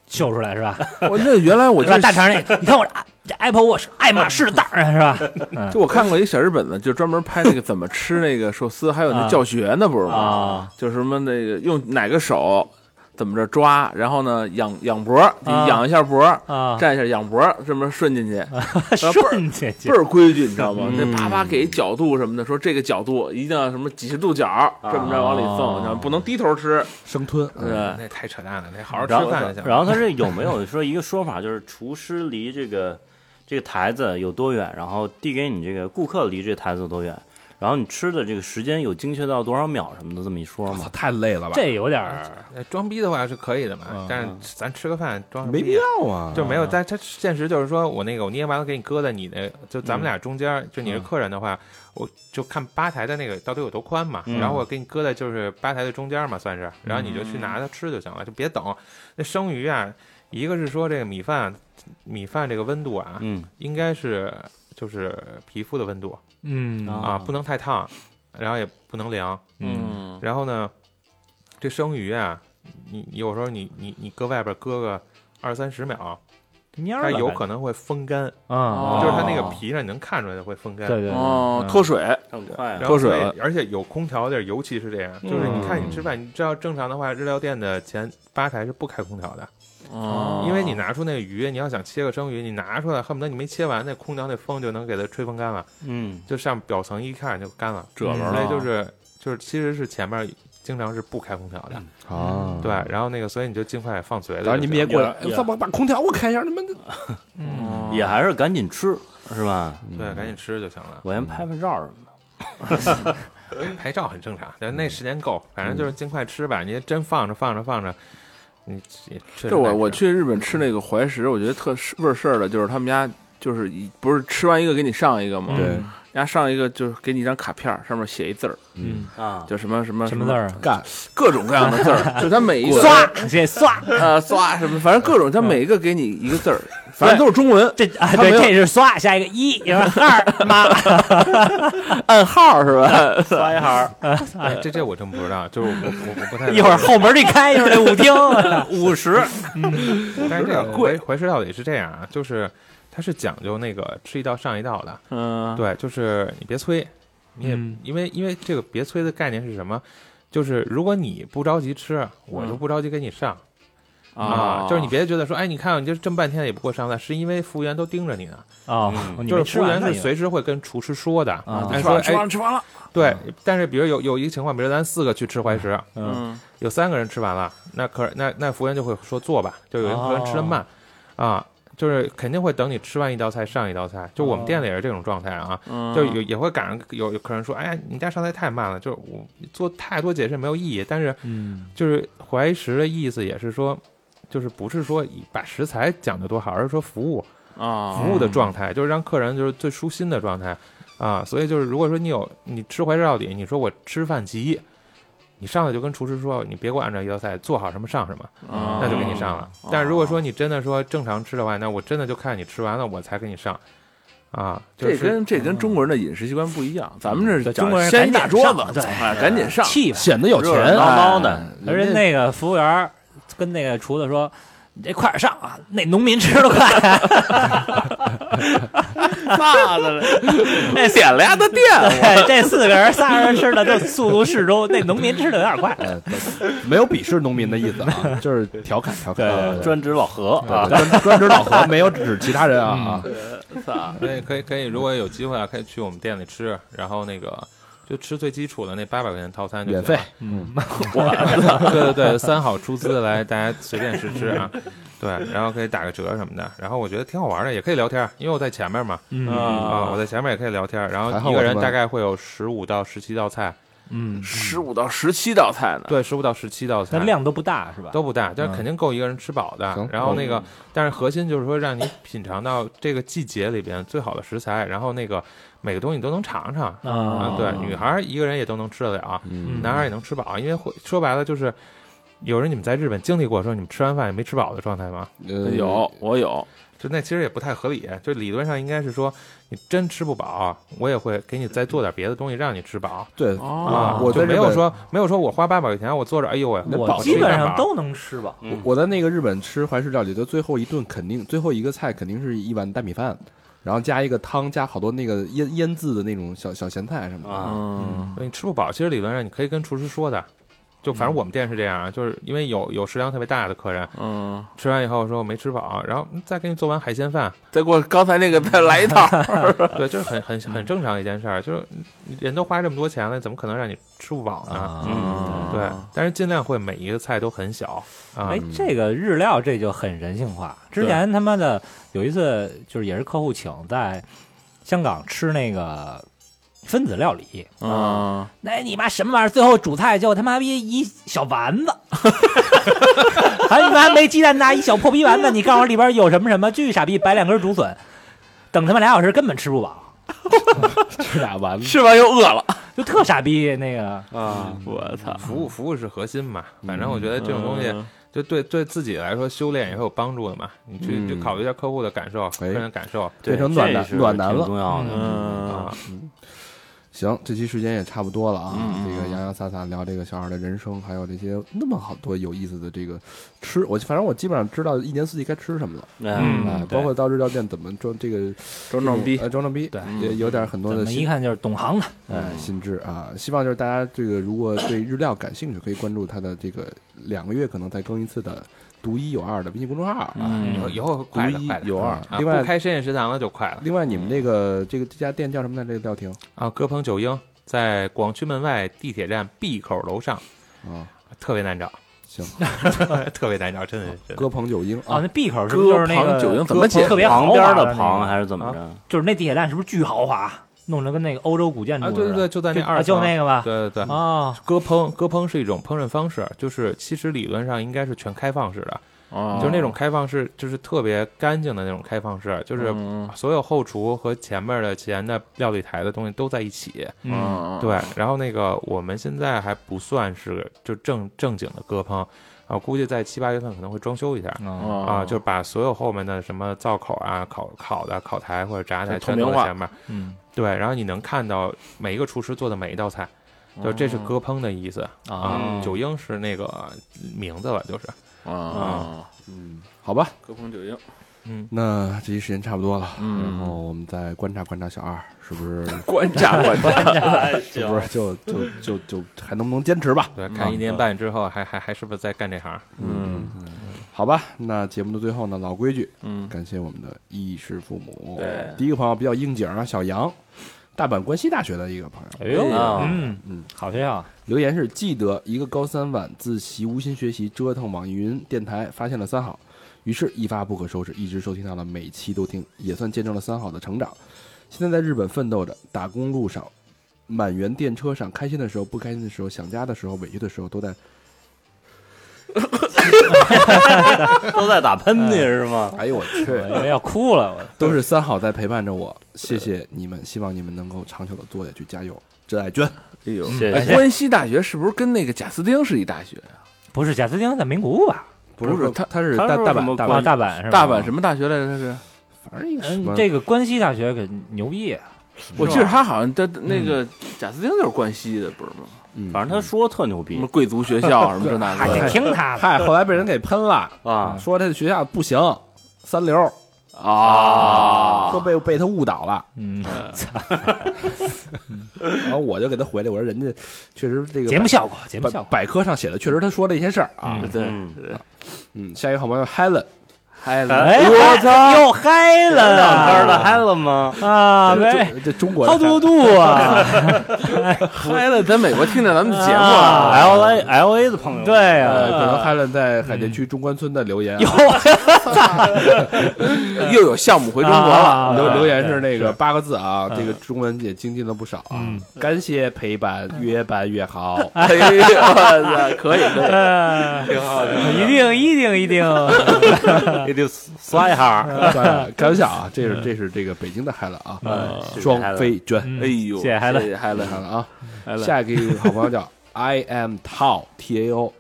秀出来是吧？我那原来我我就吧？大肠那，你看我这这 Apple Watch 爱马仕的袋儿是吧？就我看过一小日本的，就专门拍那个怎么吃那个寿司，还有那啊教学呢，不是吗？啊，就什么那个用哪个手怎么着抓，然后呢仰仰脖，你仰一下脖，啊，站一下仰脖，这么顺进去，然后倍儿顺进去倍儿规矩，你知道吗？嗯这啪啪给角度什么的，说这个角度一定要什么几十度角，啊这么着往里送，然后不能低头吃，生吞，对。那太扯淡了，得好好吃然后饭就行。然后他这有没有说一个说法，就是厨师离这个这个台子有多远，然后递给你这个顾客离这台子有多远，然后你吃的这个时间有精确到多少秒什么的这么一说我嘛操，？太累了吧？这有点儿呃装逼的话是可以的嘛嗯，但是咱吃个饭装什么没必啊要啊，就没嗯有，但他现实就是说我那个我捏完了给你搁在你那，就嗯咱们俩中间儿，就你是客人的话，我就看吧台的那个到底有多宽嘛，嗯然后我给你搁在就是吧台的中间儿嘛，算是，然后你就去拿它吃就行了，就别等。那生鱼啊，一个是说这个米饭，米饭这个温度啊，嗯，应该是就是皮肤的温度嗯啊，不能太烫，然后也不能凉，嗯，然后呢，这生鱼啊，你你有时候你你你搁外边搁个二三十秒。蔫儿它了有可能会风干，啊，就是它那个皮上你能看出来它会风干。对对对，哦嗯，脱水，很快然啊。后脱水所以了而且有空调的地儿，尤其是这样，就是你看嗯你吃饭，你知道正常的话，日料店的前吧台是不开空调的，嗯哦因为你拿出那个鱼，你要想切个生鱼，你拿出来恨不得你没切完，那空调那风就能给它吹风干了，嗯，就上表层一看就干了，褶纹所了哦以嗯就是就是其实是前面经常是不开空调的，嗯啊，对，然后那个所以你就尽快放嘴里就行。然后您别过来，也再把把空调给我开一下，他妈的也还是赶紧吃是吧？嗯对，赶紧吃就行了。我先嗯拍拍照什么的。拍照很正常，但嗯那时间够，反正就是尽快吃吧。你真放着放着放着，你也确实就我难吃我去日本吃那个怀石，我觉得特味儿事儿的，就是他们家就是一不是吃完一个给你上一个吗？嗯对，人家上一个就是给你一张卡片儿，上面写一字儿，嗯啊，就什么什么什么字儿啊？干，各种各样的字儿，就他每一个刷，这刷，呃刷什么，反正各种，他每一个给你一个字儿，反正都是中文，这啊，他没对，有这是刷，下一个一，然后二， 妈，暗号是吧？刷一行，哎，这这我真不知道，就是我我我不太一会儿后门一开就是这舞 厅，五十，但是这个回回师料理是这样啊，就是它是讲究那个吃一道上一道的，嗯，对，就是你别催，你也、啊嗯因为因为这个别催的概念是什么？就是如果你不着急吃，我嗯就不着急给你上、啊。就是你别觉得说，哎，你看你这这么半天也不给我上菜，是因为服务员都盯着你呢。啊，嗯你就没是吃服务完员呢是也随时会跟厨师说的。啊哎吃说完了吃哎完了吃完了，对，但是比如有有一个情况，比如咱四个去吃怀石，嗯嗯有三个人吃完了，那可那那服务员就会说坐吧，就有人可能哦吃的慢，啊，就是肯定会等你吃完一道菜上一道菜，就我们哦店里也是这种状态啊，嗯，就有也会赶上有有客人说，哎呀，你家上菜太慢了，就是我做太多解释没有意义，但是嗯就是怀石的意思也是说。就是不是说把食材讲究多好，而是说服务啊，服务的状态，就是让客人就是最舒心的状态啊。所以就是如果说你有你吃怀石料理，你说我吃饭急，你上来就跟厨师说，你别给我按照一道菜做好什么上什么，那就给你上了。但如果说你真的说正常吃的话，那我真的就看你吃完了我才给你上，啊，就这是跟这跟中国人的饮食习惯不一样，咱们这是中国人先一赶紧大桌上子，对哎，赶紧上，气氛。显得有热热钱啊闹闹。而且那个服务员儿跟那个厨子说：“你这快点上啊，那农民吃的 快。那的，那点了呀，那店，对”这四个人仨人吃的就速度适中，那农民吃的有点 快。哎呃，没有鄙视农民的意思啊，就是调侃调侃，呃对对专职老何啊，对专专指老何，没有指其他人啊啊，可以可以可以，如果有机会啊，可以去我们店里吃，然后那个。就吃最基础的那八百块钱套餐就免行费了， 对对对，三好出资来，大家随便试吃啊，对，然后可以打个折什么的，然后我觉得挺好玩的，也可以聊天，因为我在前面嘛，啊，我在前面也可以聊天，然还好后我一个这人边大概会有十五到十七道菜，嗯，十五到十七道菜呢，对，十五到十七道菜，但量都不大是吧？都不大，但是肯定够一个人吃饱的。行然后那个，但是核心就是说让你品尝到这个季节里边最好的食材，然后那个每个东西你都能尝尝。啊啊，对，女孩儿一个人也都能吃得了，嗯男孩儿也能吃饱，因为会说白了就是有人你们在日本经历过说你们吃完饭也没吃饱的状态吗？呃嗯有我有，就那其实也不太合理，就理论上应该是说你真吃不饱，我也会给你再做点别的东西让你吃饱对啊，我在就日没有本说没有说我花八百块钱我坐着，哎呦喂，那我饱我吃一基本上大都能吃饱。我我在那个日本吃怀式料理的最后一顿，肯定最后一个菜肯定是一碗大米饭，然后加一个汤，加好多那个腌腌制的那种小小咸菜什么的。啊，嗯，饱，你吃不饱，其实理论上你可以跟厨师说的。就反正我们店是这样，啊就是因为有有食量特别大的客人，嗯，吃完以后说我没吃饱，然后嗯再给你做碗海鲜饭，再给我刚才那个再来一套，对，这是很很很正常的一件事儿，就是你人都花这么多钱了，怎么可能让你吃不饱呢？啊嗯对，但是尽量会每一个菜都很小啊哎，，这个日料这就很人性化。之前他妈的有一次，就是也是客户请在香港吃那个分子料理，嗯，那你妈什么玩意儿？最后主菜就他妈逼一小丸子， 还你妈没鸡蛋大一小破逼丸子，你告诉我里边有什么什么？巨傻逼，摆两根竹笋，等他妈俩小时根本吃不饱，吃俩丸子，吃完又饿了就特傻逼那个。啊！我操，服务服务是核心嘛，反正我觉得这种东西嗯就对对自己来说修炼也会有帮助的嘛，你去嗯就考虑一下客户的感受，哎客人的感受对变成暖男这是暖男挺了重要的。啊嗯，，行，这期时间也差不多了啊，嗯这个洋洋洒洒聊这个小孩的人生，还有这些那么好多有意思的这个吃，我反正我基本上知道一年四季该吃什么了，嗯哎，对包括到日料店怎么装这个装装逼呃，装装逼，对也有点很多怎的么一新看就是懂行的，哎新知啊，希望就是大家这个如果对日料感兴趣，可以关注他的这个两个月可能再更一次的独一有二的微信公众号啊，嗯以后以后会独快的一快的，有二啊，另外不开深夜食堂了就快了另外，你们这个这个这家店叫什么来着？廖婷啊，歌棚九英在广渠门外地铁站 B 口楼上，啊，特别难找，行， 特别难找，真的是真的歌棚九英啊，啊那，闭口是不是就歌是那旁个九英怎么解？特别豪旁华边那的个旁还是怎么着？就是那地铁站是不是巨豪华？弄得跟那个欧洲古建筑啊，似的对对对，，就在那就啊二就层，那个吧。对对对，啊，割烹，割烹是一种烹饪方式，就是其实理论上应该是全开放式的，就就是那种开放式，就是特别干净的那种开放式，就是嗯所有后厨和前面的前的料理台的东西都在一起。嗯，哦对，然后那个我们现在还不算是就正正经的割烹，啊，估计在七八月份可能会装修一下。啊啊，啊就是把所有后面的什么灶口啊、烤烤的、烤台或者炸台就透全明都化在前面，嗯对，然后你能看到每一个厨师做的每一道菜，就这是割烹的意思哦啊。九英是那个名字了，就是啊，嗯，好吧，歌棚九英，那这期时间差不多了，嗯然后我们再观察观察小二是不是观察观察，是不是就就就就还能不能坚持吧？对，看一年半之后还还还是不是在干这行？嗯好吧，那节目的最后呢，老规矩，嗯感谢我们的衣食父母。对第一个朋友比较应景啊，小杨，大阪关西大学的一个朋友，哎呦，啊嗯嗯，好学校，留言是记得一个高三晚自习无心学习，折腾网易云电台，发现了三好，于是一发不可收拾，一直收听到了每期都听，也算见证了三好的成长。现在在日本奋斗着，打工路上，满员电车上，开心的时候，不开心的时候，想家的时候，委屈的时候，都在都在打喷嚏是吗？哎呦我去，我以为要哭了，我都是三好在陪伴着我，谢谢你们，希望你们能够长久的做下去，加油！真爱娟，哎呦，谢哎谢关西大学是不是跟那个贾斯汀是一大学啊？不是贾斯汀在名古屋吧？不是他，他是他大说大什阪么大啊，阪，大阪是吧？大阪什么大学来着？他是，反正一个什嗯，么这个关西大学可牛逼啊，我记得他好像他那个贾斯汀就是关西的，不是吗？嗯反正他说特牛什逼么贵族学校什么这那 还得的听他 的。嗨，后来被人给喷了，啊！说他学校不行，三流，啊说，被被他误导了。嗯，然后我就给他回来，我说人家确实这个节目效果，节目百效 果。百科上写的确实他说的一些事儿啊。对嗯对，嗯，下一个好朋友 Helen，嗨了，哎，我操，又嗨儿了的嗨了吗？啊！对，这这中国的好多度啊！嗨了，在美国听着咱们的节目啊啊， L A L A 的朋友，对呃，呀，可能 Helen 在海淀区中关村的留言啊， 又有项目回中国了，啊留留言是那个八个字啊，嗯这个中文也精进了不少啊。感谢陪伴，越办越 好。哎呦，我操可以可以，呃，一定一定 一定，也得刷一下。算了开玩笑啊，这是这是这个北京的孩子啊，嗯 双飞娟哎呦，谢谢嗨了嗨了，看了啊。下一个好朋友叫 I am Tao T A O，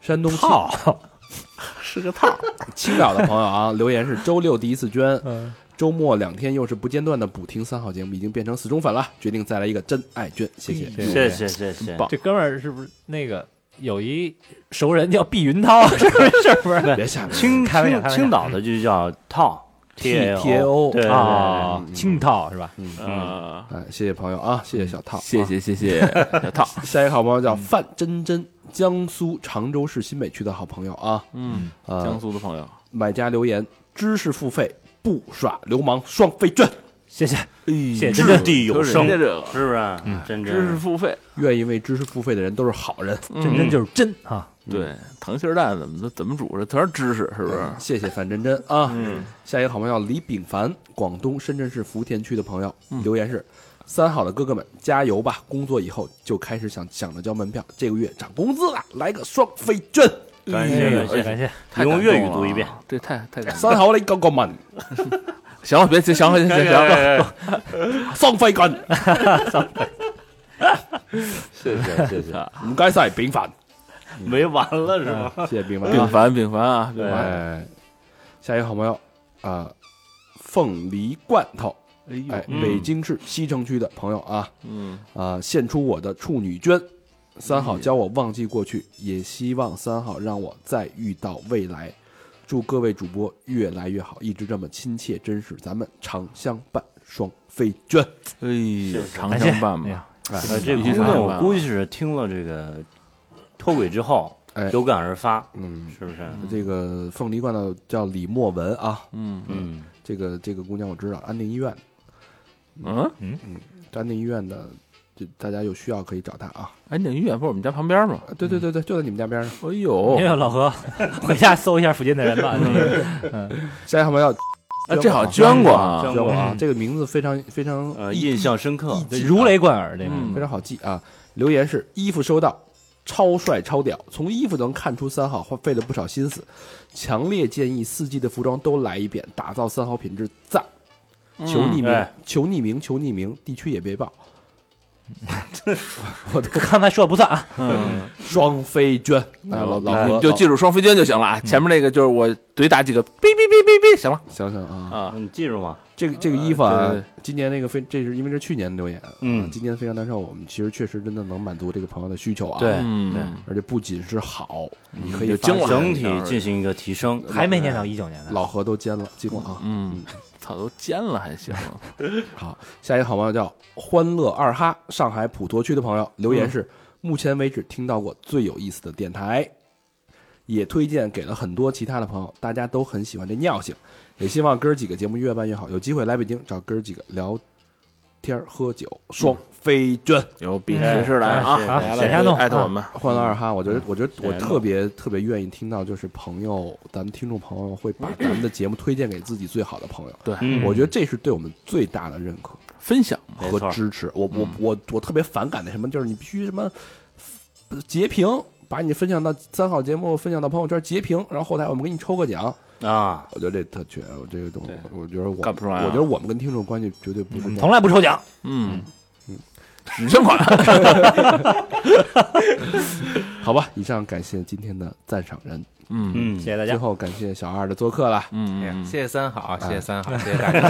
山东青套，是个套。 青岛的朋友啊，留言是周六第一次捐，嗯周末两天又是不间断的补听三好节目，已经变成死忠粉了，决定再来一个真爱捐，谢谢。谢谢谢谢真，棒这哥们儿是不是那个有一熟人叫毕云 涛？是不是？是不是？别吓人，青开玩笑开青玩笑青岛的就叫套 T A T A O 对对对对啊，青套是吧？嗯，哎，谢谢朋友啊，谢谢小套，谢。谢谢谢小套，下一个好朋友叫范真真，江苏常州市新北区的好朋友啊，嗯，江呃，苏的朋友，买家留言，知识付费不耍流氓，双费券，谢谢，谢谢真掷真地有就是声人家，这个是不是？嗯真知真识付费，愿意为知识付费的人都是好人，嗯真真就是真啊！对，溏心儿蛋怎么怎么煮的，全是知识，是不是？嗯谢谢范真真啊。嗯下一个好朋友李炳凡，广东深圳市福田区的朋友，嗯留言是：三好的哥哥们，加油吧！工作以后就开始想想着交门票，这个月涨工资了，来个双飞券。感嗯谢感谢谢谢感谢，太用感粤动语了啊读一遍，这太太感动了。三好的哥哥们，行了，别行了行了行了，双飞券，谢谢谢谢，唔该晒炳凡，没完了是吗？谢谢炳凡丙啊。凡丙凡啊，对丙凡，哎，下一个好朋友啊，凤梨罐头，哎，嗯北京市西城区的朋友啊，嗯，啊，献出我的处女捐。三好教我忘记过去，也希望三好让我再遇到未来。祝各位主播越来越好，一直这么亲切真实，咱们常相伴，双飞娟。哎呦，长感谢相伴嗯哎吧呀。呃，这姑必须尝娘尝我估计啊是听了这个脱轨之后哎有感而发，嗯，是不是？这个凤梨罐头叫李莫文啊，嗯嗯，这个这个姑娘我知道，安定医院，嗯，安定医院的，这大家有需要可以找她啊。安定医院不是我们家旁边吗？啊对对对对，就在你们家边上。哎哦因为呦，老何 回家搜一下附近的人吧。那个嗯下一个好朋友哎啊，这好像捐过啊，叫啊，这个名字非常非常呃，印象深刻， 如雷贯耳，这个非嗯，常好记啊。留言是衣服收到，超帅超屌，从衣服能看出三好花费了不少心思，强烈建议四季的服装都来一遍，打造三好品质，赞！求匿名，哎求匿名，求匿名，地区也别报，刚才说的不算啊， 双飞娟，哎，老老你何们就记住，住双飞娟就行了啊。前面那个就是我怼打几个，哔哔哔哔哔，行了想想啊，啊。嗯你记住吗？这个这呃个衣服啊对对对，今年那个非这是因为这是去年的留言，啊嗯今年非常难受，我们其实确实真的能满足这个朋友的需求啊，对嗯嗯，而且不仅是好，你可以有精发现神整体进行一个提升，嗯还没念到一九年呢。老何都煎了，记过啊，嗯，操，都尖了还行，好，下一个好朋友叫欢乐二哈，上海普陀区的朋友留嗯言是：目前为止听到过最有意思的电台，也推荐给了很多其他的朋友，大家都很喜欢这尿性，也希望哥儿几个节目越办越好，有机会来北京找哥儿几个聊天儿喝酒，双飞娟。有病随时来啊，哎好来写下弄艾特我们，欢乐二哈，我觉得，我觉得我特别特别愿意听到，就是朋友，咱们听众朋友会把咱们的节目推荐给自己最好的朋友，对，嗯我觉得这是对我们最大的认可。分享没和错支持。我我我我特别反感的什么，就是你必须什么呃截屏，把你分享到三好节目，分享到朋友圈截屏，然后后台我们给你抽个奖。啊，我觉得这特绝，我这个东西，我觉得我干不出来啊我觉得我们跟听众关系绝对不是我们这从样。来不抽奖，嗯，你捐款，好吧，以上感谢今天的赞赏人，嗯嗯谢，谢大最家。后感谢小二的做客了。哎呀嗯，谢谢三好，谢谢三好，谢谢大家。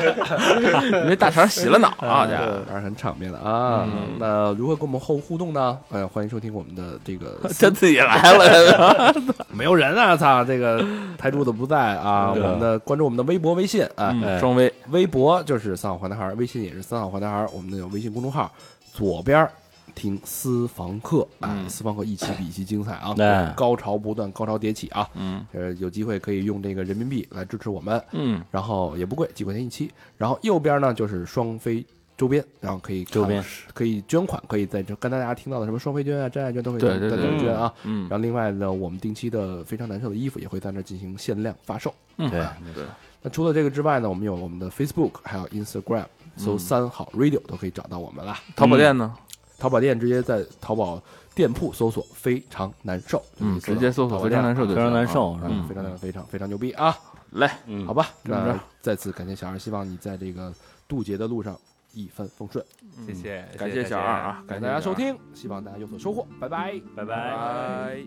嗯因为大肠洗了脑嗯啊，家伙当然很场面了啊！那如何跟我们后互动呢？呃，欢迎收听我们的这 个他自己来了，没有人啊！操，这个台柱子不在啊！我们的关注我们的微博、微信啊，嗯双微，微博就是三好坏男孩儿，微信也是三好坏男孩儿，我们的有微信公众号，左边儿听私房课啊，嗯私房课一期比一期精彩啊，哎高潮不断，高潮迭起啊，嗯呃，有机会可以用这个人民币来支持我们，嗯，然后也不贵，几块钱一期，然后右边呢就是双飞周边，然后可以看周啊边可以捐款，可以在这刚才大家听到的什么双飞捐啊、真爱捐都可以对对在这对儿捐啊。嗯然后另外呢，我们定期的非常难受的衣服也会在那儿进行限量发售。嗯，对对，那除了这个之外呢，我们有我们的 Facebook，还有 Instagram，搜嗯“三好 Radio” 都可以找到我们啦。淘宝店呢，淘宝店直接在淘宝店铺搜索“非常难受”，就可嗯，以搜直到接搜淘索宝非店常难受就非行啊常难，受，是吧嗯非常难受，非常非常牛逼啊！来，嗯好，吧，这么着那再次感谢小二，希望你在这个渡劫的路上一帆风顺。谢谢，感谢谢小二啊，感感谢谢大家小收二，听，希望大家有所收获，拜拜。拜拜。拜。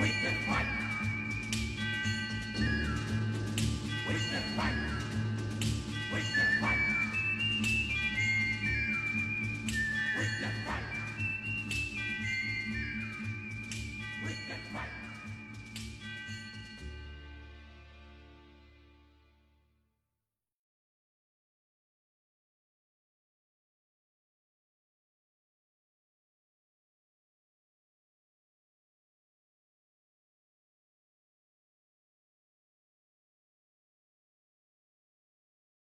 We can fight.